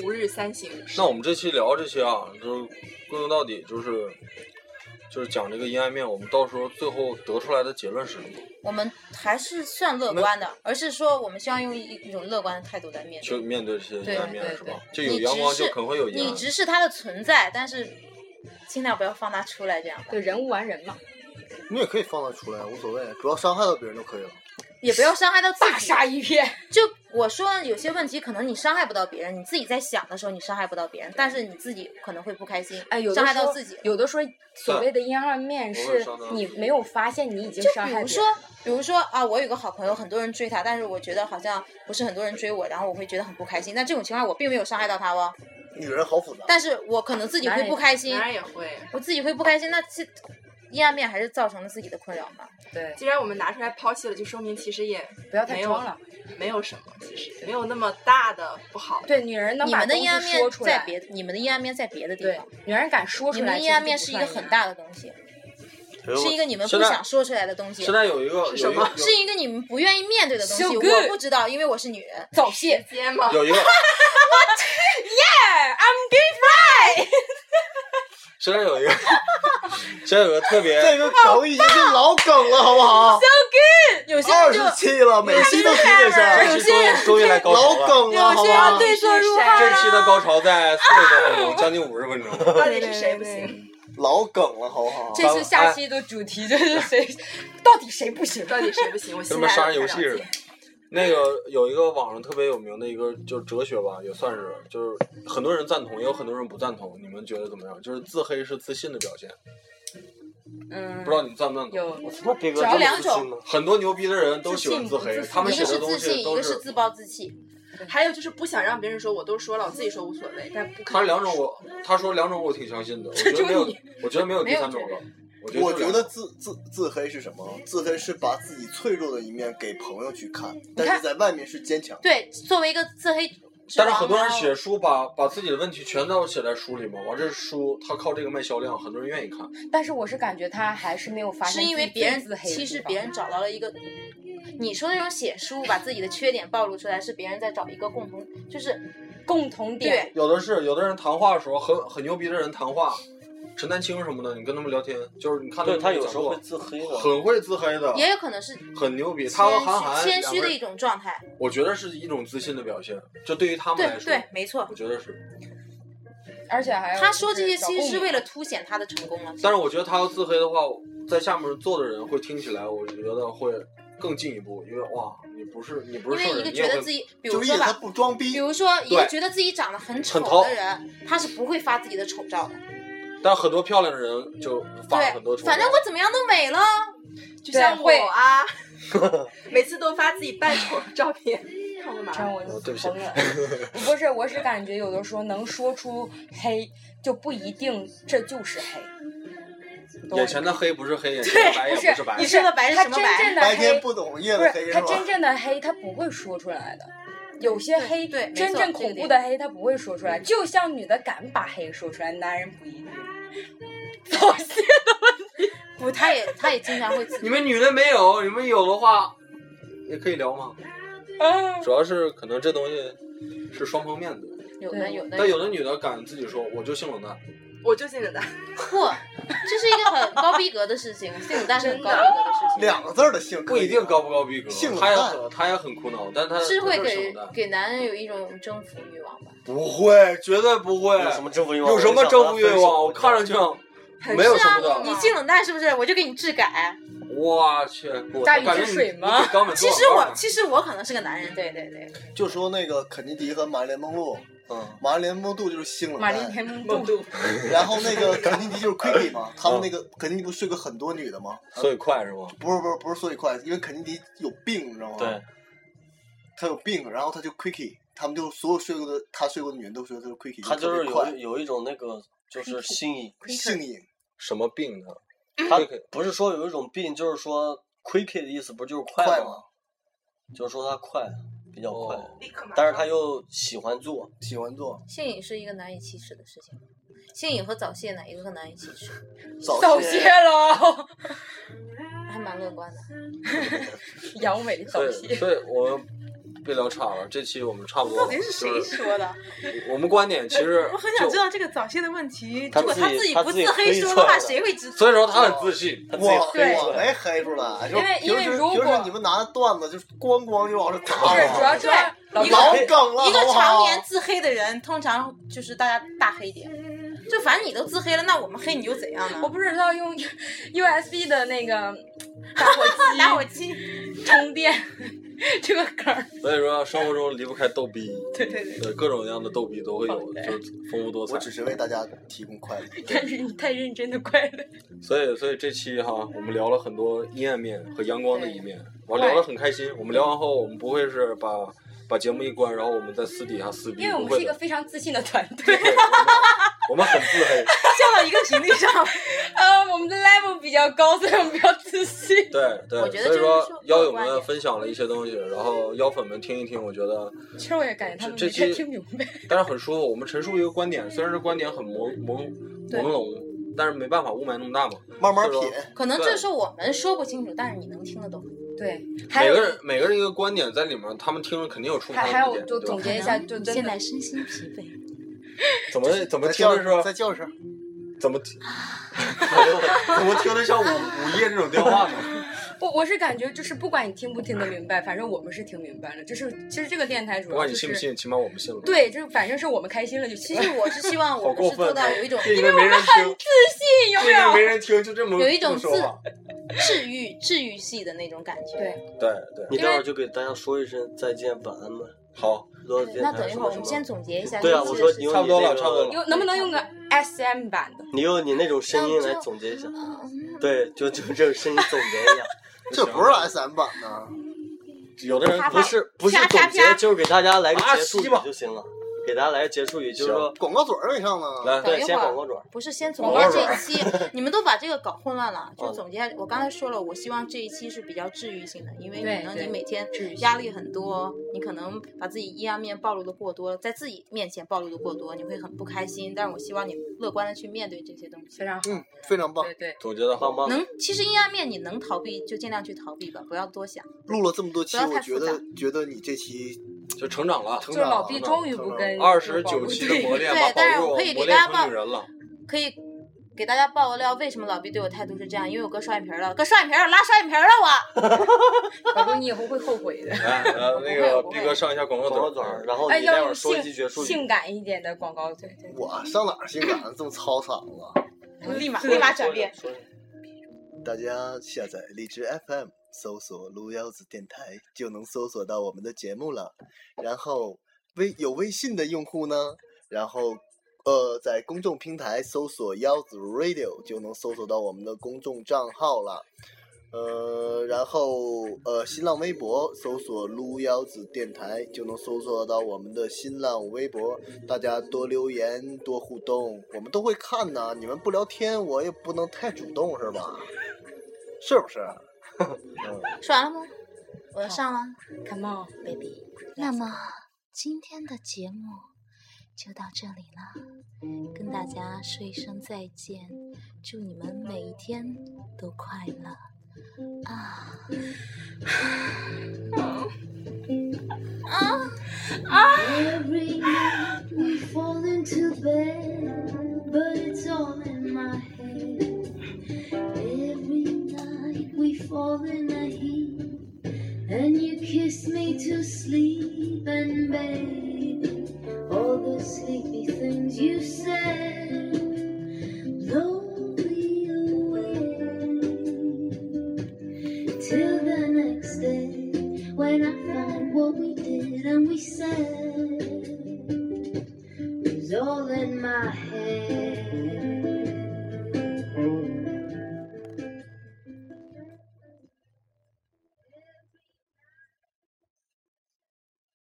[SPEAKER 5] 吾日三省。
[SPEAKER 6] 那我们这期聊这些啊，就是归根到底就是就是讲这个阴暗面，我们到时候最后得出来的结论是什么？
[SPEAKER 4] 我们还是算乐观的，而是说我们希望用一一种乐观的态度来面
[SPEAKER 6] 去
[SPEAKER 4] 对。
[SPEAKER 6] 面对这些阴暗面
[SPEAKER 7] 对
[SPEAKER 6] 是吧？就
[SPEAKER 4] 对
[SPEAKER 6] 有阳光
[SPEAKER 4] 你只
[SPEAKER 6] 就是可能会有阴
[SPEAKER 4] 你
[SPEAKER 6] 暗。
[SPEAKER 4] 直视它的存在，但是尽量不要放它出来，这样吧，
[SPEAKER 7] 对人无完人嘛，
[SPEAKER 3] 你也可以放它出来，无所谓，主要伤害到别人就可以了。
[SPEAKER 4] 也不要伤害到自
[SPEAKER 7] 大
[SPEAKER 4] 己。
[SPEAKER 7] 杀一片。
[SPEAKER 4] 就我说，有些问题可能你伤害不到别人，你自己在想的时候你伤害不到别人，但是你自己可能会不开心，
[SPEAKER 7] 哎，有的
[SPEAKER 4] 伤害
[SPEAKER 7] 时候
[SPEAKER 4] 到自己。
[SPEAKER 7] 有的说所谓的阴暗面
[SPEAKER 6] 我会
[SPEAKER 7] 是
[SPEAKER 6] 伤到
[SPEAKER 7] 你没有发现你已经
[SPEAKER 4] 就
[SPEAKER 7] 伤
[SPEAKER 4] 比
[SPEAKER 7] 害
[SPEAKER 4] 如
[SPEAKER 7] 别
[SPEAKER 4] 说
[SPEAKER 7] 人。，
[SPEAKER 4] 比如说啊，我有个好朋友，很多人追他，但是我觉得好像不是很多人追我，然后我会觉得很不开心。但这种情况我并没有伤害到他哦，
[SPEAKER 3] 女人好复杂，
[SPEAKER 4] 但是我可能自己
[SPEAKER 7] 男
[SPEAKER 4] 会
[SPEAKER 7] 人
[SPEAKER 4] 不开心
[SPEAKER 5] 男，人也会。
[SPEAKER 4] 我自己会不开心，那这阴暗面还是造成了自己的困扰嘛？
[SPEAKER 7] 对，
[SPEAKER 5] 既然我们拿出来抛弃了，就说明其实也
[SPEAKER 7] 不要太
[SPEAKER 5] 没有
[SPEAKER 7] 装了。
[SPEAKER 5] 没有什么，其实没有那么大的不好。
[SPEAKER 7] 对，女人能
[SPEAKER 4] 你
[SPEAKER 7] 把
[SPEAKER 4] 们的
[SPEAKER 7] 东
[SPEAKER 4] 阴暗
[SPEAKER 7] 西
[SPEAKER 4] 面
[SPEAKER 7] 说出
[SPEAKER 4] 在
[SPEAKER 7] 来，
[SPEAKER 4] 别，你们的阴暗面在别的地
[SPEAKER 7] 对
[SPEAKER 4] 方，，
[SPEAKER 7] 女人敢说
[SPEAKER 4] 你
[SPEAKER 7] 出
[SPEAKER 4] 们
[SPEAKER 7] 来，
[SPEAKER 4] 的阴暗面是一个很。大的东西，
[SPEAKER 8] 哎呦
[SPEAKER 4] 是一个你们不想说出来的东西
[SPEAKER 6] 现，在有一个有
[SPEAKER 5] 什
[SPEAKER 6] 一
[SPEAKER 5] 么
[SPEAKER 6] 个
[SPEAKER 4] 是一个你们不愿意面对的东
[SPEAKER 7] So
[SPEAKER 4] 西。
[SPEAKER 7] good
[SPEAKER 4] 我不知道，因为我是女人。
[SPEAKER 7] 早泄。
[SPEAKER 5] 接吗？
[SPEAKER 6] 有一个
[SPEAKER 7] 哎 I'm gay。
[SPEAKER 6] 现在有一个 [laughs] 现在有个特别
[SPEAKER 3] 这个梗已经是老梗了，好不好？
[SPEAKER 4] 有些
[SPEAKER 3] 二
[SPEAKER 4] 人
[SPEAKER 3] 十
[SPEAKER 4] 就
[SPEAKER 3] 期了，每期都提这事
[SPEAKER 6] 这
[SPEAKER 3] 儿
[SPEAKER 6] 期，终于终于来高
[SPEAKER 3] 老
[SPEAKER 6] 潮了。
[SPEAKER 3] 梗了，好
[SPEAKER 7] 有些
[SPEAKER 3] 吧？
[SPEAKER 7] 人对坐如
[SPEAKER 6] [laughs]
[SPEAKER 5] 是
[SPEAKER 7] 号
[SPEAKER 5] 谁
[SPEAKER 6] 这期的高潮在四十多分钟，将近五十分钟。
[SPEAKER 5] 到底是谁不行？
[SPEAKER 3] 老梗了，好不好？
[SPEAKER 7] 这次下期的主题就是谁，到底谁不行？
[SPEAKER 5] 到底谁不行？我
[SPEAKER 6] 跟
[SPEAKER 5] 现
[SPEAKER 6] 他
[SPEAKER 5] 在
[SPEAKER 6] 妈杀人游戏似的。那个有一个网上特别有名的一个，就是哲学吧，也算是，就是很多人赞同，也有很多人不赞同。你们觉得怎么样？就是自黑是自信的表现，
[SPEAKER 7] 嗯
[SPEAKER 6] 不知，道你们赞不赞同？
[SPEAKER 7] 有
[SPEAKER 8] 我他妈逼哥
[SPEAKER 4] 主要
[SPEAKER 8] 这么
[SPEAKER 4] 两
[SPEAKER 8] 自
[SPEAKER 4] 种
[SPEAKER 8] 信吗？
[SPEAKER 6] 很多牛逼的人都喜欢自
[SPEAKER 7] 自信
[SPEAKER 6] 黑
[SPEAKER 7] 不自，信
[SPEAKER 6] 他们
[SPEAKER 4] 一
[SPEAKER 6] 写
[SPEAKER 4] 个是
[SPEAKER 6] 的东
[SPEAKER 4] 自信，
[SPEAKER 6] 西
[SPEAKER 4] 一
[SPEAKER 6] 都
[SPEAKER 4] 个是自暴自弃。
[SPEAKER 5] 还有就是不想让别人说，我都说了，我自己说无所谓，但不可
[SPEAKER 6] 他
[SPEAKER 5] 能
[SPEAKER 6] 两种
[SPEAKER 5] 说
[SPEAKER 6] 我，他说两种我挺相信的，我觉得没有，我觉得没有第三种了。我觉得
[SPEAKER 3] 我
[SPEAKER 6] 就
[SPEAKER 3] 觉
[SPEAKER 6] 两
[SPEAKER 3] 得
[SPEAKER 6] 种
[SPEAKER 3] 自自自黑是什么？自黑是把自己脆弱的一面给朋友去看，但是在外面是坚强。
[SPEAKER 4] 对，作为一个自黑之王，
[SPEAKER 6] 但是很多人写书把把自己的问题全都写在书里嘛，完这书他靠这个卖销量，很多人愿意看。
[SPEAKER 7] 但是我是感觉他还是没有发现
[SPEAKER 4] 是因为
[SPEAKER 7] 自己
[SPEAKER 4] 别人
[SPEAKER 7] 自黑的地方，
[SPEAKER 4] 其实别人找到了一个，你说那种写书把自己的缺点暴露出来，是别人在找一个共同，就是
[SPEAKER 7] 共同点
[SPEAKER 4] 对，
[SPEAKER 6] 有的是，有的人谈话的时候很很牛逼的人谈话，陈丹青什么的，你跟他们聊天，就是你看
[SPEAKER 8] 对
[SPEAKER 6] 他
[SPEAKER 8] 他
[SPEAKER 6] 们
[SPEAKER 8] 有
[SPEAKER 6] 讲
[SPEAKER 8] 时候
[SPEAKER 6] 座
[SPEAKER 8] 会自黑的。嗯
[SPEAKER 6] 很会自黑的，
[SPEAKER 4] 也有可能是
[SPEAKER 6] 很牛逼。他和韩寒
[SPEAKER 4] 谦虚
[SPEAKER 6] 两
[SPEAKER 4] 谦虚
[SPEAKER 6] 个
[SPEAKER 4] 的
[SPEAKER 6] 人
[SPEAKER 4] 一种状态。
[SPEAKER 6] 我觉得是一种自信的表现，这对于他们来
[SPEAKER 4] 对
[SPEAKER 6] 说，
[SPEAKER 4] 对，没错
[SPEAKER 6] 我。觉得是。
[SPEAKER 7] 而且还有
[SPEAKER 4] 他说这些
[SPEAKER 7] 就是
[SPEAKER 4] 其实
[SPEAKER 7] 找
[SPEAKER 4] 是
[SPEAKER 7] 共
[SPEAKER 4] 为
[SPEAKER 7] 鸣
[SPEAKER 4] 了凸显他的成功了。
[SPEAKER 6] 但是我觉得他要自黑的话，在下面坐的人会听起来，我觉得会更进一步，因为哇，你不是你
[SPEAKER 4] 因
[SPEAKER 6] 不是圣
[SPEAKER 4] 为一
[SPEAKER 6] 人，
[SPEAKER 4] 个
[SPEAKER 6] 你
[SPEAKER 4] 觉
[SPEAKER 6] 也
[SPEAKER 4] 得
[SPEAKER 6] 会
[SPEAKER 4] 自己，比
[SPEAKER 3] 就
[SPEAKER 4] 如
[SPEAKER 3] 是因
[SPEAKER 4] 说
[SPEAKER 3] 为他
[SPEAKER 4] 吧，
[SPEAKER 3] 不装逼
[SPEAKER 4] 比，如说一个
[SPEAKER 6] 对
[SPEAKER 4] 觉得自己长得很
[SPEAKER 6] 很
[SPEAKER 4] 丑
[SPEAKER 6] 淘
[SPEAKER 4] 的人，他是不会发自己的丑照的。
[SPEAKER 6] 但很多漂亮的人就发了很多
[SPEAKER 4] 对，
[SPEAKER 6] 丑照
[SPEAKER 4] 反正我怎么样都美了。
[SPEAKER 5] 就像我
[SPEAKER 7] 对
[SPEAKER 6] [laughs]
[SPEAKER 5] 啊，每次都发自己扮丑的照片，看过
[SPEAKER 7] [laughs]
[SPEAKER 5] 吗？
[SPEAKER 7] 这样我
[SPEAKER 6] 哦
[SPEAKER 7] 就
[SPEAKER 6] 对不起
[SPEAKER 7] 疯了。不是，我是感觉有的时候能说出黑，就不一定这就是黑。懂
[SPEAKER 6] 眼前的黑不是黑，眼前的白也
[SPEAKER 7] 不
[SPEAKER 6] 不是白
[SPEAKER 7] 你。
[SPEAKER 4] 说的白是
[SPEAKER 7] 他
[SPEAKER 4] 什么
[SPEAKER 7] 真
[SPEAKER 4] 白
[SPEAKER 7] 正的
[SPEAKER 3] 白天
[SPEAKER 7] 黑，
[SPEAKER 3] 不懂夜
[SPEAKER 7] 不
[SPEAKER 3] 的黑
[SPEAKER 7] 是
[SPEAKER 3] 是
[SPEAKER 7] 他
[SPEAKER 3] 吧？
[SPEAKER 7] 真正的黑，他不会说出来的。有些
[SPEAKER 4] 对
[SPEAKER 7] 黑，
[SPEAKER 4] 对没
[SPEAKER 7] 真
[SPEAKER 4] 错
[SPEAKER 7] 正
[SPEAKER 4] 这
[SPEAKER 7] 恐
[SPEAKER 4] 个
[SPEAKER 7] 怖
[SPEAKER 4] 点
[SPEAKER 7] 的黑，他不会说出来。就像女的敢把黑说出来，男人不一定。放心，
[SPEAKER 4] 不，他也他也经常会自
[SPEAKER 6] 你们女的没有，你们有的话也可以聊嘛。
[SPEAKER 7] 啊
[SPEAKER 6] 主要是可能这东西是双方面的，
[SPEAKER 4] 有的
[SPEAKER 7] 对
[SPEAKER 4] 有的
[SPEAKER 6] 但有的女的敢自己说我就性冷淡，
[SPEAKER 5] 我就信着他，
[SPEAKER 4] 不， [laughs] 这是一个很高逼格的事情，性冷淡是很高逼格的事情。
[SPEAKER 3] 两个字儿的性
[SPEAKER 6] 不一定高不高逼格，
[SPEAKER 3] 性冷
[SPEAKER 6] 她也
[SPEAKER 3] 淡
[SPEAKER 6] 很她也很苦恼，但她
[SPEAKER 4] 是会
[SPEAKER 6] 她就是性
[SPEAKER 4] 给
[SPEAKER 6] 冷淡
[SPEAKER 4] 给男人有一种征服欲望吧？
[SPEAKER 6] 不会，绝对不会，
[SPEAKER 8] 有什么征服欲望？
[SPEAKER 6] 有什么征服欲望？我
[SPEAKER 8] 我
[SPEAKER 6] 看上去没有什么的，
[SPEAKER 4] 你性冷淡是不是？我就给你治改。
[SPEAKER 6] 我去，我
[SPEAKER 7] 大禹
[SPEAKER 6] 感
[SPEAKER 7] 治
[SPEAKER 6] 觉你
[SPEAKER 7] 水
[SPEAKER 6] 你
[SPEAKER 7] 吗
[SPEAKER 6] 比冈本
[SPEAKER 4] 其
[SPEAKER 6] 多
[SPEAKER 4] 实
[SPEAKER 6] 好啊
[SPEAKER 4] 我
[SPEAKER 6] 看
[SPEAKER 4] 其实我可能是个男
[SPEAKER 8] 嗯
[SPEAKER 4] 人，对对对，
[SPEAKER 3] 就说那个肯尼迪和玛丽莲梦露，
[SPEAKER 6] 嗯，
[SPEAKER 3] 玛丽莲梦露就是性冷
[SPEAKER 7] 玛
[SPEAKER 3] 淡，
[SPEAKER 7] 丽莲梦露，
[SPEAKER 3] 然后那个肯尼迪就是 Quicky 嘛，他们那
[SPEAKER 6] 嗯
[SPEAKER 3] 个肯尼迪不是睡过很多女的吗？
[SPEAKER 6] 所以快是吗？
[SPEAKER 3] 不是不是不是，所以快，因为肯尼迪有病，你知道吗？
[SPEAKER 8] 对，，
[SPEAKER 3] 他有病，然后他就 Quicky，他们就所有睡过的他睡过的女人都说他是 Quicky，
[SPEAKER 8] 他就
[SPEAKER 3] 特
[SPEAKER 8] 是
[SPEAKER 3] 别
[SPEAKER 8] 有
[SPEAKER 3] 快，
[SPEAKER 8] 有一种那个就是心
[SPEAKER 7] [laughs]
[SPEAKER 8] 意，
[SPEAKER 3] 性瘾，
[SPEAKER 6] 什么病呢？
[SPEAKER 8] 他
[SPEAKER 6] Quick
[SPEAKER 8] 不是说有一种病，就是说 quick 的意思不就是快
[SPEAKER 3] 快
[SPEAKER 8] 吗？就是说他快，比较快，
[SPEAKER 6] 哦
[SPEAKER 8] 但是他又喜欢做，
[SPEAKER 3] 喜欢做
[SPEAKER 4] 性瘾是一个难以启齿的事情。性瘾和早泄哪一个更难以启齿？
[SPEAKER 7] 早泄了， [laughs]
[SPEAKER 4] 还蛮乐观的。
[SPEAKER 7] 阳痿早
[SPEAKER 6] 所以，
[SPEAKER 7] 泄。
[SPEAKER 6] 所以我们别聊岔了。这期我们差不多了。就是
[SPEAKER 4] 说的？
[SPEAKER 6] 我们观点其实
[SPEAKER 4] 我很想知道这个早泄的问题。
[SPEAKER 8] 他
[SPEAKER 4] 如果
[SPEAKER 8] 自
[SPEAKER 4] 他
[SPEAKER 8] 己
[SPEAKER 4] 自己
[SPEAKER 8] 他
[SPEAKER 4] 不
[SPEAKER 8] 自己
[SPEAKER 4] 自
[SPEAKER 8] 黑
[SPEAKER 4] 黑
[SPEAKER 8] 出
[SPEAKER 4] 说的
[SPEAKER 8] 来
[SPEAKER 4] 话，
[SPEAKER 8] 了
[SPEAKER 4] 谁会知道？
[SPEAKER 6] 所以说他很自信。
[SPEAKER 8] 他自
[SPEAKER 3] 我
[SPEAKER 8] 己
[SPEAKER 7] 对
[SPEAKER 8] 黑
[SPEAKER 3] 我没黑出来，就
[SPEAKER 7] 因为因为
[SPEAKER 3] 平时
[SPEAKER 7] 如果
[SPEAKER 3] 平时你们拿段子就是咣咣就往上
[SPEAKER 7] 不是，主要
[SPEAKER 3] 打，
[SPEAKER 7] 是老
[SPEAKER 4] 一个
[SPEAKER 3] 老
[SPEAKER 7] 高
[SPEAKER 3] 梗了，
[SPEAKER 4] 一个
[SPEAKER 3] 好不好
[SPEAKER 4] 常年自黑的人，通常就是大家大黑点。
[SPEAKER 8] 嗯
[SPEAKER 4] 就反正你都自黑了，那我们黑你又怎样呢
[SPEAKER 7] 我？不知道用 [laughs] USB 的那个 [laughs] 打火机
[SPEAKER 4] 打火机，
[SPEAKER 7] 充电这个梗儿，
[SPEAKER 6] 所以说生活中离不开逗逼，
[SPEAKER 7] 对对对，
[SPEAKER 6] 对各种各样的逗逼都会有，就是丰富多彩
[SPEAKER 3] 我。只是为大家提供快乐。
[SPEAKER 7] 但是你太认真的快乐，
[SPEAKER 6] 所以，所以这期哈，我们聊了很多阴暗面和阳光的一面，我聊得很开心。我们聊完后，我们不会是把把节目一关，然后我们在私底下撕逼，
[SPEAKER 7] 因为我
[SPEAKER 6] 不
[SPEAKER 7] 们是
[SPEAKER 6] 会
[SPEAKER 7] 一个
[SPEAKER 6] 的。
[SPEAKER 7] 非常自信的团队，
[SPEAKER 6] 对我们我们很自黑，
[SPEAKER 4] 笑到一个频率上。
[SPEAKER 7] 呃，我们的 level 比较高，所以我们比较自信。
[SPEAKER 6] 对对，
[SPEAKER 4] 我觉
[SPEAKER 6] 所
[SPEAKER 4] 得
[SPEAKER 6] 以
[SPEAKER 4] 这就是
[SPEAKER 6] 说
[SPEAKER 4] 说
[SPEAKER 6] 妖友
[SPEAKER 4] 观
[SPEAKER 6] 们
[SPEAKER 4] 点
[SPEAKER 6] 分享了一些东西，然后妖粉们听一听，我觉得
[SPEAKER 7] 其实我也感觉他们
[SPEAKER 6] 这
[SPEAKER 7] 没
[SPEAKER 6] 这
[SPEAKER 7] 太
[SPEAKER 6] 期
[SPEAKER 7] 听明白，
[SPEAKER 6] [laughs] 但是很舒服。我们陈述一个观点，虽然这观点很朦朦
[SPEAKER 4] 对
[SPEAKER 6] 朦胧，但是没办法，雾霾那么大嘛。
[SPEAKER 3] 慢慢
[SPEAKER 6] 所
[SPEAKER 3] 品
[SPEAKER 6] 以，说
[SPEAKER 4] [laughs] 可能这是我们说不清楚，但是你能听得懂。
[SPEAKER 7] 对，还
[SPEAKER 6] 每
[SPEAKER 7] 有
[SPEAKER 6] 个人每个人一个观点在里面，他们听了肯定有出不
[SPEAKER 7] 还
[SPEAKER 6] 同
[SPEAKER 7] 还
[SPEAKER 6] 的
[SPEAKER 7] 有
[SPEAKER 6] 点，
[SPEAKER 7] 就
[SPEAKER 6] 对吧
[SPEAKER 7] 总？结一下，就真
[SPEAKER 4] 现
[SPEAKER 7] 的
[SPEAKER 4] 在身心疲惫，
[SPEAKER 6] 怎么怎么
[SPEAKER 3] 再
[SPEAKER 6] 听
[SPEAKER 3] 叫
[SPEAKER 6] 着说
[SPEAKER 3] 再叫一声，
[SPEAKER 6] 怎么听怎么听着像午午夜这种电话呢？
[SPEAKER 7] 我我是感觉就是不管你听不听得明白，反正我们是听明白了。就是其实这个电台主
[SPEAKER 6] 不
[SPEAKER 7] 要
[SPEAKER 6] 管
[SPEAKER 7] 就
[SPEAKER 6] 你信
[SPEAKER 7] 是
[SPEAKER 6] 不信，起码我们信了。，
[SPEAKER 7] 对，就是反正是我们开心了就
[SPEAKER 4] 其
[SPEAKER 7] 行。
[SPEAKER 4] 实我是希
[SPEAKER 8] [laughs]
[SPEAKER 4] 望我
[SPEAKER 6] 好
[SPEAKER 4] 们
[SPEAKER 6] 过
[SPEAKER 4] 是做
[SPEAKER 6] 分
[SPEAKER 4] 到
[SPEAKER 6] 啊，
[SPEAKER 4] 有一种
[SPEAKER 6] 就因为没人听，
[SPEAKER 7] 信 [laughs] 有没
[SPEAKER 6] 就因为没
[SPEAKER 7] 有？
[SPEAKER 6] 人听，就这么
[SPEAKER 4] 有一种
[SPEAKER 6] 这
[SPEAKER 4] 自
[SPEAKER 6] 么说话。
[SPEAKER 4] 治愈治愈系的那种感觉。
[SPEAKER 7] 对
[SPEAKER 6] 对对，
[SPEAKER 8] 你待会儿就给大家说一声再见晚安吧。
[SPEAKER 6] 好，
[SPEAKER 8] 多
[SPEAKER 4] 对那等一会儿我们先
[SPEAKER 8] 先
[SPEAKER 4] 总结一下
[SPEAKER 8] 对啊，
[SPEAKER 4] 这
[SPEAKER 8] 我
[SPEAKER 4] 次
[SPEAKER 8] 说
[SPEAKER 4] 的事
[SPEAKER 8] 你用
[SPEAKER 6] 差不多了
[SPEAKER 8] 你那个
[SPEAKER 6] 差不多了
[SPEAKER 7] 有能不能用个 S M 版的？
[SPEAKER 8] 你用你那种声音来总结一下，
[SPEAKER 7] 嗯
[SPEAKER 8] 对，就就这种声音总结一下，
[SPEAKER 3] 这不是 S M 版呢，
[SPEAKER 6] 有的人
[SPEAKER 4] 啪啪
[SPEAKER 8] 不是 [laughs] 不是
[SPEAKER 4] 啪
[SPEAKER 8] 总
[SPEAKER 4] 啪
[SPEAKER 8] 结
[SPEAKER 4] 啪，
[SPEAKER 8] 就是给大家来个
[SPEAKER 6] 啊
[SPEAKER 8] 结束
[SPEAKER 6] 西
[SPEAKER 8] 语
[SPEAKER 6] 吧
[SPEAKER 8] 就行了，给大家来个结束语，就是说
[SPEAKER 3] 广告嘴儿没上呢。
[SPEAKER 6] 来，
[SPEAKER 4] 等
[SPEAKER 8] 对，
[SPEAKER 4] 一
[SPEAKER 8] 先
[SPEAKER 4] 会儿
[SPEAKER 8] 广告转，
[SPEAKER 4] 不是先总结这一期，你们都把这个搞混乱了。就总结，我刚才说了，我希望这一期是比较治愈性的，因为
[SPEAKER 7] 对
[SPEAKER 4] 可能
[SPEAKER 7] 对
[SPEAKER 4] 你每天
[SPEAKER 7] 治愈性
[SPEAKER 4] 压力很多，你可能把自己阴暗面暴露的过多，在自己面前暴露的过多，你会很不开心。但是我希望你乐观的去面对这些东西
[SPEAKER 7] 非。常好，
[SPEAKER 3] 嗯，非常棒，
[SPEAKER 7] 对对。
[SPEAKER 6] 总结的好
[SPEAKER 8] 棒。棒。
[SPEAKER 4] 能，其实阴暗面你能逃避就尽量去逃避吧，不要多想。
[SPEAKER 3] 录了这么多期，
[SPEAKER 4] 不要太
[SPEAKER 3] 我觉
[SPEAKER 4] 复
[SPEAKER 3] 得觉得你这期
[SPEAKER 6] 就成长了。
[SPEAKER 3] 成
[SPEAKER 7] 就是
[SPEAKER 3] 长
[SPEAKER 7] 老
[SPEAKER 3] 了，
[SPEAKER 7] 毕终于不跟
[SPEAKER 6] 二十九期的
[SPEAKER 7] [laughs]
[SPEAKER 6] 磨练，
[SPEAKER 4] 对
[SPEAKER 6] 把
[SPEAKER 4] 但是
[SPEAKER 6] 宝
[SPEAKER 4] 我
[SPEAKER 6] 路
[SPEAKER 4] 可以给
[SPEAKER 6] 磨
[SPEAKER 4] 大
[SPEAKER 6] 练
[SPEAKER 4] 家报
[SPEAKER 6] 成女人
[SPEAKER 4] [laughs]
[SPEAKER 6] 了。
[SPEAKER 4] 可以给大家爆个料，为什么老毕对我态度是这样？因为我哥双眼皮儿了，哥双眼皮儿了，拉双眼皮儿了我。
[SPEAKER 7] 我说你以后会后悔的。
[SPEAKER 6] 来，呃，那个
[SPEAKER 4] 我不会
[SPEAKER 6] 逼哥上一下广告
[SPEAKER 8] 广告
[SPEAKER 6] 短
[SPEAKER 8] 嘴
[SPEAKER 6] 儿，
[SPEAKER 8] 儿，
[SPEAKER 6] 啊
[SPEAKER 8] 然后
[SPEAKER 7] 哎，
[SPEAKER 8] 哦你待
[SPEAKER 7] 要
[SPEAKER 8] 会
[SPEAKER 7] 用
[SPEAKER 8] 儿说
[SPEAKER 7] 性
[SPEAKER 8] 一句结束语，
[SPEAKER 7] 性感一点的广告，对对，
[SPEAKER 3] 我上哪儿去敢这么操场了？
[SPEAKER 4] 立马立马转变。
[SPEAKER 8] 说一下。
[SPEAKER 3] 大家下载荔枝 FM，搜索“撸腰子电台”，就能搜索到我们的节目了。然后微有微信的用户呢，然后呃，在公众平台搜索“腰子 Radio”，就能搜索到我们的公众账号了。呃，然后呃，新浪微博搜索“撸腰子电台”，就能搜索到我们的新浪微博。大家多留言，多互动，我们都会看呢。你们不聊天，我也不能太主动，是吧？是不是？啊
[SPEAKER 4] 说完了吗？我要上了
[SPEAKER 7] ，Come on。
[SPEAKER 4] ，baby。
[SPEAKER 1] 那么今天的节目就到这里了，跟大家说一声再见，祝你们每一天都快乐啊！啊
[SPEAKER 9] Every night we fall into bed.